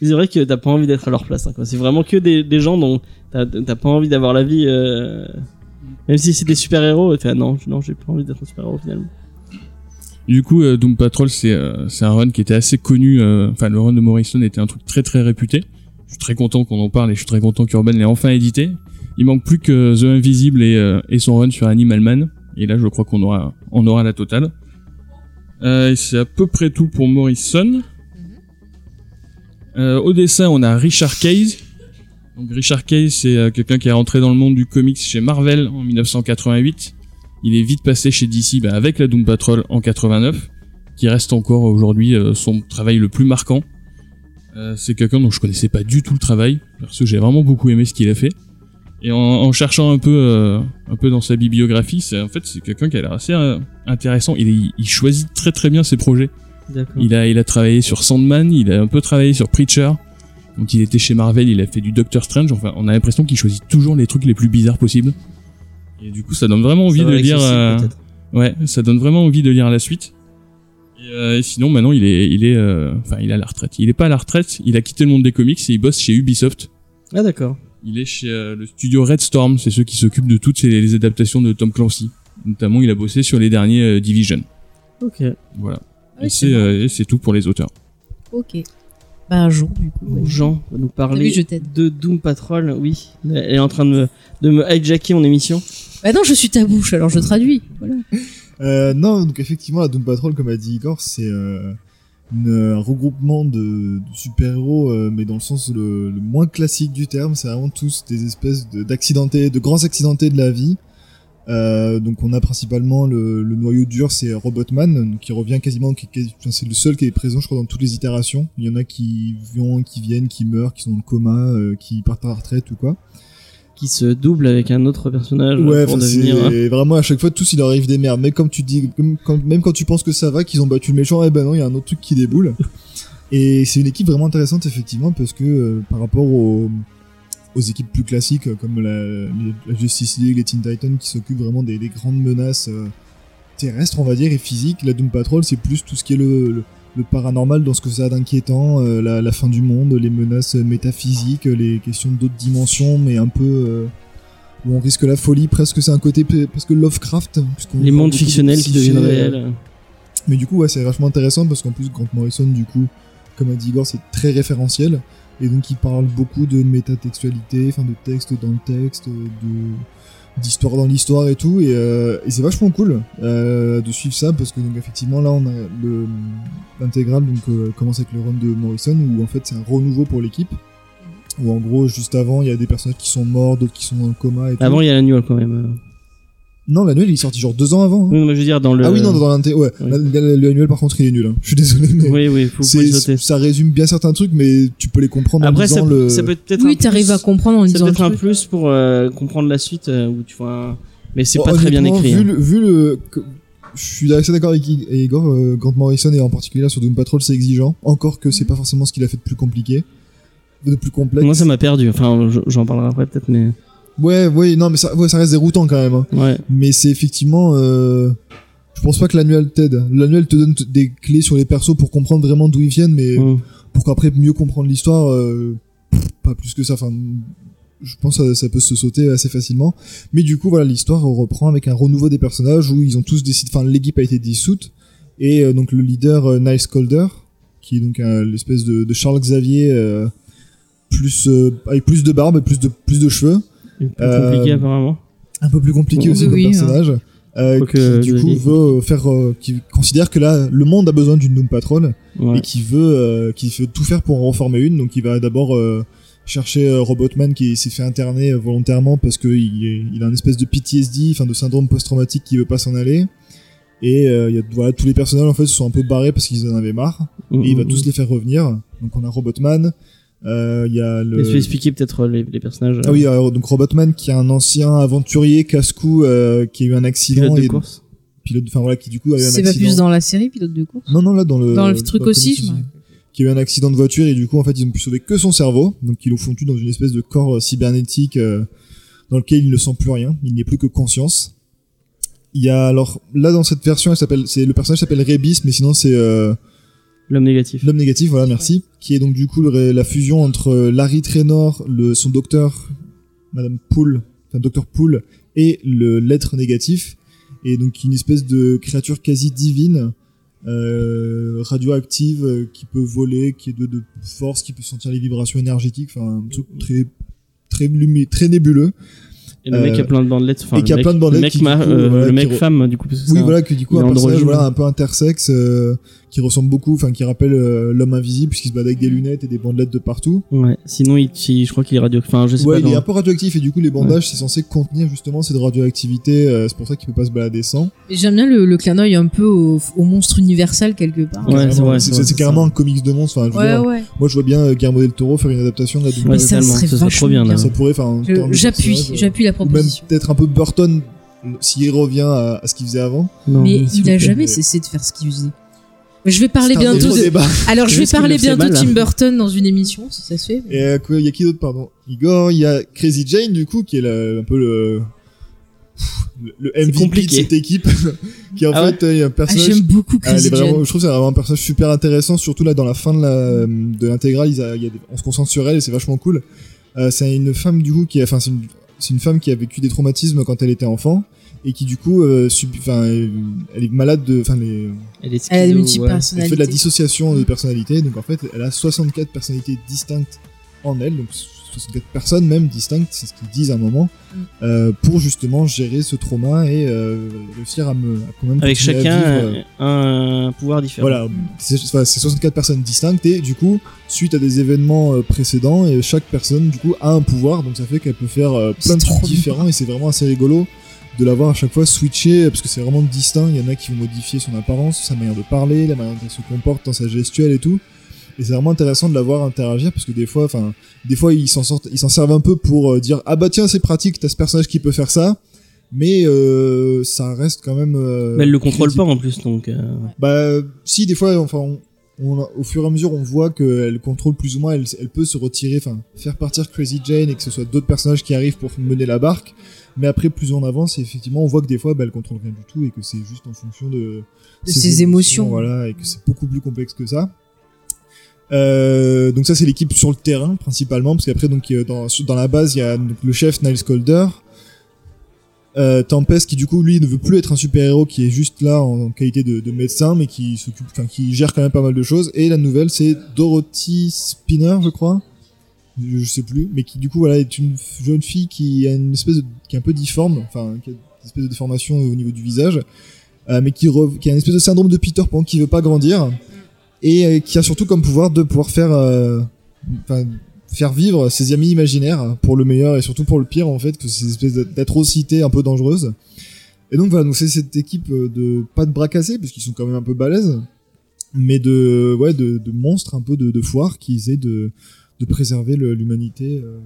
[SPEAKER 2] Mais C'est vrai que t'as pas envie d'être à leur place. hein, quoi. C'est vraiment que des, des gens dont t'as t'as pas envie d'avoir la vie. euh, Même si c'est des super-héros, t'es ah non, je- non j'ai pas envie d'être un super-héros finalement.
[SPEAKER 5] Du coup, euh, Doom Patrol, c'est euh, c'est un run qui était assez connu. euh, Enfin, le run de Morrison était un truc très très réputé. Je suis très content qu'on en parle et je suis très content qu'Urban l'ait enfin édité. Il manque plus que The Invisible et, euh, et son run sur Animal Man. Et là, je crois qu'on aura, on aura la totale. Euh, et c'est à peu près tout pour Morrison. Euh, au dessin, on a Richard Case. Donc Richard Case, c'est euh, quelqu'un qui est rentré dans le monde du comics chez Marvel en 1988. Il est vite passé chez DC bah, avec la Doom Patrol en 89, qui reste encore aujourd'hui euh, son travail le plus marquant. Euh, c'est quelqu'un dont je connaissais pas du tout le travail, parce que j'ai vraiment beaucoup aimé ce qu'il a fait. Et en, en cherchant un peu, euh, un peu dans sa bibliographie, c'est en fait c'est quelqu'un qui a l'air assez euh, intéressant. Il, est- il choisit très très bien ses projets.
[SPEAKER 2] D'accord.
[SPEAKER 5] Il a, il a travaillé sur Sandman, il a un peu travaillé sur Preacher. Quand il était chez Marvel, il a fait du Doctor Strange. Enfin, on a l'impression qu'il choisit toujours les trucs les plus bizarres possibles. Et du coup, ça donne vraiment envie de lire. euh, ouais, ça donne vraiment envie de lire la suite. Et, euh, et sinon, maintenant, il est, il est, euh, enfin, il est à la retraite. Il est pas à la retraite. Il a quitté le monde des comics et il bosse chez Ubisoft.
[SPEAKER 2] Ah d'accord.
[SPEAKER 5] Il est chez euh, le studio Red Storm. C'est ceux qui s'occupent de toutes ces- les adaptations de Tom Clancy. Notamment, il a bossé sur les derniers euh, Division.
[SPEAKER 2] Ok.
[SPEAKER 5] Voilà.
[SPEAKER 3] Ah Oui,
[SPEAKER 5] et
[SPEAKER 3] c'est
[SPEAKER 5] c'est
[SPEAKER 3] bon.
[SPEAKER 5] euh, et c'est tout pour les auteurs.
[SPEAKER 3] Ok. Bah un jour du coup.
[SPEAKER 2] Bon, Jean va nous
[SPEAKER 3] T'as
[SPEAKER 2] parler
[SPEAKER 3] vu, je t'aide.
[SPEAKER 2] de Doom Patrol. Oui. Elle est en train de me, de me hijacker mon émission.
[SPEAKER 3] Bah non, je suis ta bouche, alors je traduis. Voilà.
[SPEAKER 4] Euh, non, donc effectivement, la Doom Patrol, comme a dit Igor, c'est euh, une- un regroupement de, de super-héros, euh, mais dans le sens le, le moins classique du terme. C'est vraiment tous des espèces de- d'accidentés, de, grands accidentés de la vie. Euh, donc on a principalement le, le noyau dur, c'est Robotman, qui revient quasiment, qui, qui- enfin, c'est le seul qui est présent, je crois, dans toutes les itérations. Il y en a qui vont, qui viennent, qui meurent, qui sont dans le coma, euh, qui partent à la retraite ou quoi.
[SPEAKER 2] Qui se double avec un autre personnage
[SPEAKER 4] Ouais,
[SPEAKER 2] pour
[SPEAKER 4] enfin,
[SPEAKER 2] devenir. hein.
[SPEAKER 4] c'est vraiment à chaque fois tous il leur arrive des merdes. Mais comme tu dis, comme- quand- même quand tu penses que ça va, qu'ils ont battu le méchant, eh ben non, il y a un autre truc qui déboule. Et c'est une équipe vraiment intéressante effectivement parce que euh, par rapport aux, aux équipes plus classiques euh, comme la, la Justice League, les Teen Titans qui s'occupent vraiment des, des grandes menaces euh, terrestres on va dire et physiques, la Doom Patrol c'est plus tout ce qui est le, le- le paranormal dans ce que ça a d'inquiétant, euh, la, la fin du monde, les menaces euh, métaphysiques, euh, les questions d'autres dimensions mais un peu... euh, où on risque la folie, presque c'est un côté p- presque Lovecraft. puisqu'on
[SPEAKER 2] Les
[SPEAKER 4] voit
[SPEAKER 2] mondes
[SPEAKER 4] beaucoup de
[SPEAKER 2] fictionnels qui
[SPEAKER 4] psychés,
[SPEAKER 2] deviennent
[SPEAKER 4] euh,
[SPEAKER 2] réels.
[SPEAKER 4] mais du coup, ouais, c'est vachement intéressant parce qu'en plus, Grant Morrison, du coup, comme a dit Igor, c'est très référentiel. Et donc, il parle beaucoup de métatextualité, enfin, de texte dans le texte, de d'histoire dans l'histoire et tout. Et, euh, et c'est vachement cool euh, de suivre ça parce que, donc, effectivement, là, on a le- l'intégrale donc, euh, commence avec le run de Morrison où, en fait, c'est un renouveau pour l'équipe. Où,
[SPEAKER 2] Bah,
[SPEAKER 4] en gros, juste avant, il y a des personnages qui sont morts, d'autres qui sont dans le coma et tout.
[SPEAKER 2] Avant, il y a l'annual quand même.
[SPEAKER 4] Non, l'annuel, il est sorti genre deux ans avant. hein.
[SPEAKER 2] Oui, mais je veux dire, dans le.
[SPEAKER 4] Ah oui, non, dans l'inté. Ouais,
[SPEAKER 2] Oui.
[SPEAKER 4] La- la- l'annuel, par contre, il est nul. hein. Je suis désolé, mais.
[SPEAKER 2] Oui, oui, faut, faut
[SPEAKER 4] c'est-
[SPEAKER 2] le sauter.
[SPEAKER 4] ça résume bien certains trucs, mais tu peux les comprendre en
[SPEAKER 2] Après, ça,
[SPEAKER 4] lisant le.
[SPEAKER 2] ça peut être
[SPEAKER 3] Oui,
[SPEAKER 2] un plus-
[SPEAKER 3] t'arrives à comprendre en
[SPEAKER 2] Ça
[SPEAKER 3] lisant
[SPEAKER 2] peut
[SPEAKER 3] le
[SPEAKER 2] être un
[SPEAKER 3] truc.
[SPEAKER 2] plus pour euh, comprendre la suite euh, où tu vois. un- Mais c'est
[SPEAKER 4] Bon,
[SPEAKER 2] pas très bien
[SPEAKER 4] Bah, honnêtement,
[SPEAKER 2] écrit.
[SPEAKER 4] Vu
[SPEAKER 2] hein.
[SPEAKER 4] le, vu le- que- je suis assez d'accord avec I- Igor. euh, Grant Morrison et en particulier là, sur Doom Patrol, c'est exigeant. Encore que c'est pas forcément ce qu'il a fait de plus compliqué, de plus complexe.
[SPEAKER 2] Moi, ça m'a perdu. Enfin, je- j'en parlerai après peut-être, mais
[SPEAKER 4] Ouais, ouais, non, mais ça, ouais, ça reste déroutant quand même. hein.
[SPEAKER 2] ouais.
[SPEAKER 4] Mais c'est effectivement. euh, je pense pas que l'annuel t'aide. L'annuel te donne t- des clés sur les persos pour comprendre vraiment d'où ils viennent, mais
[SPEAKER 2] Hum.
[SPEAKER 4] pour qu'après mieux comprendre l'histoire, euh, pff, pas plus que ça. Enfin, je pense que ça, ça peut se sauter assez facilement. Mais du coup, voilà, l'histoire reprend avec un renouveau des personnages où ils ont tous décidé. Enfin, l'équipe a été dissoute et euh, donc le leader euh, Niles Calder, qui est donc euh, l'espèce de, de Charles Xavier euh, plus euh, avec plus de barbe, et plus de plus de cheveux,
[SPEAKER 2] C'est plus
[SPEAKER 4] Euh,
[SPEAKER 2] compliqué apparemment.
[SPEAKER 4] un peu plus compliqué
[SPEAKER 2] Oui, hein.
[SPEAKER 4] aussi comme
[SPEAKER 3] oui,
[SPEAKER 4] personnage. euh,
[SPEAKER 2] Faut
[SPEAKER 4] qui,
[SPEAKER 2] que
[SPEAKER 4] du coup
[SPEAKER 2] Xavier-
[SPEAKER 4] veut euh, faire euh, qui considère que là le monde a besoin d'une Doom Patrol
[SPEAKER 2] Ouais.
[SPEAKER 4] et qui veut, euh, qui veut tout faire pour en reformer une. Donc il va d'abord euh, chercher euh, Robotman qui s'est fait interner euh, volontairement parce qu'il il a une espèce de PTSD, enfin de syndrome post-traumatique qui veut pas s'en aller. Et euh, il y a, voilà, tous les personnages en fait se sont un peu barrés parce qu'ils en avaient marre.
[SPEAKER 2] Hum,
[SPEAKER 4] Et il va
[SPEAKER 2] hum,
[SPEAKER 4] tous
[SPEAKER 2] hum.
[SPEAKER 4] les faire revenir. Donc on a Robotman, euh, il y a le...
[SPEAKER 2] Mais tu peux expliquer peut-être euh, les, les personnages.
[SPEAKER 4] Ah oui, euh, donc Robotman qui est un ancien aventurier casse-cou euh, qui a eu un accident
[SPEAKER 2] pilote de
[SPEAKER 4] et
[SPEAKER 2] course.
[SPEAKER 4] pilote, enfin voilà, qui du coup a eu un
[SPEAKER 3] C'est
[SPEAKER 4] accident.
[SPEAKER 3] pas plus dans la série, pilote de course.
[SPEAKER 4] Non, non, là, dans le...
[SPEAKER 3] Dans le truc
[SPEAKER 4] comics
[SPEAKER 3] aussi, je me-
[SPEAKER 4] Qui a eu un accident de voiture et du coup, en fait, ils n'ont pu sauver que son cerveau. Donc, ils l'ont foutu dans une espèce de corps euh, cybernétique euh, dans lequel il ne sent plus rien. Il n'y a plus que conscience. Il y a, alors, là, dans cette version, elle s'appelle, c'est, le personnage s'appelle Rebis, mais sinon, c'est euh,
[SPEAKER 2] L'homme négatif.
[SPEAKER 4] l'homme négatif, voilà, merci. Qui est donc, du coup, le ré- la fusion entre euh, Larry Traynor, le, son docteur, Madame Poole, enfin, docteur Poole, et le, l'être négatif. Et donc, une espèce de créature quasi divine euh, radioactive euh, qui peut voler, qui est de, de force, qui peut sentir les vibrations énergétiques, enfin un truc très très lumi- très nébuleux.
[SPEAKER 2] Et le mec
[SPEAKER 4] euh,
[SPEAKER 2] a plein de bandelettes. Enfin,
[SPEAKER 4] et qui a
[SPEAKER 2] le mec-
[SPEAKER 4] plein de
[SPEAKER 2] Le
[SPEAKER 4] bandelettes
[SPEAKER 2] mec,
[SPEAKER 4] qui, du
[SPEAKER 2] ma-
[SPEAKER 4] coup,
[SPEAKER 2] euh,
[SPEAKER 4] voilà,
[SPEAKER 2] le
[SPEAKER 4] qui
[SPEAKER 2] mec
[SPEAKER 4] re-
[SPEAKER 2] femme, du coup. parce que c'est
[SPEAKER 4] Oui,
[SPEAKER 2] un-
[SPEAKER 4] voilà que du coup
[SPEAKER 2] il est
[SPEAKER 4] un personnage
[SPEAKER 2] androgyne.
[SPEAKER 4] voilà un peu intersexe euh, qui ressemble beaucoup, enfin qui rappelle euh, l'homme invisible puisqu'il se bat avec des lunettes et des bandelettes de partout.
[SPEAKER 2] Ouais. Sinon, il, il- je crois qu'il est radio. Enfin, je sais pas.
[SPEAKER 4] Ouais, il est
[SPEAKER 2] dans-
[SPEAKER 4] un peu radioactif et du coup les bandages c'est censé contenir justement cette radioactivité, euh, c'est pour ça qu'il peut pas se balader sans.
[SPEAKER 3] Et J'aime bien le, le clin d'œil un peu au, au monstre universel quelque part.
[SPEAKER 2] Ouais,
[SPEAKER 4] Carrément,
[SPEAKER 2] c'est vrai,
[SPEAKER 4] c'est
[SPEAKER 2] c'est vrai,
[SPEAKER 4] c'est
[SPEAKER 2] c'est
[SPEAKER 4] carrément un comics de monstre. Enfin, je veux
[SPEAKER 3] ouais.
[SPEAKER 4] dire,
[SPEAKER 3] ouais.
[SPEAKER 4] Moi je vois bien euh, Guillermo del Toro faire une adaptation de la double
[SPEAKER 2] Ouais,
[SPEAKER 3] Mais ça
[SPEAKER 2] totalement,
[SPEAKER 3] serait
[SPEAKER 2] ce serait
[SPEAKER 3] vachement
[SPEAKER 2] trop bien, là.
[SPEAKER 3] bien.
[SPEAKER 4] Ça pourrait, enfin, en
[SPEAKER 3] Je-
[SPEAKER 4] termes de
[SPEAKER 3] J'appuie,
[SPEAKER 4] personnage, euh,
[SPEAKER 3] j'appuie la
[SPEAKER 4] ou même
[SPEAKER 3] proposition.
[SPEAKER 4] peut-être un peu Burton s'il revient à, à ce qu'il faisait avant.
[SPEAKER 2] Non,
[SPEAKER 3] Mais
[SPEAKER 2] s'il
[SPEAKER 3] il
[SPEAKER 2] vous
[SPEAKER 3] a
[SPEAKER 2] plaît.
[SPEAKER 3] jamais cessé de faire ce qu'il faisait. Mais Je vais parler
[SPEAKER 4] C'est un
[SPEAKER 3] bientôt
[SPEAKER 4] autre
[SPEAKER 3] de...
[SPEAKER 4] débat.
[SPEAKER 3] Alors je
[SPEAKER 2] C'est
[SPEAKER 3] vais
[SPEAKER 2] juste
[SPEAKER 3] parler
[SPEAKER 2] qu'il le fait
[SPEAKER 3] bientôt de
[SPEAKER 2] mal.
[SPEAKER 3] Tim Burton dans une émission, si ça se fait.
[SPEAKER 4] Et euh, quoi, il y a qui d'autre, pardon Igor, il y a Crazy Jane du coup qui est la- un peu le le- le
[SPEAKER 2] C'est
[SPEAKER 4] MVP de
[SPEAKER 2] compliqué.
[SPEAKER 4] cette équipe qui en
[SPEAKER 2] Ah ouais
[SPEAKER 4] fait euh, est un
[SPEAKER 3] Ah,
[SPEAKER 4] personnage
[SPEAKER 3] J'aime beaucoup
[SPEAKER 4] Ah, elle est
[SPEAKER 3] Crazy
[SPEAKER 4] vraiment-
[SPEAKER 3] Jane.
[SPEAKER 4] je trouve que c'est vraiment un personnage super intéressant, surtout là dans la fin de la- de l'intégrale, ils a- il y a des- on se concentre sur elle et c'est vachement cool. Euh, c'est une femme du coup qui, a- enfin c'est une, c'est une femme qui a vécu des traumatismes quand elle était enfant et qui du coup, euh, subit- enfin elle, elle est malade de, enfin les-
[SPEAKER 2] Elle est
[SPEAKER 3] Elle a des
[SPEAKER 2] schizo, ouais.
[SPEAKER 4] elle fait de la
[SPEAKER 3] multipersonnalités.
[SPEAKER 4] dissociation de personnalité, donc en fait elle a 64 personnalités distinctes en elle, donc 64 personnes même distinctes, c'est ce qu'ils disent à un moment,
[SPEAKER 3] Mm.
[SPEAKER 4] euh, pour justement gérer ce trauma et euh, réussir à me, à quand même
[SPEAKER 2] Avec
[SPEAKER 4] continuer à
[SPEAKER 2] chacun
[SPEAKER 4] vivre, euh,
[SPEAKER 2] un, un pouvoir différent.
[SPEAKER 4] voilà, c'est enfin, c'est 64 personnes distinctes et du coup, suite à des événements euh, précédents, et chaque personne du coup a un pouvoir, donc ça fait qu'elle peut faire euh, plein
[SPEAKER 3] C'est
[SPEAKER 4] de
[SPEAKER 3] trop
[SPEAKER 4] trucs
[SPEAKER 3] bien.
[SPEAKER 4] différents et c'est vraiment assez rigolo de l'avoir à chaque fois switché euh, parce que c'est vraiment distinct. Il y en a qui vont modifier son apparence, sa manière de parler, la manière dont elle se comporte dans sa gestuelle et tout. Et c'est vraiment intéressant de l'avoir interagir parce que des fois, enfin, des fois ils s'en sortent, ils s'en servent un peu pour euh, dire ah bah tiens c'est pratique, t'as ce personnage qui peut faire ça, mais euh, ça reste quand même. euh,
[SPEAKER 2] Mais elle le contrôle
[SPEAKER 4] crédible.
[SPEAKER 2] pas en plus, donc. euh,
[SPEAKER 4] Bah, si, des fois, enfin, on, on- au fur et à mesure, on voit qu'elle contrôle plus ou moins, elle, elle peut se retirer, enfin, faire partir Crazy Jane et que ce soit d'autres personnages qui arrivent pour mener la barque. Mais après, plus on avance, effectivement, on voit que des fois, bah, elle contrôle rien du tout et que c'est juste en fonction de,
[SPEAKER 3] De ses émotions.
[SPEAKER 4] Voilà, et que c'est beaucoup plus complexe que ça. Euh, donc ça c'est l'équipe sur le terrain principalement parce qu'après donc euh, dans, sur- dans la base il y a donc, le chef Niles Calder euh, Tempest qui du coup lui ne veut plus être un super héros qui est juste là en, en qualité de, de médecin mais qui s'occupe enfin qui gère quand même pas mal de choses et la nouvelle c'est Dorothy Spinner je crois je, je sais plus mais qui du coup voilà est une f- jeune fille qui a une espèce de, qui est un peu difforme enfin qui a une espèce de déformation au niveau du visage euh, mais qui, re- qui a une espèce de syndrome de Peter Pan qui veut pas grandir et euh, qui a surtout comme pouvoir de pouvoir faire euh, enfin, faire vivre ses amis imaginaires pour le meilleur et surtout pour le pire en fait que ces espèces d'atrocités un peu dangereuses Et donc voilà, donc c'est cette équipe euh, de pas de bras cassés parce qu'ils sont quand même un peu balèzes, mais de ouais de, de monstres un peu de, de foire qui essaient de, de préserver le- l'humanité euh,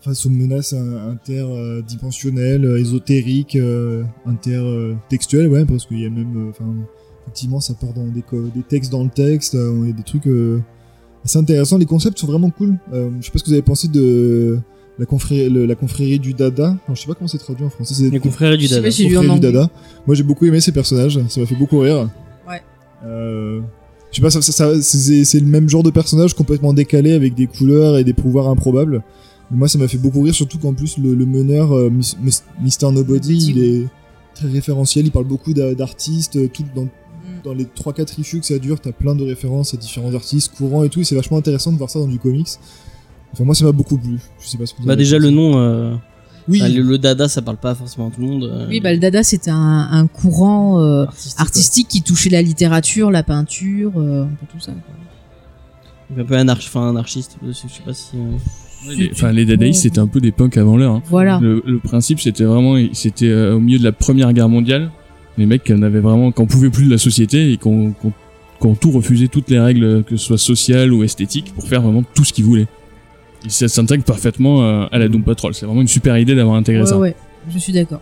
[SPEAKER 4] face aux menaces euh, interdimensionnelles, euh, ésotériques, euh, intertextuelles, ouais, parce qu'il y a même euh, enfin effectivement ça part dans des, co- des textes dans le texte, euh, il y a des trucs euh, assez intéressants. Les concepts sont vraiment cool. Euh, je sais pas ce que vous avez pensé de la confrérie, le- la confrérie du Dada. Enfin, je sais pas comment c'est traduit en français. c'est-
[SPEAKER 2] Les confrères du
[SPEAKER 3] Je sais
[SPEAKER 2] dada.
[SPEAKER 3] pas si- J'ai lu en
[SPEAKER 4] Confrérie du
[SPEAKER 3] anglais.
[SPEAKER 4] Dada. Moi j'ai beaucoup aimé ces personnages, ça m'a fait beaucoup rire.
[SPEAKER 3] Ouais.
[SPEAKER 4] Euh, je sais pas, ça, ça- ça- c'est c'est le même genre de personnage complètement décalé avec des couleurs et des pouvoirs improbables. Mais moi ça m'a fait beaucoup rire, surtout qu'en plus le, le meneur euh, Mis- Mis- Mr. Nobody,
[SPEAKER 3] Nobody,
[SPEAKER 4] il est très référentiel, il parle beaucoup d'a- d'artistes, euh, tout dans
[SPEAKER 3] Mm.
[SPEAKER 4] dans les 3-4 issues que ça dure, t'as plein de références à différents artistes courants et tout, et c'est vachement intéressant de voir ça dans du comics. Enfin, moi, ça m'a beaucoup plu. Je sais pas ce que vous
[SPEAKER 2] Bah
[SPEAKER 4] avez
[SPEAKER 2] déjà
[SPEAKER 4] pensé.
[SPEAKER 2] le nom, euh,
[SPEAKER 4] Oui,
[SPEAKER 2] bah, le, le dada ça parle pas forcément à tout le monde. euh,
[SPEAKER 3] Oui, bah, le dada, c'était un, un courant euh,
[SPEAKER 2] artistique, quoi.
[SPEAKER 3] artistique qui touchait la littérature, la peinture, euh, un peu tout ça. quoi.
[SPEAKER 2] Donc Un peu anarch- enfin, anarchiste, je sais je sais pas si... euh,
[SPEAKER 5] Les- Enfin, les dadaïstes, c'était un peu des punks avant l'heure. hein.
[SPEAKER 3] Voilà.
[SPEAKER 5] Le, le principe, c'était vraiment, c'était euh, au milieu de la première guerre mondiale, les mecs qui en avaient vraiment, qu'on pouvaient plus de la société et qu'on qu'on qu'on tout refusé toutes les règles, euh, que ce soit sociales ou esthétiques, pour faire vraiment tout ce qu'ils voulaient. Et ça s'intègre parfaitement euh, à la Doom Patrol. C'est vraiment une super idée d'avoir intégré
[SPEAKER 3] Ouais,
[SPEAKER 5] ça.
[SPEAKER 3] ouais, je suis d'accord.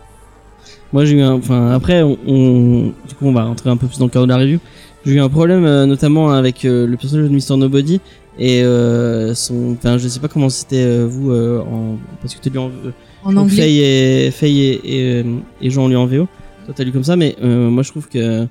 [SPEAKER 2] Moi, j'ai eu un. Enfin, après, on, on- Du coup, on va rentrer un peu plus dans le cadre de la review. J'ai eu un problème, euh, notamment avec euh, le personnage de Mr. Nobody et euh, son. Enfin, je sais pas comment c'était euh, vous euh, en. Parce que t'as lu en. euh,
[SPEAKER 3] En
[SPEAKER 2] donc
[SPEAKER 3] anglais,
[SPEAKER 2] Faye et, Faye et, et, euh, et Jean lu en VO. Toi, t'as lu comme ça, mais euh, moi, je trouve que.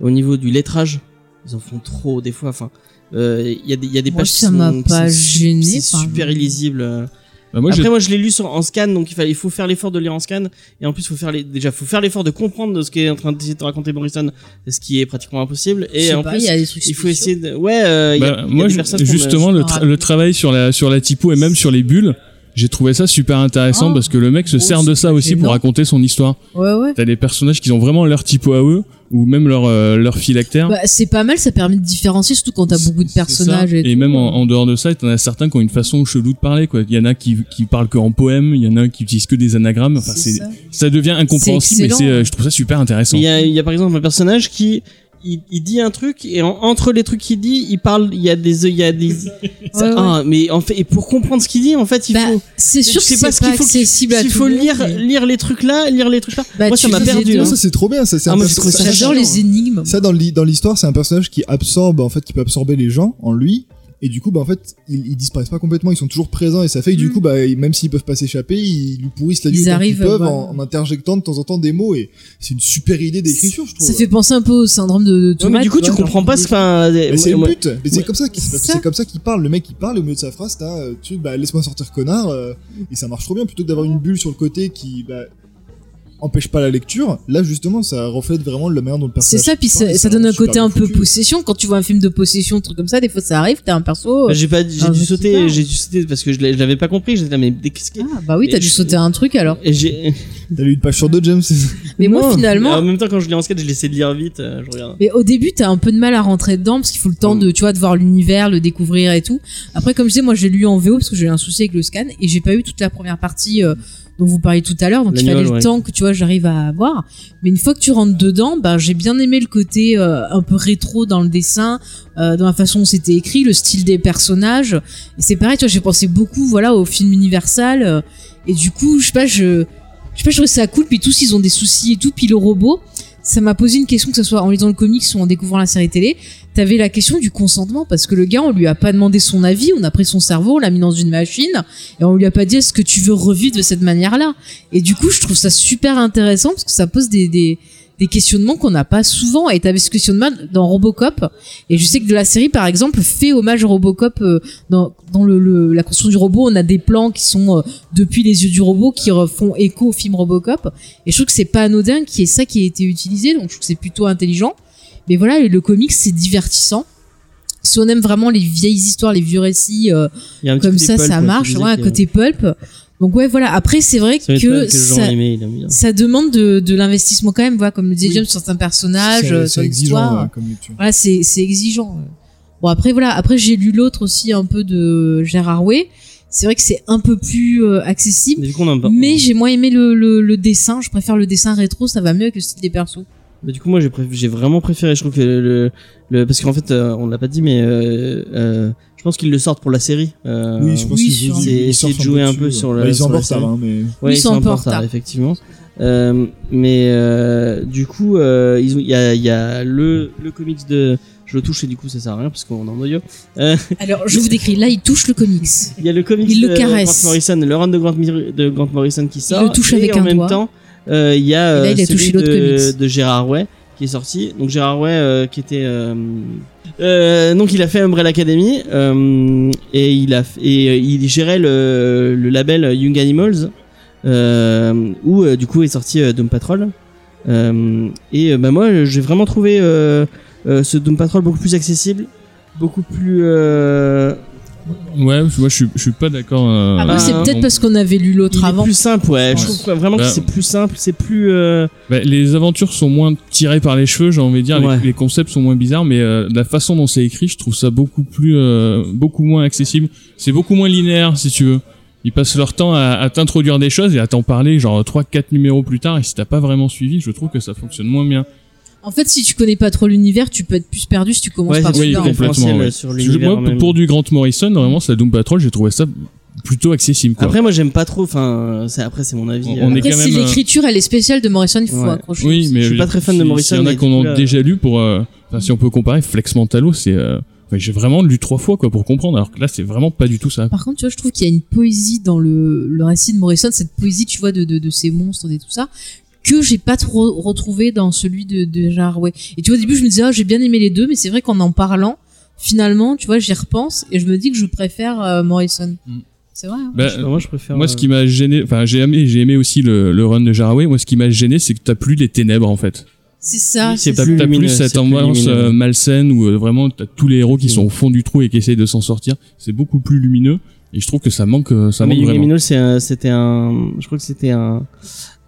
[SPEAKER 2] Au niveau du lettrage, ils en font trop, des fois. Enfin. euh, Il y a des, il y a des
[SPEAKER 3] Moi,
[SPEAKER 2] pages qui
[SPEAKER 3] ça
[SPEAKER 2] sont-
[SPEAKER 3] m'a
[SPEAKER 2] qui
[SPEAKER 3] pas
[SPEAKER 2] sont su-
[SPEAKER 3] gêné,
[SPEAKER 2] c'est
[SPEAKER 3] enfin.
[SPEAKER 2] super illisible. euh,
[SPEAKER 5] Bah, moi,
[SPEAKER 2] après,
[SPEAKER 5] je-
[SPEAKER 2] moi, je l'ai lu sur, en scan, donc il, fallait, il faut faire l'effort de lire en scan. Et en plus, faut faire les, déjà, faut faire l'effort de comprendre ce qu'est en train d'essayer de raconter Morrison, ce qui est pratiquement impossible.
[SPEAKER 3] je
[SPEAKER 2] Et
[SPEAKER 3] sais
[SPEAKER 2] en
[SPEAKER 3] pas,
[SPEAKER 2] plus,
[SPEAKER 3] il y a des trucs
[SPEAKER 2] il faut
[SPEAKER 3] spéciaux.
[SPEAKER 2] essayer de, ouais, euh, il y a-
[SPEAKER 5] bah,
[SPEAKER 2] il y a
[SPEAKER 5] moi,
[SPEAKER 2] des
[SPEAKER 5] je-
[SPEAKER 2] personnes qu'on, euh,
[SPEAKER 5] justement, le, tra- le travail sur la sur la typo et même sur les bulles, j'ai trouvé ça super intéressant
[SPEAKER 2] Oh.
[SPEAKER 3] Ah,
[SPEAKER 5] parce que le mec se
[SPEAKER 3] gros,
[SPEAKER 5] sert de
[SPEAKER 3] c'est
[SPEAKER 5] ça aussi pour
[SPEAKER 3] énorme.
[SPEAKER 5] raconter son histoire.
[SPEAKER 3] Ouais, ouais.
[SPEAKER 5] T'as des personnages qui ont vraiment leur typo à eux ou même leur euh, leur phylactère.
[SPEAKER 3] Bah, c'est pas mal, ça permet de différencier, surtout quand t'as beaucoup de
[SPEAKER 5] C'est
[SPEAKER 3] personnages.
[SPEAKER 5] ça.
[SPEAKER 3] Et, tout. hein.
[SPEAKER 5] même en, en dehors de ça, t'en as certains qui ont une façon chelou de parler. quoi. Il y en a qui, qui parlent que en poème, il y en a qui utilisent que des anagrammes. Enfin, c'est, ça.
[SPEAKER 3] ça.
[SPEAKER 5] devient incompréhensible, mais
[SPEAKER 3] excellent. hein.
[SPEAKER 5] c'est, euh, je trouve ça super intéressant.
[SPEAKER 2] Il y a, il y a, par exemple un personnage qui, il, il dit un truc et en- entre les trucs qu'il dit, il parle, il y a des, il y a des,
[SPEAKER 3] Ouais, ouais.
[SPEAKER 2] ah, mais en fait, et pour comprendre ce qu'il dit, en fait, il
[SPEAKER 3] Bah,
[SPEAKER 2] faut,
[SPEAKER 3] c'est sûr
[SPEAKER 2] je
[SPEAKER 3] que
[SPEAKER 2] sais
[SPEAKER 3] c'est
[SPEAKER 2] pas
[SPEAKER 3] pas,
[SPEAKER 2] ce qu'il faut-
[SPEAKER 3] accessible à
[SPEAKER 2] il
[SPEAKER 3] tout
[SPEAKER 2] faut
[SPEAKER 3] le monde,
[SPEAKER 2] lire,
[SPEAKER 3] mais-
[SPEAKER 2] lire les trucs là, lire les trucs là.
[SPEAKER 3] Bah,
[SPEAKER 2] Moi, ça
[SPEAKER 3] tu
[SPEAKER 2] m'a
[SPEAKER 3] lis les
[SPEAKER 2] perdu,
[SPEAKER 3] deux.
[SPEAKER 2] hein.
[SPEAKER 4] Non, ça c'est trop bien, ça c'est
[SPEAKER 2] Ah,
[SPEAKER 4] un
[SPEAKER 2] moi,
[SPEAKER 4] perso-
[SPEAKER 2] je trouve ça
[SPEAKER 4] ça-
[SPEAKER 3] J'adore
[SPEAKER 2] génial.
[SPEAKER 3] les énigmes.
[SPEAKER 4] ça, dans l'hi- dans l'histoire, c'est un personnage qui absorbe en fait, qui peut absorber les gens en lui. Et du coup, bah, en fait, ils, ils disparaissent pas complètement, ils sont toujours présents. Et ça fait que du
[SPEAKER 3] Mm.
[SPEAKER 4] coup, bah, ils- même s'ils peuvent pas s'échapper, ils lui pourrissent la vie
[SPEAKER 3] Ils
[SPEAKER 4] autant qu'ils
[SPEAKER 3] arrivent,
[SPEAKER 4] peuvent
[SPEAKER 3] voilà.
[SPEAKER 4] en, en interjectant de temps en temps des mots. Et c'est une super idée d'écriture, je trouve.
[SPEAKER 3] Ça fait penser un peu au syndrome de, de
[SPEAKER 2] Ouais, mais
[SPEAKER 3] Tomate,
[SPEAKER 2] du coup, tu
[SPEAKER 3] vois,
[SPEAKER 2] comprends pas ce enfin,
[SPEAKER 4] Mais c'est le
[SPEAKER 2] moi-
[SPEAKER 4] but. Mais
[SPEAKER 2] ouais.
[SPEAKER 4] c'est comme ça qu'il
[SPEAKER 3] C'est
[SPEAKER 4] c'est
[SPEAKER 3] ça.
[SPEAKER 4] comme ça qu'il parle. Le mec il parle et au milieu de sa phrase, t'as euh, tu bah laisse-moi sortir connard euh, et ça marche trop bien plutôt que d'avoir une bulle sur le côté qui bah, empêche pas la lecture. Là justement, ça reflète vraiment la manière dont le
[SPEAKER 3] C'est
[SPEAKER 4] personnage.
[SPEAKER 3] ça, puis
[SPEAKER 4] parle,
[SPEAKER 3] ça,
[SPEAKER 4] et
[SPEAKER 3] ça donne un
[SPEAKER 4] super
[SPEAKER 3] côté
[SPEAKER 4] bien
[SPEAKER 3] un peu
[SPEAKER 4] foutu.
[SPEAKER 3] possession. Quand tu vois un film de possession, un truc comme ça, des fois ça arrive, t'as un perso.
[SPEAKER 2] Bah, J'ai pas, j'ai
[SPEAKER 3] Ah,
[SPEAKER 2] dû
[SPEAKER 3] je sais pas.
[SPEAKER 2] sauter, j'ai dû sauter parce que je l'ai- je l'avais pas compris. J'étais là, mais qu'est-ce que
[SPEAKER 3] Ah, bah oui, t'as
[SPEAKER 2] Et
[SPEAKER 3] dû
[SPEAKER 2] je-
[SPEAKER 3] sauter un truc alors.
[SPEAKER 2] Et j'ai.
[SPEAKER 4] T'as lu une page sur deux, James. c'est ça
[SPEAKER 3] Mais moi, finalement,
[SPEAKER 2] En même temps, quand je lis en skate, je l'essaie de lire vite. euh, Mm. je regarde.
[SPEAKER 3] Mais au début, t'as un peu de mal à rentrer dedans parce qu'il faut le temps de, tu vois, de voir l'univers, le découvrir et tout. Après, comme je disais, moi, j'ai lu en VO parce que j'ai eu un souci avec le scan et j'ai pas eu toute la première partie euh, dont vous parliez tout à l'heure. Donc, il
[SPEAKER 2] L'annual,
[SPEAKER 3] fallait le
[SPEAKER 2] ouais.
[SPEAKER 3] temps que, tu vois, j'arrive à voir. Mais une fois que tu rentres dedans, bah, j'ai bien aimé le côté euh, un peu rétro dans le dessin, euh, dans la façon dont c'était écrit, le style des personnages. Et c'est pareil, tu vois, j'ai pensé beaucoup, voilà, au film Universal. euh, et du coup, je sais pas, je, je sais pas, je trouvais ça cool. Puis tous, ils ont des soucis et tout. Puis le robot, ça m'a posé une question, que ce soit en lisant le comics ou en découvrant la série télé. T'avais la question du consentement parce que le gars, on lui a pas demandé son avis. On a pris son cerveau, on l'a mis dans une machine et on lui a pas dit est-ce que tu veux revivre de cette manière-là. Et du coup, je trouve ça super intéressant parce que ça pose des, des des questionnements qu'on n'a pas souvent et t'avais ce questionnement dans Robocop et je sais que de la série par exemple fait hommage à Robocop euh, dans, dans le, le- la construction du robot on a des plans qui sont euh, depuis les yeux du robot qui refont écho au film Robocop. Et je trouve que c'est pas anodin qui est ça qui a été utilisé, donc je trouve que c'est plutôt intelligent. Mais voilà, le, le comics c'est divertissant. Si on aime vraiment les vieilles histoires, les vieux récits, euh,
[SPEAKER 2] Il y a un petit
[SPEAKER 3] comme
[SPEAKER 2] côté
[SPEAKER 3] ça,
[SPEAKER 2] pulp,
[SPEAKER 3] ça
[SPEAKER 2] ouais,
[SPEAKER 3] marche.
[SPEAKER 2] tu
[SPEAKER 3] Ouais,
[SPEAKER 2] disais
[SPEAKER 3] un
[SPEAKER 2] que-
[SPEAKER 3] côté pulp. Donc ouais, voilà. Après, c'est
[SPEAKER 2] euh,
[SPEAKER 3] vrai
[SPEAKER 2] Ça m'étonne
[SPEAKER 3] que
[SPEAKER 2] que Jean
[SPEAKER 3] ça,
[SPEAKER 2] ait aimé, il aime bien.
[SPEAKER 3] ça demande de, de l'investissement quand même, voilà, comme le disait
[SPEAKER 4] Oui.
[SPEAKER 3] James sur certains personnages, euh,
[SPEAKER 4] C'est
[SPEAKER 3] sur
[SPEAKER 4] c'est exigeant
[SPEAKER 3] l'histoire.
[SPEAKER 4] ouais, comme lecture.
[SPEAKER 3] Voilà, c'est c'est exigeant. Bon après voilà, après j'ai lu l'autre aussi un peu de Gérard Way. C'est vrai que c'est un peu plus euh, accessible.
[SPEAKER 2] Mais du coup, Bah, on en parle.
[SPEAKER 3] Mais j'ai moins aimé le, le, le dessin. Je préfère le dessin rétro, ça va mieux avec le style des persos.
[SPEAKER 2] Mais Bah, du coup, moi, j'ai préf- j'ai vraiment préféré. Je trouve que le, le parce qu'en fait, euh, on l'a pas dit, mais euh, euh, je pense qu'ils le sortent pour la série. Euh,
[SPEAKER 4] Oui, je pense
[SPEAKER 3] oui,
[SPEAKER 4] qu'ils
[SPEAKER 3] sur-
[SPEAKER 4] ils-
[SPEAKER 2] c'est-
[SPEAKER 4] ils sortent
[SPEAKER 2] essayer de jouer un
[SPEAKER 4] dessus,
[SPEAKER 2] peu
[SPEAKER 4] ouais.
[SPEAKER 2] sur le-
[SPEAKER 4] Bah, Ils
[SPEAKER 2] sur
[SPEAKER 4] sont en
[SPEAKER 2] la
[SPEAKER 4] retard,
[SPEAKER 2] série.
[SPEAKER 4] hein, mais.
[SPEAKER 2] Ouais,
[SPEAKER 3] Ils sont un peu en retard.
[SPEAKER 2] effectivement. Euh, mais euh, du coup, euh, ils ont- il y a, il y a le, le comics de. Je le touche et du coup, ça sert à rien parce qu'on est en noyau.
[SPEAKER 3] Alors, je vous décris. Là, il touche le comics.
[SPEAKER 2] Il y a le comics
[SPEAKER 3] Il le
[SPEAKER 2] de
[SPEAKER 3] caresse.
[SPEAKER 2] Grant Morrison, le run de Grant, Mir- de Grant Morrison qui sort.
[SPEAKER 3] le touche
[SPEAKER 2] et
[SPEAKER 3] avec
[SPEAKER 2] en
[SPEAKER 3] un
[SPEAKER 2] même
[SPEAKER 3] doigt.
[SPEAKER 2] temps, euh, il y a,
[SPEAKER 3] Et là,
[SPEAKER 2] euh,
[SPEAKER 3] il a
[SPEAKER 2] celui
[SPEAKER 3] touché l'autre
[SPEAKER 2] de,
[SPEAKER 3] comics.
[SPEAKER 2] de Gérard Way qui est sorti. Donc Gérard Way euh, qui était... euh, euh, donc il a fait Umbrella Academy euh, et il a f- et euh, il gérait le, le label Young Animals euh, où euh, du coup est sorti euh, Doom Patrol euh, et euh, bah moi j'ai vraiment trouvé euh, euh, ce Doom Patrol beaucoup plus accessible beaucoup plus euh,
[SPEAKER 5] Ouais, moi je suis, je suis pas d'accord. euh,
[SPEAKER 3] Ah,
[SPEAKER 2] bah,
[SPEAKER 3] moi, c'est
[SPEAKER 5] non
[SPEAKER 3] peut-être
[SPEAKER 5] plus.
[SPEAKER 3] parce qu'on avait lu l'autre
[SPEAKER 2] il est
[SPEAKER 3] avant.
[SPEAKER 2] plus simple ouais, je
[SPEAKER 5] Ouais.
[SPEAKER 2] trouve quoi, vraiment
[SPEAKER 5] Bah,
[SPEAKER 2] que c'est plus simple c'est plus euh,
[SPEAKER 5] Bah, les aventures sont moins tirées par les cheveux, j'ai envie de dire. Les-
[SPEAKER 2] Ouais.
[SPEAKER 5] Les, concepts sont moins bizarres, mais euh, la façon dont c'est écrit, je trouve ça beaucoup plus, euh, beaucoup moins accessible. C'est beaucoup moins linéaire, si tu veux. Ils passent leur temps à, à t'introduire des choses et à t'en parler, genre 3-4 numéros plus tard. Et si t'as pas vraiment suivi, je trouve que ça fonctionne moins bien.
[SPEAKER 3] En fait, si tu connais pas trop l'univers, tu peux être plus perdu si tu commences
[SPEAKER 2] Ouais,
[SPEAKER 3] par
[SPEAKER 2] c'est-
[SPEAKER 5] oui,
[SPEAKER 3] celui-là. en fait.
[SPEAKER 5] complètement,
[SPEAKER 2] référentiel,
[SPEAKER 5] ouais.
[SPEAKER 2] euh, sur
[SPEAKER 5] Je-
[SPEAKER 2] l'univers
[SPEAKER 5] Moi,
[SPEAKER 2] même.
[SPEAKER 5] pour du Grant Morrison, vraiment, ça Doom Patrol, j'ai trouvé ça plutôt accessible. Quoi.
[SPEAKER 2] Après, moi, j'aime pas trop. Enfin, c'est après, c'est mon avis.
[SPEAKER 5] On- on
[SPEAKER 2] Euh,
[SPEAKER 5] est
[SPEAKER 3] Après,
[SPEAKER 5] quand
[SPEAKER 3] si
[SPEAKER 5] même, euh,
[SPEAKER 3] l'écriture, elle est spéciale de Morrison, il faut
[SPEAKER 2] Ouais.
[SPEAKER 3] accrocher.
[SPEAKER 5] oui, mais
[SPEAKER 2] je suis
[SPEAKER 5] veux
[SPEAKER 2] pas
[SPEAKER 5] dire,
[SPEAKER 2] très fan de
[SPEAKER 5] si-
[SPEAKER 2] Morrison,
[SPEAKER 5] S'il y en a
[SPEAKER 2] mais
[SPEAKER 5] qu'on
[SPEAKER 2] du
[SPEAKER 5] a
[SPEAKER 2] coup, là-
[SPEAKER 5] déjà lu pour, euh, enfin, si on peut comparer, Flex Mentalo, c'est, euh, enfin, j'ai vraiment lu trois fois quoi pour comprendre. Alors que là, c'est vraiment pas du tout ça.
[SPEAKER 3] Par contre, tu vois, je trouve qu'il y a une poésie dans le, le récit de Morrison, cette poésie, tu vois, de, de, de ces monstres et tout ça, que j'ai pas trop retrouvé dans celui de, de Gérard Way. Et tu vois, au début, je me disais, ah, j'ai bien aimé les deux, mais c'est vrai qu'en en parlant, finalement, tu vois, j'y repense et je me dis que je préfère euh, Morrison.
[SPEAKER 5] Mm.
[SPEAKER 3] C'est vrai. hein.
[SPEAKER 5] Bah,
[SPEAKER 2] je- moi, je préfère. euh,
[SPEAKER 5] Moi, ce qui m'a gêné, enfin, j'ai aimé, j'ai aimé aussi le, le run de Jaraway. Moi, ce qui m'a gêné, c'est que t'as plus les ténèbres, en fait.
[SPEAKER 3] C'est ça.
[SPEAKER 2] Oui, c'est
[SPEAKER 5] T'as
[SPEAKER 2] Plus
[SPEAKER 5] t'as plus
[SPEAKER 2] lumineux,
[SPEAKER 5] cette
[SPEAKER 2] c'est plus
[SPEAKER 5] ambiance
[SPEAKER 2] lumineux. Mm.
[SPEAKER 5] euh, malsaine où euh, vraiment t'as tous les héros qui
[SPEAKER 2] Oui.
[SPEAKER 5] sont au fond du trou et qui essayent de s'en sortir. C'est beaucoup plus lumineux et je trouve que ça manque, euh, ça
[SPEAKER 2] mais
[SPEAKER 5] manque
[SPEAKER 2] Young
[SPEAKER 5] vraiment.
[SPEAKER 2] Animal, c'est un- c'était un. Je crois que c'était un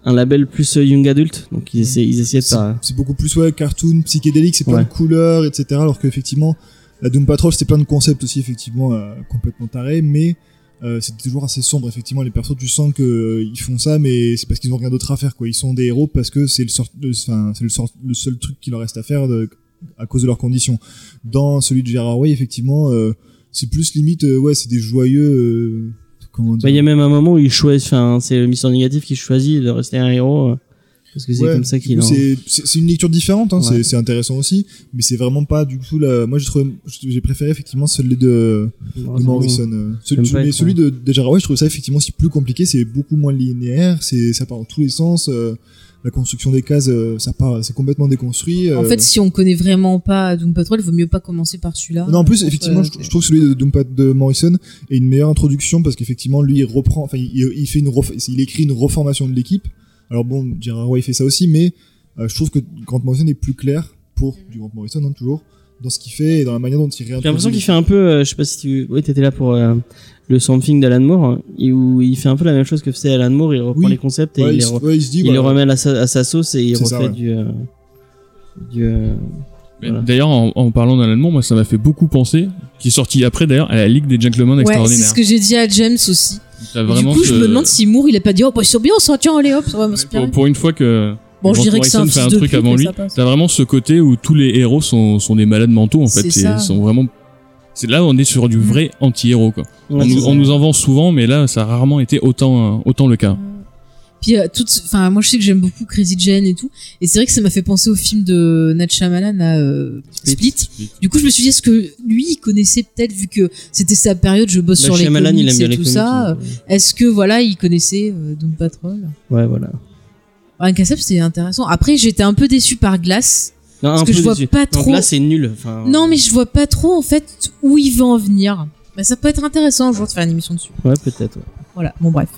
[SPEAKER 2] un label plus euh, young adult. Donc ils essayaient, ils essayaient de
[SPEAKER 4] Mm. C'est
[SPEAKER 2] pas.
[SPEAKER 4] c'est beaucoup plus ouais, cartoon, psychédélique, c'est plein
[SPEAKER 2] Ouais.
[SPEAKER 4] de couleurs, etc. Alors qu'effectivement, la Doom Patrol, c'était plein de concepts aussi, effectivement, euh, complètement tarés, mais euh, c'était toujours assez sombre, effectivement. Les persos, tu sens que euh, ils font ça, mais c'est parce qu'ils ont rien d'autre à faire, quoi. Ils sont des héros parce que c'est le, sort- le- enfin, c'est le, sort- le seul truc qu'il leur reste à faire de- à cause de leurs conditions. Dans celui de Gérard Way, effectivement, euh, c'est plus limite, euh, ouais, c'est des joyeux. euh, comment
[SPEAKER 2] Bah,
[SPEAKER 4] dire
[SPEAKER 2] Il y a même un moment où ils choisissent. Enfin, c'est le Mister Négatif qui choisit de rester un héros euh, parce que c'est
[SPEAKER 4] Ouais,
[SPEAKER 2] comme ça
[SPEAKER 4] du
[SPEAKER 2] qu'il.
[SPEAKER 4] coup,
[SPEAKER 2] en-
[SPEAKER 4] C'est c'est- c'est une lecture différente, hein, c'est-
[SPEAKER 2] Ouais.
[SPEAKER 4] c'est intéressant aussi, mais c'est vraiment pas du tout la. Moi j'ai trouvé, j'ai préféré effectivement celui de, de Morrison. euh, celui,
[SPEAKER 2] J'aime pas
[SPEAKER 4] mais
[SPEAKER 2] être-
[SPEAKER 4] celui de, de Jaraway, je trouve ça effectivement si plus compliqué, c'est beaucoup moins linéaire, c'est ça part dans tous les sens. euh, la construction des cases, euh, ça part, c'est complètement déconstruit.
[SPEAKER 3] En
[SPEAKER 4] euh.
[SPEAKER 3] fait, si on connaît vraiment pas Doom Patrol, il vaut mieux pas commencer par celui-là.
[SPEAKER 4] non, en plus,
[SPEAKER 3] Euh,
[SPEAKER 4] effectivement, je, je trouve celui de Doom Pat- de Morrison est une meilleure introduction parce qu'effectivement, lui, il reprend, enfin, il, il fait une, ref- il écrit une reformation de l'équipe. Alors bon, Gerard Way fait ça aussi, mais euh, je trouve que Grant Morrison est plus clair pour
[SPEAKER 3] Mhm.
[SPEAKER 4] du Grant Morrison hein, toujours dans ce qu'il fait et dans la manière dont il réintroduit.
[SPEAKER 2] J'ai l'impression qu'il fait un peu, euh, je sais pas si tu, oui, t'étais là pour euh, le something d'Alan Moore, hein, et où il fait un peu la même chose que faisait Alan Moore, il reprend
[SPEAKER 4] Oui.
[SPEAKER 2] les concepts et
[SPEAKER 4] Ouais,
[SPEAKER 2] il,
[SPEAKER 4] il,
[SPEAKER 2] les
[SPEAKER 4] se-
[SPEAKER 2] re-
[SPEAKER 4] ouais, il se dit,
[SPEAKER 2] il
[SPEAKER 4] voilà,
[SPEAKER 2] les remet à sa, à sa sauce et il refait
[SPEAKER 4] C'est ça, ouais.
[SPEAKER 2] du, euh, du, euh,
[SPEAKER 5] Mais
[SPEAKER 2] Voilà.
[SPEAKER 5] D'ailleurs, en, en parlant d'un allemand, moi, ça m'a fait beaucoup penser, qui est sorti après d'ailleurs, à la Ligue des Gentlemen
[SPEAKER 3] Ouais, c'est
[SPEAKER 5] Extraordinaires.
[SPEAKER 3] ce que j'ai dit à James aussi.
[SPEAKER 5] T'as
[SPEAKER 3] Et
[SPEAKER 5] vraiment
[SPEAKER 3] du coup, je
[SPEAKER 5] ce-
[SPEAKER 3] me demande si Moore, il a pas dit, oh, bah, c'est bien, on s'en tient, allez hop, ça va, on se
[SPEAKER 5] pour,
[SPEAKER 3] plaire.
[SPEAKER 5] pour une fois que
[SPEAKER 3] Bon, je
[SPEAKER 5] Grant
[SPEAKER 3] dirais que c'est un
[SPEAKER 5] Morrison fait
[SPEAKER 3] fils
[SPEAKER 5] un
[SPEAKER 3] de
[SPEAKER 5] truc
[SPEAKER 3] pute,
[SPEAKER 5] avant
[SPEAKER 3] mais
[SPEAKER 5] lui,
[SPEAKER 3] ça passe.
[SPEAKER 5] T'as vraiment ce côté où tous les héros sont, sont des malades mentaux en fait.
[SPEAKER 3] C'est
[SPEAKER 5] et
[SPEAKER 3] ça. Mm.
[SPEAKER 5] Ils sont vraiment. C'est là où on est sur du vrai anti-héros quoi.
[SPEAKER 2] ouais,
[SPEAKER 5] on,
[SPEAKER 2] c'est
[SPEAKER 5] nous,
[SPEAKER 2] ça.
[SPEAKER 5] on nous en vend souvent, mais là ça a rarement été autant euh, autant le cas.
[SPEAKER 3] Puis euh, toutes, enfin moi je sais que j'aime beaucoup Crazy Jane et tout, et c'est vrai que ça m'a fait penser au film de Nat Shyamalan à euh, Split. Du coup je me suis dit est-ce que lui il connaissait peut-être vu que c'était sa période je bosse
[SPEAKER 2] Là,
[SPEAKER 3] sur les
[SPEAKER 2] Bah, Shyamalan,
[SPEAKER 3] comics
[SPEAKER 2] il aime bien
[SPEAKER 3] et
[SPEAKER 2] les
[SPEAKER 3] tout
[SPEAKER 2] comics,
[SPEAKER 3] ça.
[SPEAKER 2] hein.
[SPEAKER 3] euh, Est-ce que voilà il connaissait euh, Doom Patrol
[SPEAKER 2] Ouais, voilà.
[SPEAKER 3] Un concept c'était intéressant. Après j'étais un peu déçu par Glass
[SPEAKER 2] Non,
[SPEAKER 3] parce
[SPEAKER 2] un
[SPEAKER 3] que
[SPEAKER 2] peu
[SPEAKER 3] je vois
[SPEAKER 2] déçu.
[SPEAKER 3] pas
[SPEAKER 2] Donc
[SPEAKER 3] trop.
[SPEAKER 2] là, c'est nul. Enfin,
[SPEAKER 3] Non mais je vois pas trop en fait où il va en venir. Bah, ça peut être intéressant un jour de faire une émission dessus.
[SPEAKER 2] Ouais, peut-être. ouais.
[SPEAKER 3] Voilà bon bref.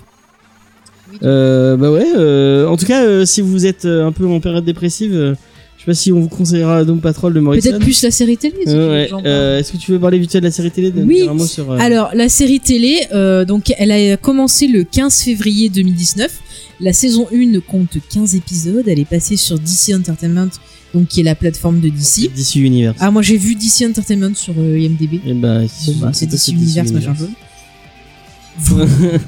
[SPEAKER 2] Euh, bah ouais, euh, en tout cas, euh, si vous êtes euh, un peu en période dépressive, euh, je sais pas si on vous conseillera Doom Patrol de Morrison.
[SPEAKER 3] Peut-être plus la série télé. si tu veux
[SPEAKER 2] Euh,
[SPEAKER 3] que
[SPEAKER 2] ouais.
[SPEAKER 3] j'en parle.
[SPEAKER 2] Euh, Est-ce que tu veux parler vite fait de la série télé de
[SPEAKER 3] Oui.
[SPEAKER 2] dire un mot sur, euh,
[SPEAKER 3] Alors, la série télé, euh, donc, elle a commencé le 15 février 2019. La saison 1 compte 15 épisodes. Elle est passée sur DC Entertainment, donc qui est la plateforme de DC.
[SPEAKER 2] DC Universe
[SPEAKER 3] Ah, moi, j'ai vu DC Entertainment sur euh, IMDb.
[SPEAKER 2] Et bah,
[SPEAKER 3] Bon, bah, c'est DC Universe, machin jaune.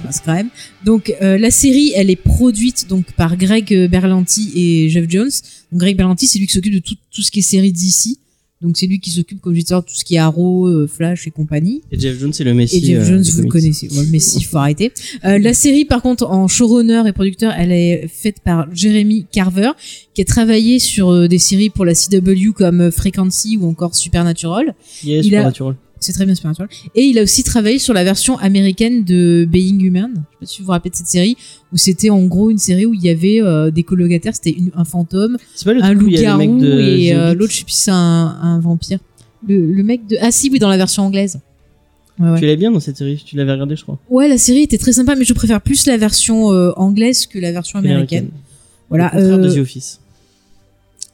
[SPEAKER 3] Parce que quand même. Donc euh, la série, elle est produite donc par Greg Berlanti et Jeff Jones. Donc, Greg Berlanti, c'est lui qui s'occupe de tout, tout ce qui est série d'ici. Donc c'est lui qui s'occupe, comme je disais, de tout ce qui est Arrow, euh, Flash et compagnie.
[SPEAKER 2] Et Jeff Jones, c'est le Messi.
[SPEAKER 3] Et Jeff
[SPEAKER 2] euh,
[SPEAKER 3] Jones,
[SPEAKER 2] des
[SPEAKER 3] vous le
[SPEAKER 2] comics.
[SPEAKER 3] connaissez. Ouais, mais si, faut arrêter. Euh, la série, par contre, en showrunner et producteur, elle est faite par Jeremy Carver, qui a travaillé sur euh, des séries pour la CW comme euh, Frequency ou encore Supernatural.
[SPEAKER 2] Yeah,
[SPEAKER 3] Il
[SPEAKER 2] Supernatural.
[SPEAKER 3] C'est très bien Supernatural. Et il a aussi travaillé sur la version américaine de Being Human. Je sais pas si vous vous rappelez de cette série, où c'était en gros une série où il y avait euh, des colocataires, c'était une- un fantôme,
[SPEAKER 2] C'est pas le
[SPEAKER 3] un
[SPEAKER 2] truc où il y a le mec
[SPEAKER 3] loup-garou
[SPEAKER 2] de.
[SPEAKER 3] et euh,
[SPEAKER 2] The Hobbit
[SPEAKER 3] l'autre, je sais plus, c'est un, un vampire. Le, le mec de... Ah si, oui, dans la version anglaise. Ouais, ouais.
[SPEAKER 2] Tu l'as bien dans cette série, tu l'avais regardé, je crois.
[SPEAKER 3] Ouais, la série était très sympa, mais je préfère plus la version euh, anglaise que la version américaine. Voilà.
[SPEAKER 2] Le contraire
[SPEAKER 3] euh,
[SPEAKER 2] de The Office.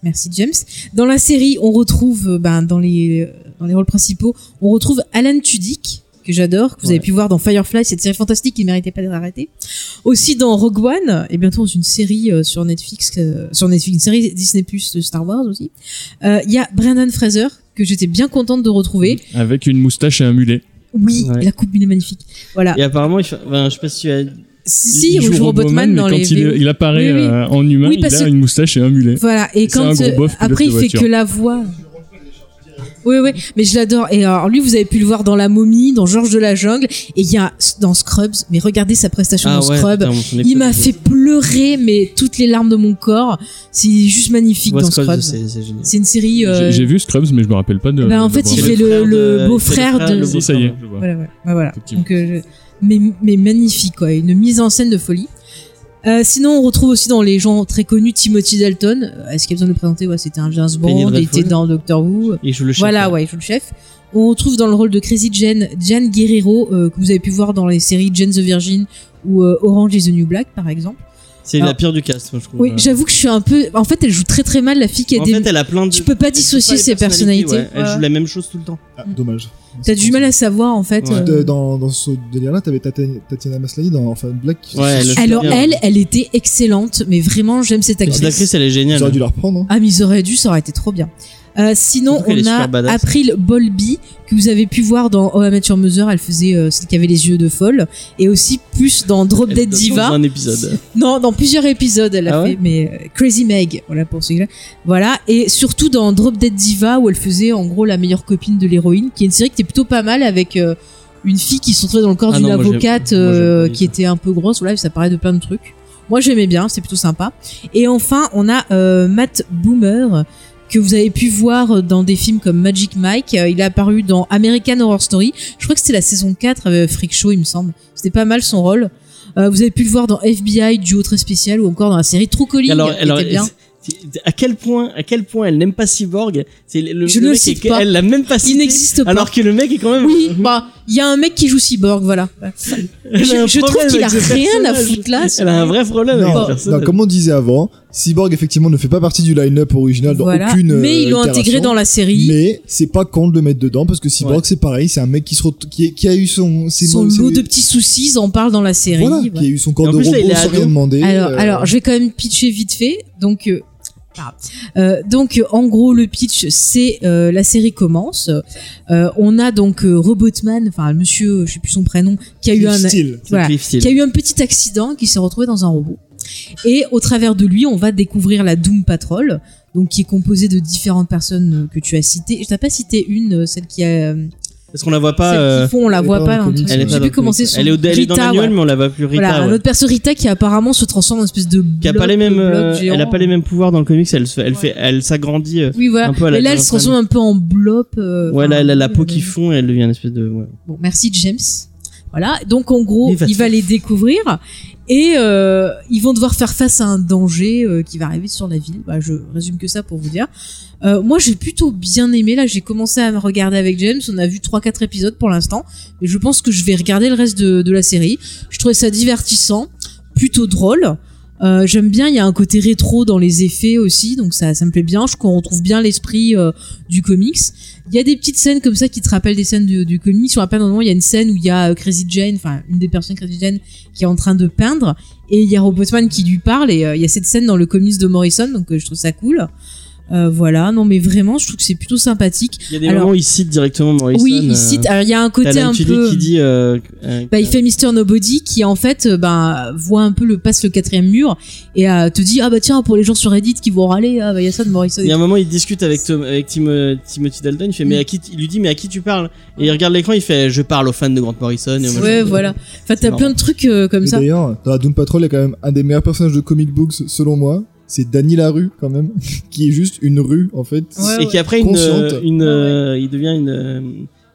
[SPEAKER 3] merci James. Dans la série, on retrouve euh, ben, dans les dans les rôles principaux, on retrouve Alan Tudyk que j'adore, que vous
[SPEAKER 2] Ouais.
[SPEAKER 3] avez pu voir dans Firefly, cette série fantastique qui ne méritait pas d'être arrêtée. Aussi dans Rogue One, et bientôt dans une série euh, sur Netflix, euh, sur Netflix, une série Disney Plus de Star Wars aussi. Euh, Il y a Brendan Fraser que j'étais bien contente de retrouver.
[SPEAKER 5] Avec une moustache et un mulet.
[SPEAKER 3] Oui,
[SPEAKER 2] Ouais.
[SPEAKER 3] la coupe est magnifique. Voilà.
[SPEAKER 2] Et apparemment, il fait- enfin, je sais pas si tu as.
[SPEAKER 3] Si,
[SPEAKER 5] il
[SPEAKER 3] on
[SPEAKER 5] joue
[SPEAKER 3] joue Robotman
[SPEAKER 5] mais
[SPEAKER 3] dans
[SPEAKER 5] quand
[SPEAKER 3] les
[SPEAKER 5] il,
[SPEAKER 3] VO.
[SPEAKER 5] il apparaît
[SPEAKER 3] Oui, oui.
[SPEAKER 5] euh, en humain,
[SPEAKER 3] Oui,
[SPEAKER 5] il
[SPEAKER 3] parce
[SPEAKER 5] a
[SPEAKER 3] que-
[SPEAKER 5] une moustache et un mulet.
[SPEAKER 3] Voilà, et
[SPEAKER 5] C'est un
[SPEAKER 3] quand
[SPEAKER 5] gros
[SPEAKER 3] euh,
[SPEAKER 5] bof pilote
[SPEAKER 3] après
[SPEAKER 5] de
[SPEAKER 3] il fait
[SPEAKER 5] voiture.
[SPEAKER 3] que la voix. Oui, oui, mais je l'adore. Et alors lui, vous avez pu le voir dans La Momie, dans Georges de la Jungle, et il y a dans Scrubs. Mais regardez sa prestation dans Scrubs.
[SPEAKER 2] ah putain, mon son
[SPEAKER 3] il
[SPEAKER 2] épisode,
[SPEAKER 3] m'a
[SPEAKER 2] je-
[SPEAKER 3] fait pleurer, mais toutes les larmes de mon corps. C'est juste magnifique
[SPEAKER 2] Moi,
[SPEAKER 3] dans
[SPEAKER 2] Scrubs,
[SPEAKER 3] Scrubs.
[SPEAKER 2] c'est c'est génial.
[SPEAKER 3] C'est une série. euh,
[SPEAKER 5] J'ai- J'ai vu euh, Scrubs, mais je me rappelle pas de.
[SPEAKER 3] ben, en
[SPEAKER 5] de
[SPEAKER 3] fait,
[SPEAKER 5] voir
[SPEAKER 3] il
[SPEAKER 5] ça. Ah,
[SPEAKER 3] fait le- le beau-frère de-
[SPEAKER 5] Si, ça y est,
[SPEAKER 2] beau-frère.
[SPEAKER 5] je vois.
[SPEAKER 3] Voilà, ouais, ouais, voilà.
[SPEAKER 5] Effectivement.
[SPEAKER 3] Donc, euh, je- mais, mais magnifique, quoi. Une mise en scène de folie. Euh, sinon, on retrouve aussi dans les gens très connus Timothy Dalton. Euh, Est-ce qu'il y a besoin de le présenter Ouais, c'était un James Bond, il
[SPEAKER 2] Redford.
[SPEAKER 3] était dans Doctor Who.
[SPEAKER 2] Il joue le chef.
[SPEAKER 3] voilà, ouais, il joue le chef. On retrouve dans le rôle de Crazy Jen, Jan Guerrero, euh, que vous avez pu voir dans les séries Jane the Virgin ou euh, Orange is the New Black, par exemple.
[SPEAKER 2] C'est
[SPEAKER 3] Alors-
[SPEAKER 2] la pire du cast, moi, je trouve.
[SPEAKER 3] Oui,
[SPEAKER 2] Euh,
[SPEAKER 3] j'avoue que je suis un peu. En fait, elle joue très très mal la fille qui a
[SPEAKER 2] En
[SPEAKER 3] des.
[SPEAKER 2] fait, elle a plein de.
[SPEAKER 3] Tu peux pas
[SPEAKER 2] elle
[SPEAKER 3] dissocier
[SPEAKER 2] les
[SPEAKER 3] ses personnalités,
[SPEAKER 2] ouais. Elle
[SPEAKER 3] ouais.
[SPEAKER 2] joue la même chose tout le temps.
[SPEAKER 4] Ah,
[SPEAKER 3] Mm.
[SPEAKER 4] dommage.
[SPEAKER 3] T'as du mal à savoir, en fait.
[SPEAKER 2] Ouais.
[SPEAKER 3] euh,
[SPEAKER 4] De- dans, dans ce délire-là, t'avais Tati- Tatiana Maslany dans Orphan Black. qui-
[SPEAKER 2] Ouais, elle-
[SPEAKER 3] Alors,
[SPEAKER 2] bien.
[SPEAKER 3] elle, elle était excellente, mais vraiment, j'aime cette
[SPEAKER 2] Cette
[SPEAKER 3] actrice.
[SPEAKER 2] actrice, elle est géniale.
[SPEAKER 4] Ils auraient dû la reprendre. hein.
[SPEAKER 3] Ah, mais ils auraient dû, ça aurait été trop bien. Euh, sinon,
[SPEAKER 2] Surtout qu'elle est
[SPEAKER 3] on
[SPEAKER 2] super
[SPEAKER 3] a
[SPEAKER 2] badass.
[SPEAKER 3] April Bolby, que vous avez pu voir dans Oh, Amateur Mother, elle faisait euh, celle qui avait les yeux de folle, et aussi plus dans Drop
[SPEAKER 2] Elle
[SPEAKER 3] Dead
[SPEAKER 2] dans
[SPEAKER 3] Diva.
[SPEAKER 2] un épisode.
[SPEAKER 3] Non, dans plusieurs épisodes, elle a
[SPEAKER 2] Ah
[SPEAKER 3] fait,
[SPEAKER 2] ouais
[SPEAKER 3] mais euh, Crazy Meg, voilà pour celui-là. Voilà, et surtout dans Drop Dead Diva, où elle faisait en gros la meilleure copine de l'héroïne, qui est une série qui était plutôt pas mal avec euh, une fille qui se retrouvait dans le corps
[SPEAKER 2] Ah
[SPEAKER 3] d'une
[SPEAKER 2] non, moi, j'aime-
[SPEAKER 3] avocate
[SPEAKER 2] moi, j'aime pas
[SPEAKER 3] euh,
[SPEAKER 2] du tout.
[SPEAKER 3] qui était un peu grosse, voilà, ça parlait de plein de trucs. Moi j'aimais bien, c'est plutôt sympa. Et enfin, on a euh, Matt Boomer, que vous avez pu voir dans des films comme Magic Mike. Euh, Il est apparu dans American Horror Story. Je crois que c'était la saison 4 avec Freak Show, il me semble. C'était pas mal son rôle. Euh, vous avez pu le voir dans FBI, duo très spécial, ou encore dans la série True Calling.
[SPEAKER 2] Alors,
[SPEAKER 3] qui
[SPEAKER 2] alors
[SPEAKER 3] était bien.
[SPEAKER 2] c'est- c'est- à quel point, à quel point elle n'aime pas Cyborg C'est le, le
[SPEAKER 3] Je ne
[SPEAKER 2] mec
[SPEAKER 3] le cite
[SPEAKER 2] est-
[SPEAKER 3] pas.
[SPEAKER 2] Elle l'a même pas cité.
[SPEAKER 3] Il n'existe pas.
[SPEAKER 2] Alors que le mec est quand même.
[SPEAKER 3] Oui, bah, il y a un mec qui joue Cyborg, voilà.
[SPEAKER 2] Elle a
[SPEAKER 3] je-
[SPEAKER 2] un
[SPEAKER 3] je trouve
[SPEAKER 2] problème
[SPEAKER 3] qu'il a
[SPEAKER 2] avec ce
[SPEAKER 3] rien à
[SPEAKER 2] personnage.
[SPEAKER 3] foutre là, ce
[SPEAKER 2] Elle a un vrai problème avec
[SPEAKER 4] Non,
[SPEAKER 2] le personnage.
[SPEAKER 4] non, comme on disait avant, Cyborg effectivement ne fait pas partie du line-up original dans
[SPEAKER 3] voilà.
[SPEAKER 4] aucune. euh,
[SPEAKER 3] Mais ils l'ont intégré
[SPEAKER 4] itération.
[SPEAKER 3] dans la série.
[SPEAKER 4] Mais c'est pas con de le mettre dedans parce que Cyborg
[SPEAKER 2] Ouais.
[SPEAKER 4] c'est pareil, c'est un mec qui, se ret- qui, qui a eu son. ses-
[SPEAKER 3] Son
[SPEAKER 4] ses-
[SPEAKER 3] lot de petits soucis, ils en parlent dans la série.
[SPEAKER 4] Voilà,
[SPEAKER 3] voilà.
[SPEAKER 4] qui a eu son corps
[SPEAKER 2] Et en
[SPEAKER 4] de
[SPEAKER 2] plus, là, il
[SPEAKER 4] robot
[SPEAKER 2] est
[SPEAKER 4] sans
[SPEAKER 2] ado.
[SPEAKER 4] rien demander.
[SPEAKER 3] Alors,
[SPEAKER 4] euh,
[SPEAKER 3] alors, je vais quand même pitcher vite fait. Donc, euh, ah, euh, donc, euh, en gros, le pitch, c'est euh, la série commence. Euh, on a donc euh, Robotman, enfin Monsieur, euh, je sais plus son prénom, qui a eu un,
[SPEAKER 4] style.
[SPEAKER 2] C'est
[SPEAKER 3] voilà,
[SPEAKER 2] Cliff Steele.
[SPEAKER 3] qui a eu un petit accident, qui s'est retrouvé dans un robot. Et au travers de lui, on va découvrir la Doom Patrol, donc qui est composée de différentes personnes euh, que tu as citées. Je t'ai pas cité une, euh, celle qui a, euh,
[SPEAKER 2] Parce qu'on la voit pas.
[SPEAKER 3] celle
[SPEAKER 2] euh,
[SPEAKER 3] qui font, on la
[SPEAKER 4] elle est
[SPEAKER 3] voit
[SPEAKER 4] pas
[SPEAKER 3] pas.
[SPEAKER 4] dans
[SPEAKER 3] dans
[SPEAKER 4] le
[SPEAKER 3] le
[SPEAKER 4] comics,
[SPEAKER 3] truc.
[SPEAKER 2] elle est
[SPEAKER 3] Je
[SPEAKER 2] pas
[SPEAKER 3] sais
[SPEAKER 2] dans
[SPEAKER 3] plus
[SPEAKER 2] le
[SPEAKER 3] comment
[SPEAKER 2] comics.
[SPEAKER 3] c'est son.
[SPEAKER 2] Elle est, au- elle est dans
[SPEAKER 3] Rita,
[SPEAKER 2] l'annuel,
[SPEAKER 3] voilà.
[SPEAKER 2] mais on la voit plus Rita.
[SPEAKER 3] Voilà,
[SPEAKER 2] ouais.
[SPEAKER 3] un autre perso Rita qui apparemment se transforme en espèce de
[SPEAKER 2] Qui a pas
[SPEAKER 3] bloc-
[SPEAKER 2] les mêmes,
[SPEAKER 3] de bloc
[SPEAKER 2] euh, elle a
[SPEAKER 3] géant.
[SPEAKER 2] pas les mêmes pouvoirs dans le comics. Elle, se- elle
[SPEAKER 3] Ouais.
[SPEAKER 2] fait, elle s'agrandit. euh,
[SPEAKER 3] Oui, voilà.
[SPEAKER 2] Un peu à la
[SPEAKER 3] Mais là, elle
[SPEAKER 2] Jonathan.
[SPEAKER 3] se transforme un peu en blob. euh,
[SPEAKER 2] ouais,
[SPEAKER 3] enfin,
[SPEAKER 2] elle a la
[SPEAKER 3] oui,
[SPEAKER 2] peau
[SPEAKER 3] elle a-
[SPEAKER 2] qui fond et elle devient une espèce de. ouais.
[SPEAKER 3] Bon, merci James. Voilà. Donc, en gros,
[SPEAKER 2] Il
[SPEAKER 3] il
[SPEAKER 2] va
[SPEAKER 3] va,
[SPEAKER 2] te faire.
[SPEAKER 3] les découvrir et euh, ils vont devoir faire face à un danger euh, qui va arriver sur la ville. Bah, je résume que ça pour vous dire. Euh, moi, j'ai plutôt bien aimé. Là, j'ai commencé à me regarder avec James. On a vu 3-4 épisodes pour l'instant. Mais je pense que je vais regarder le reste de, de la série. Je trouvais ça divertissant, plutôt drôle. Euh, J'aime bien, il y a un côté rétro dans les effets aussi, donc ça, ça me plaît bien. Je qu'on retrouve bien l'esprit euh, du comics. Il y a des petites scènes comme ça qui te rappellent des scènes du, du comics. Sur un plein moment, il y a une scène où il y a euh, Crazy Jane, enfin une des personnes Crazy Jane, qui est en train de peindre, et il y a Robotman qui lui parle. Et euh, il y a cette scène dans le comics de Morrison, donc euh, je trouve ça cool. Euh, voilà, non mais vraiment, je trouve que c'est plutôt sympathique.
[SPEAKER 2] Il y a des
[SPEAKER 3] Alors-
[SPEAKER 2] moments où il cite directement Morrison.
[SPEAKER 3] oui, il cite. Alors il y a un
[SPEAKER 2] T'as
[SPEAKER 3] côté
[SPEAKER 2] Alan
[SPEAKER 3] un
[SPEAKER 2] Tudyk
[SPEAKER 3] peu.
[SPEAKER 2] qui dit. euh, euh,
[SPEAKER 3] Bah, il fait Mister Nobody qui en fait euh, bah, voit un peu le passe le quatrième mur et euh, te dit ah bah tiens pour les gens sur Reddit qui vont râler ah bah il y a ça de Morrison.
[SPEAKER 2] Il y a un moment, il discute avec, Tom- avec Tim- euh, Timothy Dalton. Il fait,
[SPEAKER 3] Mm.
[SPEAKER 2] mais à qui, t- il lui dit, mais à qui tu parles Et il regarde l'écran. Il fait, je parle aux fans de Grant Morrison. Et au
[SPEAKER 3] ouais
[SPEAKER 2] machin.
[SPEAKER 3] voilà. Enfin
[SPEAKER 2] C'est
[SPEAKER 3] t'as plein de trucs euh, comme
[SPEAKER 4] Et
[SPEAKER 3] ça.
[SPEAKER 4] D'ailleurs, dans la Doom Patrol, il y a quand même un des meilleurs personnages de comic books, selon moi. C'est Danny Larue, quand même, qui est juste une rue, en fait.
[SPEAKER 3] Ouais,
[SPEAKER 2] et
[SPEAKER 3] ouais.
[SPEAKER 2] qui après, une,
[SPEAKER 4] Consciente.
[SPEAKER 2] euh, une,
[SPEAKER 3] Ouais, ouais.
[SPEAKER 2] euh, il devient une, euh,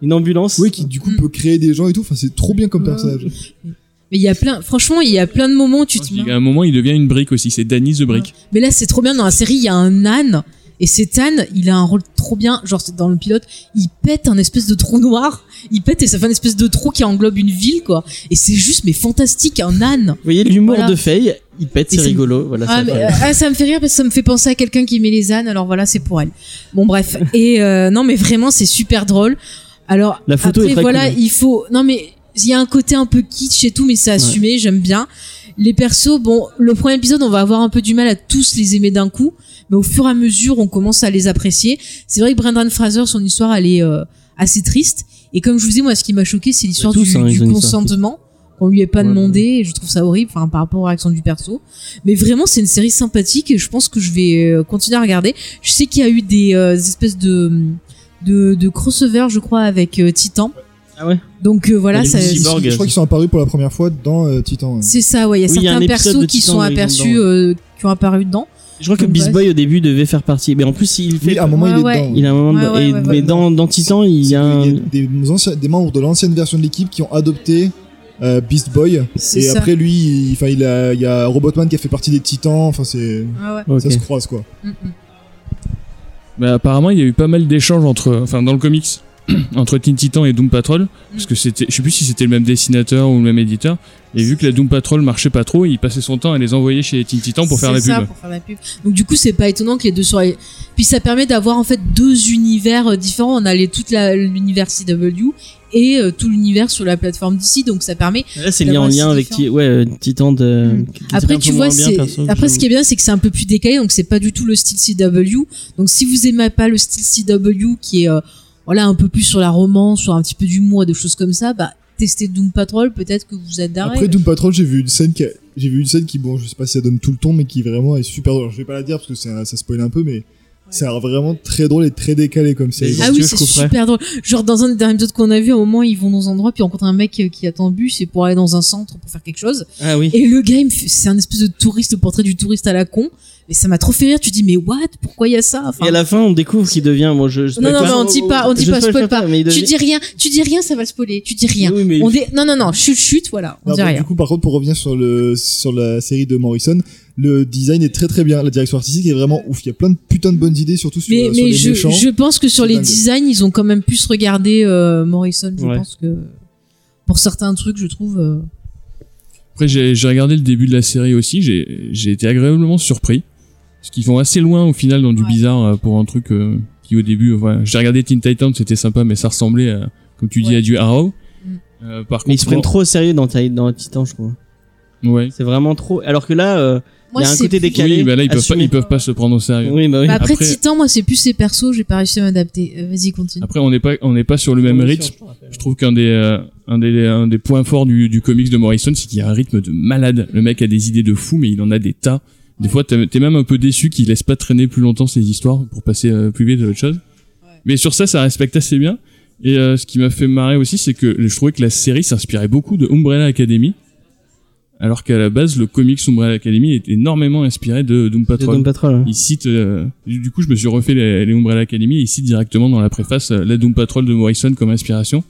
[SPEAKER 2] une ambulance.
[SPEAKER 4] Oui, qui du coup
[SPEAKER 3] Mm.
[SPEAKER 4] peut créer des gens et tout. Enfin, c'est trop bien comme
[SPEAKER 3] Ouais.
[SPEAKER 4] personnage.
[SPEAKER 3] Mais il y a plein franchement il y a plein de moments où tu te
[SPEAKER 5] Il y
[SPEAKER 3] marres.
[SPEAKER 5] a un moment, il devient une brique aussi. C'est Danny the Brick.
[SPEAKER 3] Mais là c'est trop bien dans la série il y a un âne et cet âne il a un rôle trop bien genre c'est dans le pilote il pète un espèce de trou noir il pète et ça fait un espèce de trou qui englobe une ville quoi et c'est juste mais fantastique un âne.
[SPEAKER 2] Vous voyez l'humour
[SPEAKER 3] Voilà.
[SPEAKER 2] de Faye. Il pète,
[SPEAKER 3] Et
[SPEAKER 2] c'est
[SPEAKER 3] c'est-
[SPEAKER 2] rigolo. Voilà.
[SPEAKER 3] Ah,
[SPEAKER 2] ça
[SPEAKER 3] mais,
[SPEAKER 2] fait-
[SPEAKER 3] euh, ah, ça me fait rire parce que ça me fait penser à quelqu'un qui aimait les ânes, alors voilà, c'est pour elle. Bon, bref. Et euh, non, mais vraiment, c'est super drôle. Alors,
[SPEAKER 2] La photo
[SPEAKER 3] après,
[SPEAKER 2] est très
[SPEAKER 3] voilà,
[SPEAKER 2] cool.
[SPEAKER 3] il faut. Non, mais il y a un côté un peu kitsch et tout, mais c'est assumé, j'aime bien. Les persos, bon, le premier épisode, on va avoir un peu du mal à tous les aimer d'un coup, mais au fur et à mesure, on commence à les apprécier. C'est vrai que Brendan Fraser, son histoire, elle est euh, assez triste. Et comme je vous dis, moi, ce qui m'a choqué, c'est l'histoire
[SPEAKER 2] tous,
[SPEAKER 3] du,
[SPEAKER 2] hein,
[SPEAKER 3] du
[SPEAKER 2] ils ont une histoire
[SPEAKER 3] consentement qu'on lui ait pas
[SPEAKER 2] Ouais, bah
[SPEAKER 3] demandé. Et je trouve ça horrible, enfin, par rapport à l'action du perso. Mais vraiment, c'est une série sympathique et je pense que je vais euh, continuer à regarder. Je sais qu'il y a eu des euh, espèces de de, de crossover, je crois, avec euh, Titan.
[SPEAKER 2] Ah ouais
[SPEAKER 3] Donc euh, voilà,
[SPEAKER 2] Il y a
[SPEAKER 3] ça.
[SPEAKER 2] des
[SPEAKER 4] Je
[SPEAKER 2] cyborgs.
[SPEAKER 4] crois qu'ils sont apparus pour la première fois dans euh, Titan. ouais.
[SPEAKER 3] C'est ça, ouais. Il y a
[SPEAKER 2] Oui, il y a
[SPEAKER 3] certains
[SPEAKER 2] un épisode
[SPEAKER 3] persos
[SPEAKER 2] de
[SPEAKER 3] qui
[SPEAKER 2] Titan,
[SPEAKER 3] sont
[SPEAKER 2] oui, ils sont
[SPEAKER 3] aperçus,
[SPEAKER 2] dedans.
[SPEAKER 3] euh, qui ont apparu dedans.
[SPEAKER 2] Je crois que
[SPEAKER 3] Tom
[SPEAKER 2] Beast
[SPEAKER 3] Bass.
[SPEAKER 2] Boy au début devait faire partie. Mais en plus, il fait.
[SPEAKER 4] Oui, à un moment,
[SPEAKER 3] Ouais,
[SPEAKER 4] il est
[SPEAKER 3] ouais.
[SPEAKER 4] dedans.
[SPEAKER 2] Il a un moment. de-
[SPEAKER 3] Ouais, ouais,
[SPEAKER 2] et-
[SPEAKER 3] ouais,
[SPEAKER 2] mais
[SPEAKER 3] ouais.
[SPEAKER 2] dans, dans Titan, il y a un.
[SPEAKER 4] Il y a des, anciens- des membres de l'ancienne version de l'équipe qui ont adopté euh, Beast Boy.
[SPEAKER 3] C'est
[SPEAKER 4] Et
[SPEAKER 3] ça.
[SPEAKER 4] après, lui, il, enfin, il, a, il y a Robotman qui a fait partie des Titans. Enfin, c'est.
[SPEAKER 3] Ah Ouais, ouais.
[SPEAKER 2] Ok.
[SPEAKER 4] Ça se croise, quoi.
[SPEAKER 3] Mm, mm.
[SPEAKER 5] Bah, apparemment, il y a eu pas mal d'échanges entre, enfin, dans le comics, entre Teen Titan et Doom Patrol, parce que c'était, je sais plus si c'était le même dessinateur ou le même éditeur. Et vu que la Doom Patrol marchait pas trop, il passait son temps à les envoyer chez Teen Titan pour faire
[SPEAKER 3] C'est
[SPEAKER 5] la
[SPEAKER 3] ça,
[SPEAKER 5] pub.
[SPEAKER 3] pour faire la pub. Donc du coup, c'est pas étonnant que les deux soient. Puis ça permet d'avoir en fait deux univers euh, différents. On a les, toute la- l'univers CW et euh, tout l'univers sur la plateforme d'ici. Donc ça permet
[SPEAKER 2] Là, c'est
[SPEAKER 3] Il y a
[SPEAKER 2] lié en
[SPEAKER 3] vraiment
[SPEAKER 2] lien
[SPEAKER 3] six
[SPEAKER 2] avec
[SPEAKER 3] différents.
[SPEAKER 2] Ti- ouais, euh, Titan de.
[SPEAKER 3] Mm.
[SPEAKER 2] qui- qui serait
[SPEAKER 3] Après,
[SPEAKER 2] un
[SPEAKER 3] tu
[SPEAKER 2] peu
[SPEAKER 3] vois,
[SPEAKER 2] moins bien,
[SPEAKER 3] c'est-
[SPEAKER 2] perso,
[SPEAKER 3] après
[SPEAKER 2] j'avoue.
[SPEAKER 3] ce qui est bien, c'est que c'est un peu plus décalé, donc c'est pas du tout le style CW. Donc si vous aimez pas le style CW, qui est euh, voilà un peu plus sur la romance, sur un petit peu d'humour et des choses comme ça, bah testez Doom Patrol, peut-être que vous êtes
[SPEAKER 4] Après Doom Patrol, j'ai vu une scène qui, a- j'ai vu une scène qui, bon, je sais pas si ça donne tout le ton, mais qui vraiment est super drôle. Alors, Je vais pas la dire parce que ça, ça spoil un peu, mais c'est vraiment très drôle et très décalé comme série.
[SPEAKER 2] Mais-
[SPEAKER 3] Ah
[SPEAKER 2] Si tu veux,
[SPEAKER 3] oui,
[SPEAKER 2] je
[SPEAKER 3] c'est
[SPEAKER 2] couperai.
[SPEAKER 3] super drôle. Genre dans un des derniers épisodes qu'on a vu, à un moment ils vont dans un endroit puis ils rencontrent un mec euh, qui attend un bus et pour aller dans un centre pour faire quelque chose.
[SPEAKER 2] Ah oui.
[SPEAKER 3] Et le gars, il me fait- c'est un espèce de touriste, le portrait du touriste à la con. Mais ça m'a trop fait rire. Tu dis mais what Pourquoi il y a ça Enfin,
[SPEAKER 2] Et à la fin, on découvre qu'il devient. Bon, je, je spoil
[SPEAKER 3] Non, non,
[SPEAKER 2] pas.
[SPEAKER 3] mais on dit pas, on dit
[SPEAKER 2] Je
[SPEAKER 3] pas, spoil pas.
[SPEAKER 2] mais il devient-
[SPEAKER 3] Tu dis rien, tu dis rien, ça va le spoiler. Tu dis rien.
[SPEAKER 2] Oui, Ah bah, mais
[SPEAKER 3] On dit, non, non, non, chute, chute, voilà, on
[SPEAKER 4] Non,
[SPEAKER 3] dit
[SPEAKER 4] bon,
[SPEAKER 3] rien.
[SPEAKER 4] du coup, par contre, pour revenir sur le sur la série de Morrison, le design est très très bien, la direction artistique est vraiment ouf. Il y a plein de putains de bonnes idées, surtout sur,
[SPEAKER 3] Mais,
[SPEAKER 4] sur
[SPEAKER 3] mais
[SPEAKER 4] les
[SPEAKER 3] je,
[SPEAKER 4] méchants.
[SPEAKER 3] je pense que sur
[SPEAKER 4] C'est
[SPEAKER 3] les
[SPEAKER 4] dingue.
[SPEAKER 3] designs, ils ont quand même plus regardé euh, Morrison, je
[SPEAKER 2] Ouais.
[SPEAKER 3] pense que pour certains trucs, je trouve. euh,
[SPEAKER 5] Après, j'ai j'ai regardé le début de la série aussi, j'ai j'ai été agréablement surpris. Parce qu'ils vont assez loin au final dans du
[SPEAKER 3] Ouais.
[SPEAKER 5] bizarre euh, pour un truc euh, qui au début, euh, voilà. j'ai regardé Teen Titans, c'était sympa, mais ça ressemblait, à, comme tu dis,
[SPEAKER 3] Ouais.
[SPEAKER 5] à du Arrow.
[SPEAKER 3] Mm.
[SPEAKER 5] Euh, par
[SPEAKER 2] Mais ils
[SPEAKER 5] contre,
[SPEAKER 2] se prennent trop au sérieux dans, Ti- dans Titan, je crois.
[SPEAKER 5] Ouais.
[SPEAKER 2] C'est vraiment trop. Alors que là, euh,
[SPEAKER 3] Moi,
[SPEAKER 2] il y a un
[SPEAKER 3] c'est
[SPEAKER 2] côté
[SPEAKER 3] plus-
[SPEAKER 2] décalé.
[SPEAKER 5] Oui, bah là, ils peuvent, pas,
[SPEAKER 2] assumé.
[SPEAKER 5] ils peuvent pas se prendre au sérieux.
[SPEAKER 2] Oui, bah oui.
[SPEAKER 3] Bah après,
[SPEAKER 5] Après-
[SPEAKER 3] Titan, moi, c'est plus ses persos, j'ai pas réussi à m'adapter. Euh, Vas-y, continue.
[SPEAKER 5] Après, on n'est pas, on n'est pas sur le même rythme. Je trouve qu'un des, euh, un des, un des points forts du, du comics de Morrison, c'est qu'il y a un rythme de malade. Le mec a des idées de fou, mais il en a des tas. Des fois, t'es t'es même un peu déçu qu'il laisse pas traîner plus longtemps ses histoires pour passer euh, plus vite à autre chose. Mais sur ça, ça respecte assez bien. Et euh, ce qui m'a fait marrer aussi, c'est que je trouvais que la série s'inspirait beaucoup de Umbrella Academy. Alors qu'à la base, le comics Umbrella Academy est énormément inspiré de Doom
[SPEAKER 2] De
[SPEAKER 5] Patrol.
[SPEAKER 2] Doom Patrol. hein.
[SPEAKER 5] Il cite, euh, du du coup, je me suis refait les, les Umbrella Academy et il cite directement dans la préface euh, la Doom Patrol de Morrison comme inspiration.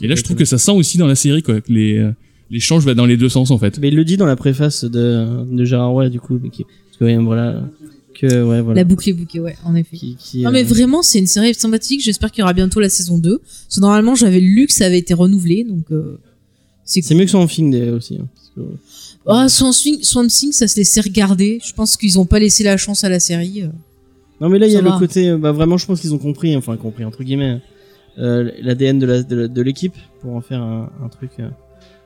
[SPEAKER 5] Et là, je trouve que ça sent aussi dans la série, quoi. que les, euh, l'échange va dans les deux sens, en fait.
[SPEAKER 2] Mais il le dit dans la préface de, de Gérard Roy, du coup. mais qui- Parce que, ouais, voilà. Que, ouais, voilà.
[SPEAKER 3] La boucle est bouquée, ouais, en effet.
[SPEAKER 2] Qui, qui,
[SPEAKER 3] Non,
[SPEAKER 2] euh,
[SPEAKER 3] mais vraiment, c'est une série sympathique. J'espère qu'il y aura bientôt la saison 2. Parce que normalement, j'avais lu que ça avait été renouvelé, donc euh, c'est
[SPEAKER 2] C'est mieux que son film d'ailleurs, aussi. hein, parce que-
[SPEAKER 3] Ah, Swamp Thing, Swamp Thing, ça se laissait regarder. Je pense qu'ils ont pas laissé la chance à la série. euh.
[SPEAKER 2] Non, mais là, il y a
[SPEAKER 3] Ça
[SPEAKER 2] le
[SPEAKER 3] va.
[SPEAKER 2] côté. euh, Bah, vraiment, je pense qu'ils ont compris, enfin, compris entre guillemets, euh, l'ADN de la- de la- de l'équipe pour en faire un, un truc. euh,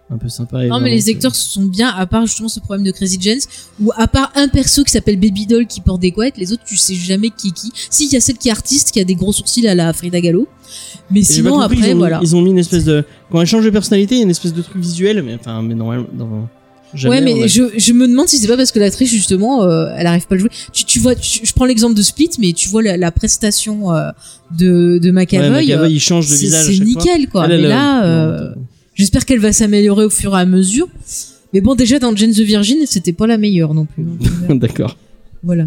[SPEAKER 2] un peu sympa. et
[SPEAKER 3] Non, mais
[SPEAKER 2] vraiment,
[SPEAKER 3] les
[SPEAKER 2] c'est-
[SPEAKER 3] acteurs sont bien, à part justement ce problème de Crazy Gens, ou à part un perso qui s'appelle Baby Doll qui porte des couettes, les autres, tu sais jamais qui est qui. Si, il y a celle qui est artiste, qui a des gros sourcils à la Frida Gallo. Mais
[SPEAKER 2] Et j'ai pas
[SPEAKER 3] sinon,
[SPEAKER 2] compris,
[SPEAKER 3] après,
[SPEAKER 2] ils ont, mis-
[SPEAKER 3] voilà.
[SPEAKER 2] Ils ont mis une espèce de. Quand elle change de personnalité, il y a une espèce de truc visuel, mais enfin, mais normalement. Dans... jamais
[SPEAKER 3] ouais, mais
[SPEAKER 2] on a-
[SPEAKER 3] je, je me demande si c'est pas parce que l'actrice, justement, euh, elle arrive pas à le jouer. Tu, tu vois, tu- je prends l'exemple de Split, mais tu vois la, la prestation euh, de, de
[SPEAKER 2] Ouais,
[SPEAKER 3] McAvoy.
[SPEAKER 2] McAvoy,
[SPEAKER 3] euh,
[SPEAKER 2] il change de
[SPEAKER 3] c'est-
[SPEAKER 2] visage. à
[SPEAKER 3] c'est
[SPEAKER 2] chaque fois.
[SPEAKER 3] nickel, quoi.
[SPEAKER 2] Elle,
[SPEAKER 3] mais
[SPEAKER 2] elle,
[SPEAKER 3] là,
[SPEAKER 2] euh,
[SPEAKER 3] euh, j'espère qu'elle va s'améliorer au fur et à mesure. Mais bon, déjà, dans Jane the Virgin, c'était pas la meilleure non plus. hein.
[SPEAKER 2] D'accord.
[SPEAKER 3] Voilà.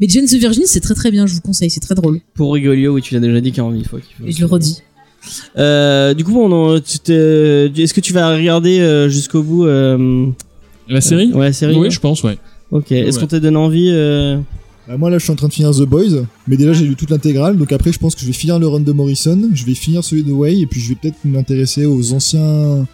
[SPEAKER 3] Mais Jane the Virgin, c'est très très bien, je vous conseille, c'est très drôle.
[SPEAKER 2] Pour Rigolio, oui, tu l'as déjà dit 40 000 fois. qu'il faut-
[SPEAKER 3] Et je le redis.
[SPEAKER 2] Euh, du coup, on en- tu te- est-ce que tu vas regarder euh, jusqu'au bout euh,
[SPEAKER 5] La série
[SPEAKER 2] Ouais, la série.
[SPEAKER 5] Oui,
[SPEAKER 2] ouais.
[SPEAKER 5] je pense, ouais.
[SPEAKER 2] Ok. Est-ce
[SPEAKER 5] Ouais.
[SPEAKER 2] qu'on t'a donné envie euh,
[SPEAKER 4] Bah, moi là je suis en train de finir The Boys, mais déjà j'ai lu toute l'intégrale, donc après je pense que je vais finir le run de Morrison, je vais finir celui de Way, et puis je vais peut-être m'intéresser aux anciens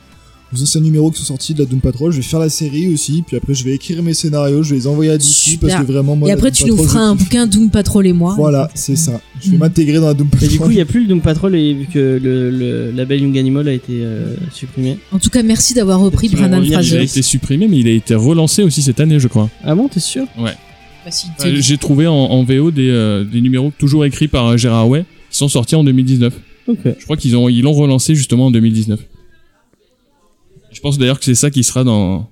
[SPEAKER 4] aux anciens numéros qui sont sortis de la Doom Patrol, je vais faire la série aussi, puis après je vais écrire mes scénarios, je vais les envoyer à DC
[SPEAKER 3] Super.
[SPEAKER 4] parce que vraiment moi
[SPEAKER 3] et
[SPEAKER 4] la
[SPEAKER 3] après,
[SPEAKER 4] Doom
[SPEAKER 3] tu nous
[SPEAKER 4] Patrol,
[SPEAKER 3] feras
[SPEAKER 4] je
[SPEAKER 3] un
[SPEAKER 4] kiffe.
[SPEAKER 3] bouquin Doom Patrol et moi.
[SPEAKER 4] Voilà, c'est ça. Je vais
[SPEAKER 3] Mm.
[SPEAKER 4] m'intégrer dans la Doom
[SPEAKER 2] Et
[SPEAKER 4] Patrol.
[SPEAKER 2] du coup, il n'y a plus le Doom Patrol et vu que le, le label Young Animal a été euh, supprimé.
[SPEAKER 3] En tout cas, merci d'avoir repris
[SPEAKER 2] Peut-être qu'ils vont
[SPEAKER 3] Brandon
[SPEAKER 2] revenir,
[SPEAKER 5] Il a
[SPEAKER 3] Fraser.
[SPEAKER 5] été supprimé, mais il a été relancé aussi cette année, je crois.
[SPEAKER 2] Ah bon, t'es sûr
[SPEAKER 3] Bah, si,
[SPEAKER 5] Euh, J'ai trouvé en, en VO des, euh, des numéros toujours écrits par euh, Gérard Way qui sont sortis en 2019.
[SPEAKER 2] Ok.
[SPEAKER 5] Je crois qu'ils ont ils l'ont relancé justement en 2019. Je pense d'ailleurs que c'est ça qui sera dans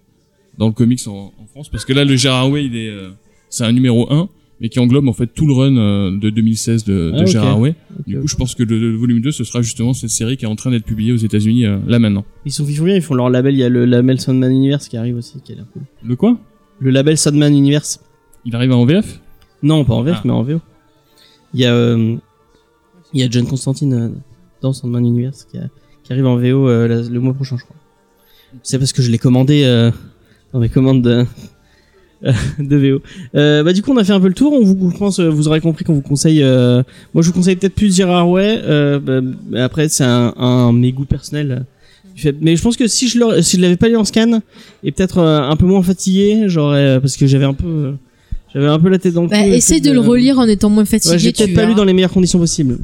[SPEAKER 5] dans le comics en, en France parce que là le Gérard Way il est euh, c'est un numéro 1 mais qui englobe en fait tout le run euh, de 2016 de, de
[SPEAKER 2] Ah, ok.
[SPEAKER 5] Gérard Way.
[SPEAKER 2] Ok.
[SPEAKER 5] Du coup, je pense que le, le volume 2 ce sera justement cette série qui est en train d'être publiée aux États-Unis euh, là maintenant.
[SPEAKER 2] Ils sont ils font bien, ils font leur label. Il y a le label Sandman Universe qui arrive aussi, qui a l'air cool.
[SPEAKER 5] Le quoi
[SPEAKER 2] Le label Sandman Universe.
[SPEAKER 5] Il arrive en VF
[SPEAKER 2] Non, pas en VF,
[SPEAKER 5] Ah.
[SPEAKER 2] mais en VO. Il y a, euh, il y a John Constantine euh, dans Sandman Universe qui, a- qui arrive en VO euh, la- le mois prochain, je crois. C'est parce que je l'ai commandé euh, dans mes commandes de, de VO. Euh, bah, du coup, on a fait un peu le tour. On vous, je pense, euh, vous aurez compris qu'on vous conseille. euh, moi, je vous conseille peut-être plus Gérard Way. Euh, bah, bah, après, c'est un, un mes goûts personnels. euh, Du fait- Mais je pense que si je l'aurais- si je l'avais pas lu en scan et peut-être euh, un peu moins fatigué, j'aurais parce que j'avais un peu euh, j'avais un peu la tête dans le
[SPEAKER 3] Bah,
[SPEAKER 2] cul,
[SPEAKER 3] essaye de le relire en étant moins
[SPEAKER 2] euh,
[SPEAKER 3] fatigué.
[SPEAKER 2] Ouais, j'ai
[SPEAKER 3] tu hein.
[SPEAKER 2] peut-être pas
[SPEAKER 3] verras.
[SPEAKER 2] lu dans les meilleures conditions possibles.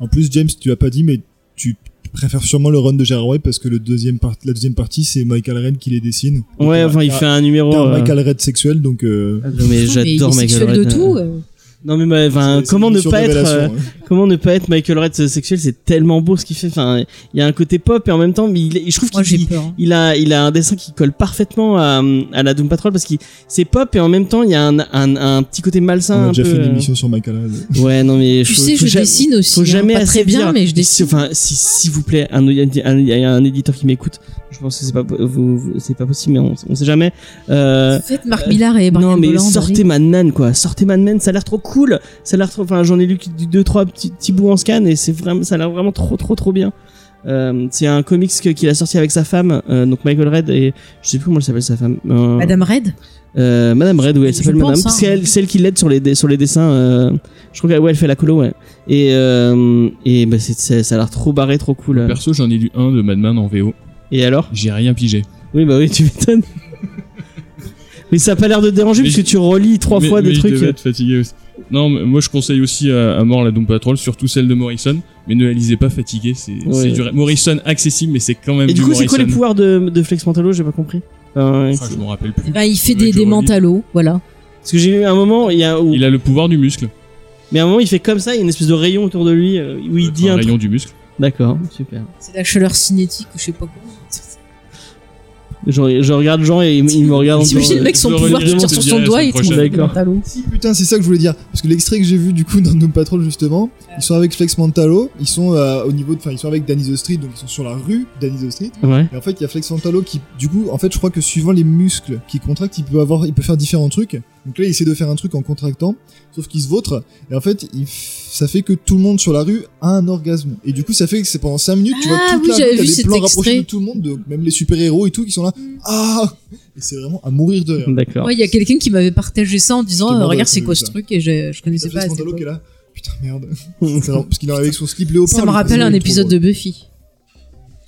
[SPEAKER 4] En plus, James, tu as pas dit, mais tu préfères sûrement le run de Gérard Way parce que le deuxième part- la deuxième partie, c'est Michael Red qui les dessine. Donc,
[SPEAKER 2] Ouais,
[SPEAKER 4] t'as-
[SPEAKER 2] enfin, il
[SPEAKER 4] t'as-
[SPEAKER 2] fait un numéro.
[SPEAKER 4] t'as un
[SPEAKER 2] euh,
[SPEAKER 4] Michael Red sexuel, donc. euh,
[SPEAKER 2] ah, non, mais
[SPEAKER 3] Putain, mais
[SPEAKER 2] j'adore
[SPEAKER 3] il est
[SPEAKER 2] Michael
[SPEAKER 3] sexuel
[SPEAKER 2] Red.
[SPEAKER 3] de tout. euh.
[SPEAKER 2] Non mais bah, enfin,
[SPEAKER 4] c'est- c'est
[SPEAKER 2] comment
[SPEAKER 4] une
[SPEAKER 2] ne
[SPEAKER 4] mission
[SPEAKER 2] pas être euh,
[SPEAKER 4] révélation, hein.
[SPEAKER 2] comment ne pas être Michael Red sexuel, c'est tellement beau ce qu'il fait. Enfin, il y a un côté pop et en même temps, mais il, je trouve
[SPEAKER 3] Moi, j'ai
[SPEAKER 2] qu'il
[SPEAKER 3] peur. hein.
[SPEAKER 2] il a, il a un dessin qui colle parfaitement à, à la Doom Patrol parce qu'il c'est pop et en même temps il y a un, un, un petit côté malsain.
[SPEAKER 4] On
[SPEAKER 2] un
[SPEAKER 4] a déjà
[SPEAKER 2] peu,
[SPEAKER 4] fait une
[SPEAKER 2] euh,
[SPEAKER 4] émission sur Michael Red.
[SPEAKER 2] Ouais, non mais
[SPEAKER 3] Tu
[SPEAKER 2] faut-
[SPEAKER 3] sais,
[SPEAKER 2] faut
[SPEAKER 3] je
[SPEAKER 2] ja-
[SPEAKER 3] dessine aussi.
[SPEAKER 2] Faut
[SPEAKER 3] hein,
[SPEAKER 2] jamais
[SPEAKER 3] pas
[SPEAKER 2] assez
[SPEAKER 3] très bien,
[SPEAKER 2] dire.
[SPEAKER 3] mais je
[SPEAKER 2] Si-
[SPEAKER 3] dessine.
[SPEAKER 2] Enfin, si- s'il vous plaît, un, un- il y a un éditeur qui m'écoute. Je pense que c'est pas, vous- vous- c'est pas possible, mais on, on sait jamais. Euh,
[SPEAKER 3] Faites Marc Millar et Brian
[SPEAKER 2] non mais
[SPEAKER 3] Bolland,
[SPEAKER 2] sortez
[SPEAKER 3] allez.
[SPEAKER 2] Mad Men quoi, sortez Mad Men, ça a l'air trop cool, ça a l'air trop, enfin j'en ai lu que du- deux trois petits, petits bouts en scan et c'est vraiment, ça a l'air vraiment trop trop trop bien. Euh, c'est un comics que- qu'il a sorti avec sa femme, euh, donc Michael Red et je sais plus comment elle s'appelle sa femme. Euh,
[SPEAKER 3] Madame Red
[SPEAKER 2] euh, Madame Red, oui, elle
[SPEAKER 3] Je
[SPEAKER 2] s'appelle
[SPEAKER 3] pense,
[SPEAKER 2] Madame.
[SPEAKER 3] hein.
[SPEAKER 2] parce que C'est elle- c'est elle qui l'aide sur les, dé- sur les dessins. euh, je crois qu'elle ouais, elle fait la colo, ouais. Et, euh, et bah, c'est- c'est- ça a l'air trop barré, trop cool.
[SPEAKER 5] Perso, j'en ai lu un de Madman en VO.
[SPEAKER 2] Et alors
[SPEAKER 5] J'ai rien pigé.
[SPEAKER 2] Oui, bah oui, tu m'étonnes. mais ça a pas l'air de te déranger
[SPEAKER 5] Mais
[SPEAKER 2] parce que
[SPEAKER 5] je-
[SPEAKER 2] tu relis trois
[SPEAKER 5] Mais-
[SPEAKER 2] fois
[SPEAKER 5] mais
[SPEAKER 2] des
[SPEAKER 5] je
[SPEAKER 2] trucs.
[SPEAKER 5] devais être fatigué aussi. Non, mais moi je conseille aussi à, à mort la Doom Patrol, surtout celle de Morrison, mais ne la lisez pas fatigué, c'est
[SPEAKER 2] Ouais.
[SPEAKER 5] c'est du ré- Morrison accessible, mais c'est quand même
[SPEAKER 2] Et du coup, c'est quoi les
[SPEAKER 5] Morrison.
[SPEAKER 2] pouvoirs de, de Flex Mentalo J'ai pas compris. Enfin,
[SPEAKER 5] Ah,
[SPEAKER 2] c'est-
[SPEAKER 5] Je m'en rappelle plus.
[SPEAKER 3] Ben, Il fait
[SPEAKER 5] Ouais,
[SPEAKER 3] des
[SPEAKER 5] je
[SPEAKER 3] des
[SPEAKER 5] relis.
[SPEAKER 3] mentalos, voilà.
[SPEAKER 2] parce que j'ai eu un moment, il y a, où-
[SPEAKER 5] Il a le pouvoir du muscle.
[SPEAKER 2] mais à un moment, il fait comme ça, il y a une espèce de rayon autour de lui euh, où il
[SPEAKER 5] Enfin,
[SPEAKER 2] dit un
[SPEAKER 5] rayon
[SPEAKER 2] truc.
[SPEAKER 5] du muscle.
[SPEAKER 2] D'accord, super.
[SPEAKER 3] C'est la chaleur cinétique, ou je sais pas quoi.
[SPEAKER 2] Je, je regarde Jean et il, il me regarde en disant,
[SPEAKER 3] T'imagines le mec, son
[SPEAKER 5] Je le
[SPEAKER 3] pouvoir, tu
[SPEAKER 5] relirai,
[SPEAKER 3] tires
[SPEAKER 5] je
[SPEAKER 3] sur
[SPEAKER 5] te
[SPEAKER 3] son
[SPEAKER 5] dirai
[SPEAKER 3] doigt
[SPEAKER 5] la
[SPEAKER 3] et tu
[SPEAKER 5] semaine
[SPEAKER 3] mets des
[SPEAKER 2] prochaine.
[SPEAKER 3] mentalos.
[SPEAKER 4] Si, putain, c'est ça que je voulais dire. Parce que l'extrait que j'ai vu du coup dans Doom Patrol justement, ils sont avec Flex Mantalo, ils sont euh, au niveau de, enfin ils sont avec Danny the Street, donc ils sont sur la rue Danny the Street.
[SPEAKER 2] euh, Ouais.
[SPEAKER 4] Et en fait, il y a Flex Mantalo qui, du coup, en fait, je crois que suivant les muscles qu'il contracte, il peut avoir, il peut faire différents trucs. Donc là, il essaie de faire un truc en contractant, sauf qu'il se vautre. Et en fait, il f- ça fait que tout le monde sur la rue a un orgasme. Et du coup, ça fait que c'est pendant 5 minutes, tu vois
[SPEAKER 3] Ah
[SPEAKER 4] toute
[SPEAKER 3] oui,
[SPEAKER 4] la
[SPEAKER 3] j'avais
[SPEAKER 4] rue, t'as
[SPEAKER 3] vu
[SPEAKER 4] des
[SPEAKER 3] cet
[SPEAKER 4] plans
[SPEAKER 3] extrait. Mm.
[SPEAKER 4] rapprochés de tout le monde, de- même les super-héros et tout, qui sont là. Ah! Et c'est vraiment à mourir de rire.
[SPEAKER 2] D'accord.
[SPEAKER 3] Ouais, il y a quelqu'un qui m'avait partagé ça en disant
[SPEAKER 4] Je te
[SPEAKER 3] euh,
[SPEAKER 4] demande
[SPEAKER 3] Regarde,
[SPEAKER 4] à
[SPEAKER 3] c'est quoi ce
[SPEAKER 4] ça.
[SPEAKER 3] truc Et je, je connaissais pas.
[SPEAKER 4] Flex
[SPEAKER 3] à cette
[SPEAKER 4] Mantalo qui est
[SPEAKER 3] époque.
[SPEAKER 4] là. Putain, merde. C'est vraiment- Parce qu'il est avec son slip léopard.
[SPEAKER 3] Ça me
[SPEAKER 4] lui,
[SPEAKER 3] rappelle
[SPEAKER 4] c'est
[SPEAKER 3] un
[SPEAKER 4] trop
[SPEAKER 3] épisode de
[SPEAKER 4] drôle.
[SPEAKER 3] Buffy.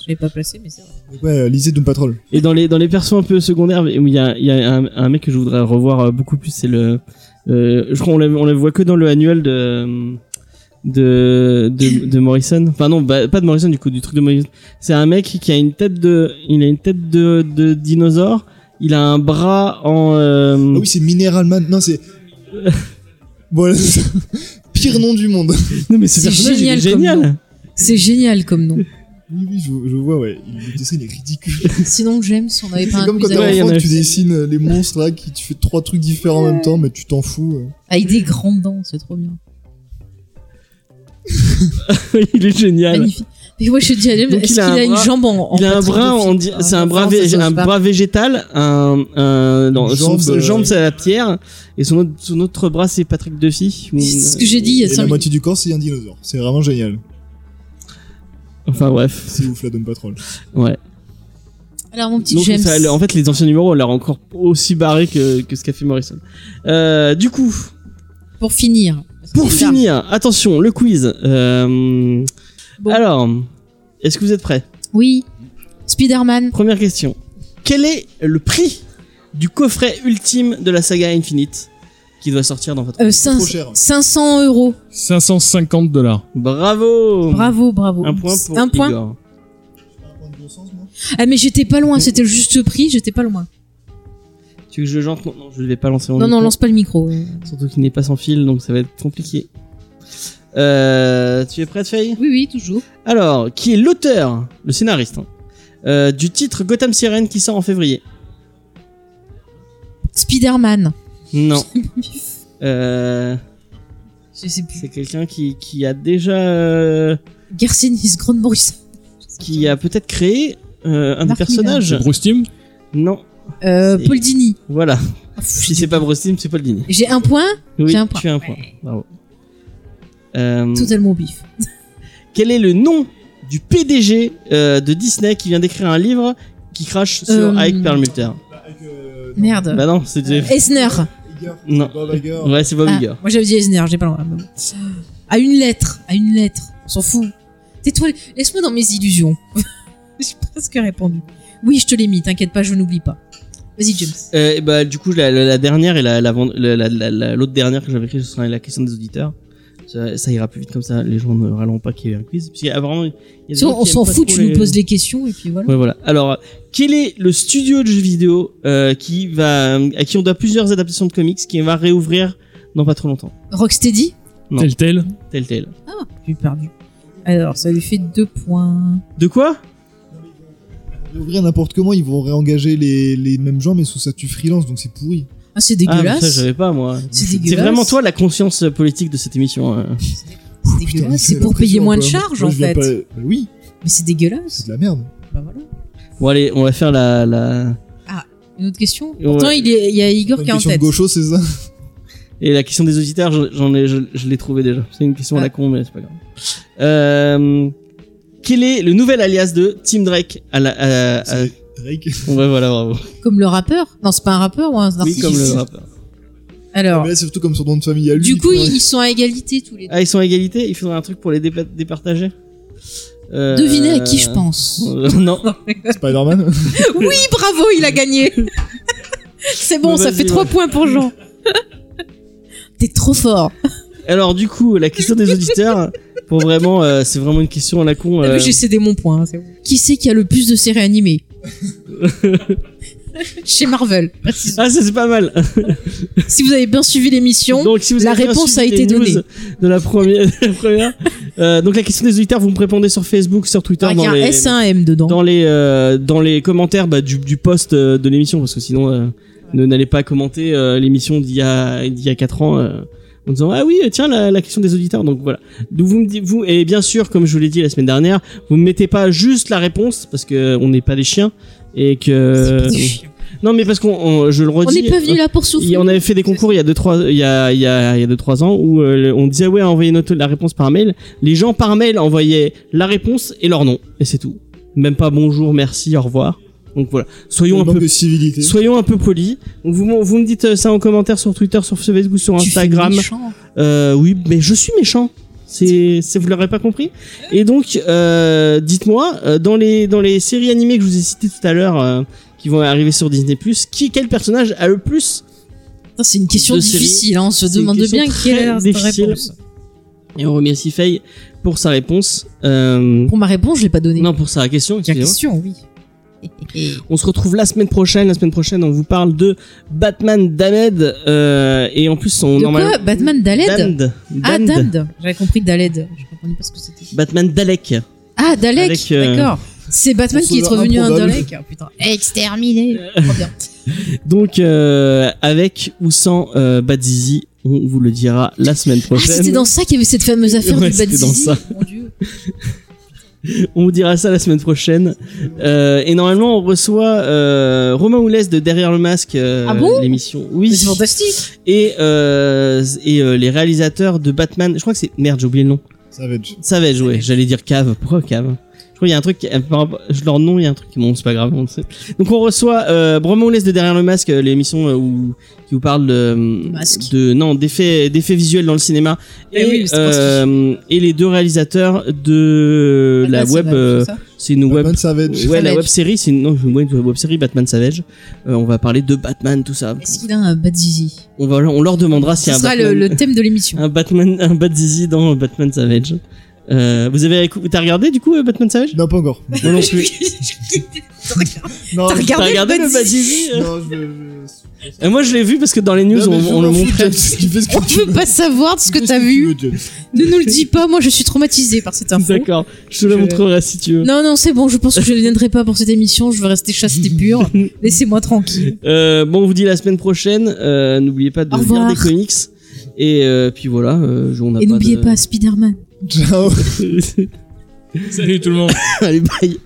[SPEAKER 3] Je l'ai pas placé, mais c'est vrai.
[SPEAKER 4] Donc Ouais, euh, lisez Doom Patrol.
[SPEAKER 3] Mm.
[SPEAKER 2] Et dans les dans les persos un peu secondaires, où il y a, il y a un, un mec que je voudrais revoir euh, beaucoup plus, c'est le, euh, je crois on le, on le voit que dans le annuel de, euh, de, de, de Morrison. Enfin non, bah, pas de Morrison du coup, du truc de Morrison. C'est un mec qui a une tête de, il a une tête de, de dinosaure. Il a un bras en. euh,
[SPEAKER 4] Ah oui, c'est Mineral Man. Non, c'est. voilà, c'est ça. Pire nom du monde.
[SPEAKER 2] Non mais ce
[SPEAKER 3] C'est
[SPEAKER 2] personnage il est
[SPEAKER 3] génial comme
[SPEAKER 2] génial.
[SPEAKER 3] C'est génial comme nom.
[SPEAKER 4] Oui, oui, je, je vois, ouais. Il- Le dessin, il est ridicule.
[SPEAKER 3] Sinon, j'aime si on avait
[SPEAKER 4] C'est
[SPEAKER 3] pas un
[SPEAKER 4] comme quand
[SPEAKER 3] quiz
[SPEAKER 4] t'es
[SPEAKER 3] avant.
[SPEAKER 2] Ouais, il y en
[SPEAKER 4] enfant,
[SPEAKER 2] a
[SPEAKER 4] tu
[SPEAKER 2] aussi.
[SPEAKER 4] dessines euh, les monstres là, qui, tu fais trois trucs différents en même temps, mais tu t'en fous. euh.
[SPEAKER 3] avec des grandes dents, c'est trop bien.
[SPEAKER 2] il est génial.
[SPEAKER 3] Magnifique. Mais moi, je suis déjà allée,
[SPEAKER 2] Ah, Donc,
[SPEAKER 3] est-ce
[SPEAKER 2] il
[SPEAKER 3] qu'il
[SPEAKER 2] a un
[SPEAKER 3] a une
[SPEAKER 2] bras-
[SPEAKER 3] jambe en en
[SPEAKER 2] Il a un
[SPEAKER 3] patte
[SPEAKER 2] bras,
[SPEAKER 3] de
[SPEAKER 2] on
[SPEAKER 3] fille
[SPEAKER 2] dit,
[SPEAKER 3] Ah,
[SPEAKER 2] c'est un bras,
[SPEAKER 3] enfin,
[SPEAKER 2] vég-
[SPEAKER 3] ça se
[SPEAKER 2] un
[SPEAKER 3] passe pas.
[SPEAKER 2] bras végétal, un, un, non,
[SPEAKER 4] Une
[SPEAKER 2] son,
[SPEAKER 4] jambe,
[SPEAKER 2] sa
[SPEAKER 4] euh,
[SPEAKER 2] jambe c'est à la pierre, et son autre, son autre bras c'est Patrick Duffy. ou-
[SPEAKER 3] C'est ce que j'ai dit il y a
[SPEAKER 4] Et la
[SPEAKER 3] 5 minutes.
[SPEAKER 4] moitié du corps, c'est un dinosaure. C'est vraiment génial.
[SPEAKER 2] Enfin bref,
[SPEAKER 4] C'est ouf, la Dome Patrol.
[SPEAKER 2] ouais.
[SPEAKER 3] Alors, mon petit
[SPEAKER 2] Donc,
[SPEAKER 3] James.
[SPEAKER 2] ça, le- en fait, les anciens numéros, on l'a encore aussi barré que, que ce qu'a fait Morrison. Euh, du coup,
[SPEAKER 3] Pour finir. parce que
[SPEAKER 2] pour
[SPEAKER 3] c'est tard.
[SPEAKER 2] finir, attention, le quiz. Euh,
[SPEAKER 3] Bon.
[SPEAKER 2] Alors, est-ce que vous êtes prêts
[SPEAKER 3] Oui. Spider-Man.
[SPEAKER 2] Première question. Quel est le prix du coffret ultime de la saga Infinite qui doit sortir dans votre...
[SPEAKER 3] euh, cinq-
[SPEAKER 4] Trop cher.
[SPEAKER 3] 500 euros.
[SPEAKER 5] 550 dollars.
[SPEAKER 2] Bravo
[SPEAKER 3] Bravo, bravo.
[SPEAKER 2] Un point pour
[SPEAKER 3] Un point.
[SPEAKER 2] Igor.
[SPEAKER 4] Un point de bon sens, moi
[SPEAKER 3] Ah, mais j'étais pas loin, c'était le juste prix, j'étais pas loin.
[SPEAKER 2] Tu veux que je jante Non, non, je ne vais pas lancer mon
[SPEAKER 3] Non, non,
[SPEAKER 2] micro.
[SPEAKER 3] lance pas le micro. euh.
[SPEAKER 2] Surtout qu'il n'est pas sans fil, donc ça va être compliqué. Euh, tu es prête, Faye
[SPEAKER 3] Oui, oui, toujours.
[SPEAKER 2] Alors, qui est l'auteur, le scénariste, hein, euh, du titre Gotham Sirène qui sort en février
[SPEAKER 3] Spider-Man.
[SPEAKER 2] Non. Euh,
[SPEAKER 3] Je sais plus.
[SPEAKER 2] c'est quelqu'un qui, qui a déjà... euh,
[SPEAKER 3] Garcinis, Grande Maurice.
[SPEAKER 2] qui a peut-être créé euh, un des
[SPEAKER 3] Mark Miller.
[SPEAKER 2] personnages.
[SPEAKER 5] C'est Bruce Timm
[SPEAKER 2] Non,
[SPEAKER 3] Euh,
[SPEAKER 2] C'est-
[SPEAKER 3] Paul Dini.
[SPEAKER 2] voilà.
[SPEAKER 3] Ah, pff,
[SPEAKER 2] Si c'est pas Bruce Timm, c'est Paul Dini.
[SPEAKER 3] J'ai un point,
[SPEAKER 2] Oui,
[SPEAKER 3] J'ai un point.
[SPEAKER 2] tu as un point. Bravo. Euh,
[SPEAKER 3] totalement au bif.
[SPEAKER 2] quel est le nom du PDG euh, de Disney qui vient d'écrire un livre qui crache sur
[SPEAKER 3] Euh,
[SPEAKER 2] Ike Perlmutter
[SPEAKER 4] Bah, avec, euh, non,
[SPEAKER 3] Merde.
[SPEAKER 2] Bah non, c'est
[SPEAKER 3] Esner.
[SPEAKER 2] Oh,
[SPEAKER 4] Hager.
[SPEAKER 2] Non.
[SPEAKER 4] Bob Hager.
[SPEAKER 2] Ouais, c'est Bob
[SPEAKER 3] Euh, Ah,
[SPEAKER 2] Iger.
[SPEAKER 3] moi j'avais dit Esner, j'ai pas le droit. mais bon. À une lettre, à une lettre, on s'en fout. Tais-toi, laisse-moi dans mes illusions. j'ai presque répondu. Oui, je te l'ai mis, t'inquiète pas, je n'oublie pas. Vas-y, James.
[SPEAKER 2] Euh, et bah, du coup, la, la- la dernière et la, la vend- la- la- la- la- l'autre dernière que j'avais écrite, ce sera la question des auditeurs. Ça, ça ira plus vite comme ça, les gens ne râleront pas qu'il y ait un quiz. Parce qu'il y a vraiment. il y a des
[SPEAKER 3] Sinon,
[SPEAKER 2] gens
[SPEAKER 3] on
[SPEAKER 2] qui
[SPEAKER 3] s'en
[SPEAKER 2] aiment pas
[SPEAKER 3] fout,
[SPEAKER 2] trop
[SPEAKER 3] tu nous poses des questions et puis voilà.
[SPEAKER 2] Ouais, voilà. Alors, euh, quel est le studio de jeux vidéo euh, qui va, à qui on doit plusieurs adaptations de comics, qui va réouvrir dans pas trop longtemps
[SPEAKER 3] Rocksteady
[SPEAKER 2] Non.
[SPEAKER 5] Tel tel.
[SPEAKER 2] Tel tel.
[SPEAKER 3] Ah, j'ai perdu. Alors, ça lui fait deux points.
[SPEAKER 2] De quoi
[SPEAKER 4] Ouvrir n'importe comment, ils vont réengager les, les mêmes gens, mais sous statut freelance, donc c'est pourri.
[SPEAKER 3] Ah, c'est
[SPEAKER 2] Ah, mais ça,
[SPEAKER 3] dégueulasse.
[SPEAKER 2] j'avais pas, moi.
[SPEAKER 3] C'est
[SPEAKER 2] C'est
[SPEAKER 3] dégueulasse.
[SPEAKER 2] vraiment toi la conscience euh, politique de cette émission. euh.
[SPEAKER 3] C'est
[SPEAKER 4] Putain,
[SPEAKER 3] dégueulasse,
[SPEAKER 4] j'ai
[SPEAKER 3] c'est
[SPEAKER 4] la
[SPEAKER 3] pour
[SPEAKER 4] pression
[SPEAKER 3] payer
[SPEAKER 4] un
[SPEAKER 3] moins de
[SPEAKER 4] peu.
[SPEAKER 3] charges
[SPEAKER 4] Moi,
[SPEAKER 3] en
[SPEAKER 4] je viens
[SPEAKER 3] fait.
[SPEAKER 4] pas- Bah oui,
[SPEAKER 3] Mais c'est
[SPEAKER 4] c'est
[SPEAKER 3] dégueulasse.
[SPEAKER 4] de la merde.
[SPEAKER 3] Bah voilà.
[SPEAKER 2] Bon, allez, on va faire la. la...
[SPEAKER 3] Une autre question
[SPEAKER 2] Ouais.
[SPEAKER 3] Pourtant, il, est- il y a Igor
[SPEAKER 4] Une
[SPEAKER 3] qui est en
[SPEAKER 4] question de
[SPEAKER 3] tête.
[SPEAKER 4] gaucho, c'est ça
[SPEAKER 2] Et la question des auditeurs, je- j'en ai, je, je l'ai trouvée déjà. C'est une question à la
[SPEAKER 3] Ah.
[SPEAKER 2] con, mais c'est pas grave. Euh, quel est le nouvel alias de Tim Drake à la, à- à-
[SPEAKER 4] C'est Drake.
[SPEAKER 2] Ouais, voilà, bravo.
[SPEAKER 3] Comme le rappeur Non, c'est pas un rappeur ou un
[SPEAKER 2] Oui,
[SPEAKER 3] artiste.
[SPEAKER 2] comme le rappeur.
[SPEAKER 3] Alors,
[SPEAKER 4] Mais là, c'est surtout comme son nom de famille à lui.
[SPEAKER 3] du coup,
[SPEAKER 4] il faudrait-
[SPEAKER 3] ils sont à égalité tous les deux.
[SPEAKER 2] Ah, ils sont à égalité Il faudrait un truc pour les dépla- départager Euh,
[SPEAKER 3] Devinez à qui je pense.
[SPEAKER 2] euh, non.
[SPEAKER 4] Spider-Man
[SPEAKER 3] Oui, bravo, il a gagné. c'est bon,
[SPEAKER 2] Bon,
[SPEAKER 3] ça
[SPEAKER 2] vas-y,
[SPEAKER 3] fait trois
[SPEAKER 2] ouais.
[SPEAKER 3] points pour Jean. T'es trop fort.
[SPEAKER 2] Alors du coup, la question des auditeurs, pour vraiment, euh, c'est vraiment une question à la con.
[SPEAKER 3] T'as
[SPEAKER 2] euh,
[SPEAKER 3] vu, J'ai cédé mon point. hein, c'est bon. Qui c'est qui a le plus de séries animées Chez Marvel. précisons.
[SPEAKER 2] Ah, ça c'est pas mal.
[SPEAKER 3] Si vous avez bien suivi l'émission,
[SPEAKER 2] Donc si vous
[SPEAKER 3] la
[SPEAKER 2] avez bien
[SPEAKER 3] réponse
[SPEAKER 2] suivi
[SPEAKER 3] a
[SPEAKER 2] les
[SPEAKER 3] été
[SPEAKER 2] news
[SPEAKER 3] donnée.
[SPEAKER 2] de la première. de la première, euh, donc la question des auditeurs, vous me répondez sur Facebook, sur Twitter,
[SPEAKER 3] ah, il y
[SPEAKER 2] dans
[SPEAKER 3] a un
[SPEAKER 2] les,
[SPEAKER 3] S, un M dedans.
[SPEAKER 2] dans les, euh, dans les commentaires bah, du, du post euh, de l'émission, parce que sinon, euh, ne n'allez pas commenter euh, l'émission d'il y a d'il y a quatre ans. euh, en disant ah oui euh, tiens la, la question des auditeurs donc voilà donc vous me dites vous et bien sûr comme je vous l'ai dit la semaine dernière vous me mettez pas juste la réponse parce que on n'est pas des chiens et que non mais parce qu'on on- je le
[SPEAKER 3] On
[SPEAKER 2] redis
[SPEAKER 3] n'est pas venu là pour
[SPEAKER 2] il-
[SPEAKER 3] souffrir.
[SPEAKER 2] on avait fait des concours il y a deux trois il y a il y a il y a deux trois ans où euh, le- on disait ouais envoyez notre la réponse par mail. Les gens par mail envoyaient la réponse et leur nom et c'est tout. Même pas bonjour, merci, au revoir. Donc voilà. Soyons un
[SPEAKER 4] manque
[SPEAKER 2] peu
[SPEAKER 4] de civilité.
[SPEAKER 2] soyons un peu polis. Donc, vous vous me dites euh, ça en commentaire sur Twitter, sur Facebook, sur
[SPEAKER 3] Tu fais
[SPEAKER 2] Instagram.
[SPEAKER 3] méchant.
[SPEAKER 2] Euh, oui, mais je suis méchant. C'est, c'est vous l'aurez pas compris. Et donc, euh, dites-moi euh, dans les dans les séries animées que je vous ai citées tout à l'heure, euh, qui vont arriver sur Disney+, qui quel personnage a le plus
[SPEAKER 3] Putain, C'est une question
[SPEAKER 2] De série.
[SPEAKER 3] difficile, hein, on se
[SPEAKER 2] C'est une
[SPEAKER 3] demande
[SPEAKER 2] question
[SPEAKER 3] bien
[SPEAKER 2] très
[SPEAKER 3] quelle est la
[SPEAKER 2] difficile.
[SPEAKER 3] réponse.
[SPEAKER 2] Et on remercie Faye pour sa réponse. Euh,
[SPEAKER 3] Pour ma réponse, je l'ai pas donné.
[SPEAKER 2] Non, pour sa question,
[SPEAKER 3] la
[SPEAKER 2] excusez-moi.
[SPEAKER 3] question, oui.
[SPEAKER 2] On se retrouve la semaine prochaine. La semaine prochaine, on vous parle de Batman Damned. euh, et en plus, on...
[SPEAKER 3] De
[SPEAKER 2] normalement-
[SPEAKER 3] quoi Batman Daled
[SPEAKER 2] Damned.
[SPEAKER 3] Ah,
[SPEAKER 2] Damned.
[SPEAKER 3] Damned. J'avais compris Daled. Je comprenais pas ce que c'était.
[SPEAKER 2] Batman Dalek.
[SPEAKER 3] Ah, Dalek,
[SPEAKER 2] Dalek, euh,
[SPEAKER 3] d'accord. C'est Batman
[SPEAKER 4] on
[SPEAKER 3] qui est
[SPEAKER 4] sauve un
[SPEAKER 3] revenu un
[SPEAKER 4] improbable.
[SPEAKER 3] Dalek. Ah, putain, exterminé. Trop bien. Ah,
[SPEAKER 2] Donc, euh, avec ou sans euh, Badzizi, on vous le dira la semaine
[SPEAKER 3] Ah,
[SPEAKER 2] prochaine.
[SPEAKER 3] c'était dans ça qu'il y avait cette fameuse affaire
[SPEAKER 2] Ouais,
[SPEAKER 3] du
[SPEAKER 2] c'était
[SPEAKER 3] Bad
[SPEAKER 2] dans
[SPEAKER 3] Zizi.
[SPEAKER 2] ça.
[SPEAKER 3] Mon Dieu.
[SPEAKER 2] On vous dira ça la semaine prochaine. Euh, et normalement, on reçoit euh, Romain Oulès de Derrière le Masque, euh,
[SPEAKER 3] Ah bon
[SPEAKER 2] l'émission.
[SPEAKER 3] Mais
[SPEAKER 2] Oui.
[SPEAKER 3] C'est fantastique.
[SPEAKER 2] Et, euh, et euh, les réalisateurs de Batman. Je crois que c'est. Merde, j'ai oublié le nom.
[SPEAKER 4] Savage.
[SPEAKER 2] Savage, ouais. J'allais dire cave. Pourquoi cave Je crois qu'il y a un truc. qui- euh, par rapport- je leur nom, il y a un truc. Bon, c'est pas grave. On le sait. Donc, on reçoit euh, Romain Oulès de Derrière le Masque, euh, l'émission euh, où qui vous parle de,
[SPEAKER 3] Masque.
[SPEAKER 2] de non d'effets d'effets visuels dans le cinéma
[SPEAKER 3] Eh
[SPEAKER 2] et,
[SPEAKER 3] oui, mais c'est pas
[SPEAKER 2] euh, et les deux réalisateurs de la
[SPEAKER 3] Batman,
[SPEAKER 2] web
[SPEAKER 3] c'est
[SPEAKER 2] euh,
[SPEAKER 3] Batman, c'est ça
[SPEAKER 2] c'est une web
[SPEAKER 4] Batman Savage.
[SPEAKER 2] Ouais, la
[SPEAKER 3] Savage.
[SPEAKER 2] web série, c'est une... non, ouais, une web série Batman Savage. Euh, on va parler de Batman, tout ça.
[SPEAKER 3] Est-ce qu'il a un Bad Zizi
[SPEAKER 2] On, va, on leur demandera
[SPEAKER 3] Ce
[SPEAKER 2] s'il y a un
[SPEAKER 3] sera
[SPEAKER 2] Batman,
[SPEAKER 3] le, le thème de l'émission.
[SPEAKER 2] un Batman, un Bat-Zizi dans Batman Savage. Euh, vous avez, écou- t'as regardé du coup euh, Batman Savage
[SPEAKER 4] Non, pas encore.
[SPEAKER 2] Moi non plus.
[SPEAKER 4] Non,
[SPEAKER 2] T'as
[SPEAKER 3] T'as
[SPEAKER 4] je-
[SPEAKER 3] regardé,
[SPEAKER 2] regardé le Bat-Zizi euh
[SPEAKER 4] Non, je- je.
[SPEAKER 2] Et Moi, je l'ai vu parce que dans les news,
[SPEAKER 4] Non, mais
[SPEAKER 2] on-
[SPEAKER 4] je
[SPEAKER 2] on, le
[SPEAKER 4] m'en fous,
[SPEAKER 2] montrait.
[SPEAKER 4] James, Tu fais ce
[SPEAKER 3] On
[SPEAKER 4] que tu veux.
[SPEAKER 3] peut pas savoir de ce
[SPEAKER 4] Tu
[SPEAKER 3] que
[SPEAKER 4] fais
[SPEAKER 3] t'as
[SPEAKER 4] tu
[SPEAKER 3] vu.
[SPEAKER 4] veux, James.
[SPEAKER 3] Ne nous le dis pas, moi je suis traumatisée par cette info.
[SPEAKER 2] D'accord, je te le
[SPEAKER 3] Je-
[SPEAKER 2] montrerai si tu veux.
[SPEAKER 3] Non, non, c'est bon, je pense que je ne viendrai pas pour cette émission, je veux rester chaste et pure. Laissez-moi tranquille.
[SPEAKER 2] Euh, bon, on vous dit la semaine prochaine. Euh, N'oubliez pas de
[SPEAKER 3] Au
[SPEAKER 2] lire
[SPEAKER 3] revoir.
[SPEAKER 2] des comics. Et euh, puis voilà, euh, je- on a
[SPEAKER 3] Et
[SPEAKER 2] pas
[SPEAKER 3] n'oubliez
[SPEAKER 2] de-
[SPEAKER 3] pas Spider-Man.
[SPEAKER 4] Ciao.
[SPEAKER 5] Salut tout le monde.
[SPEAKER 2] Allez, bye.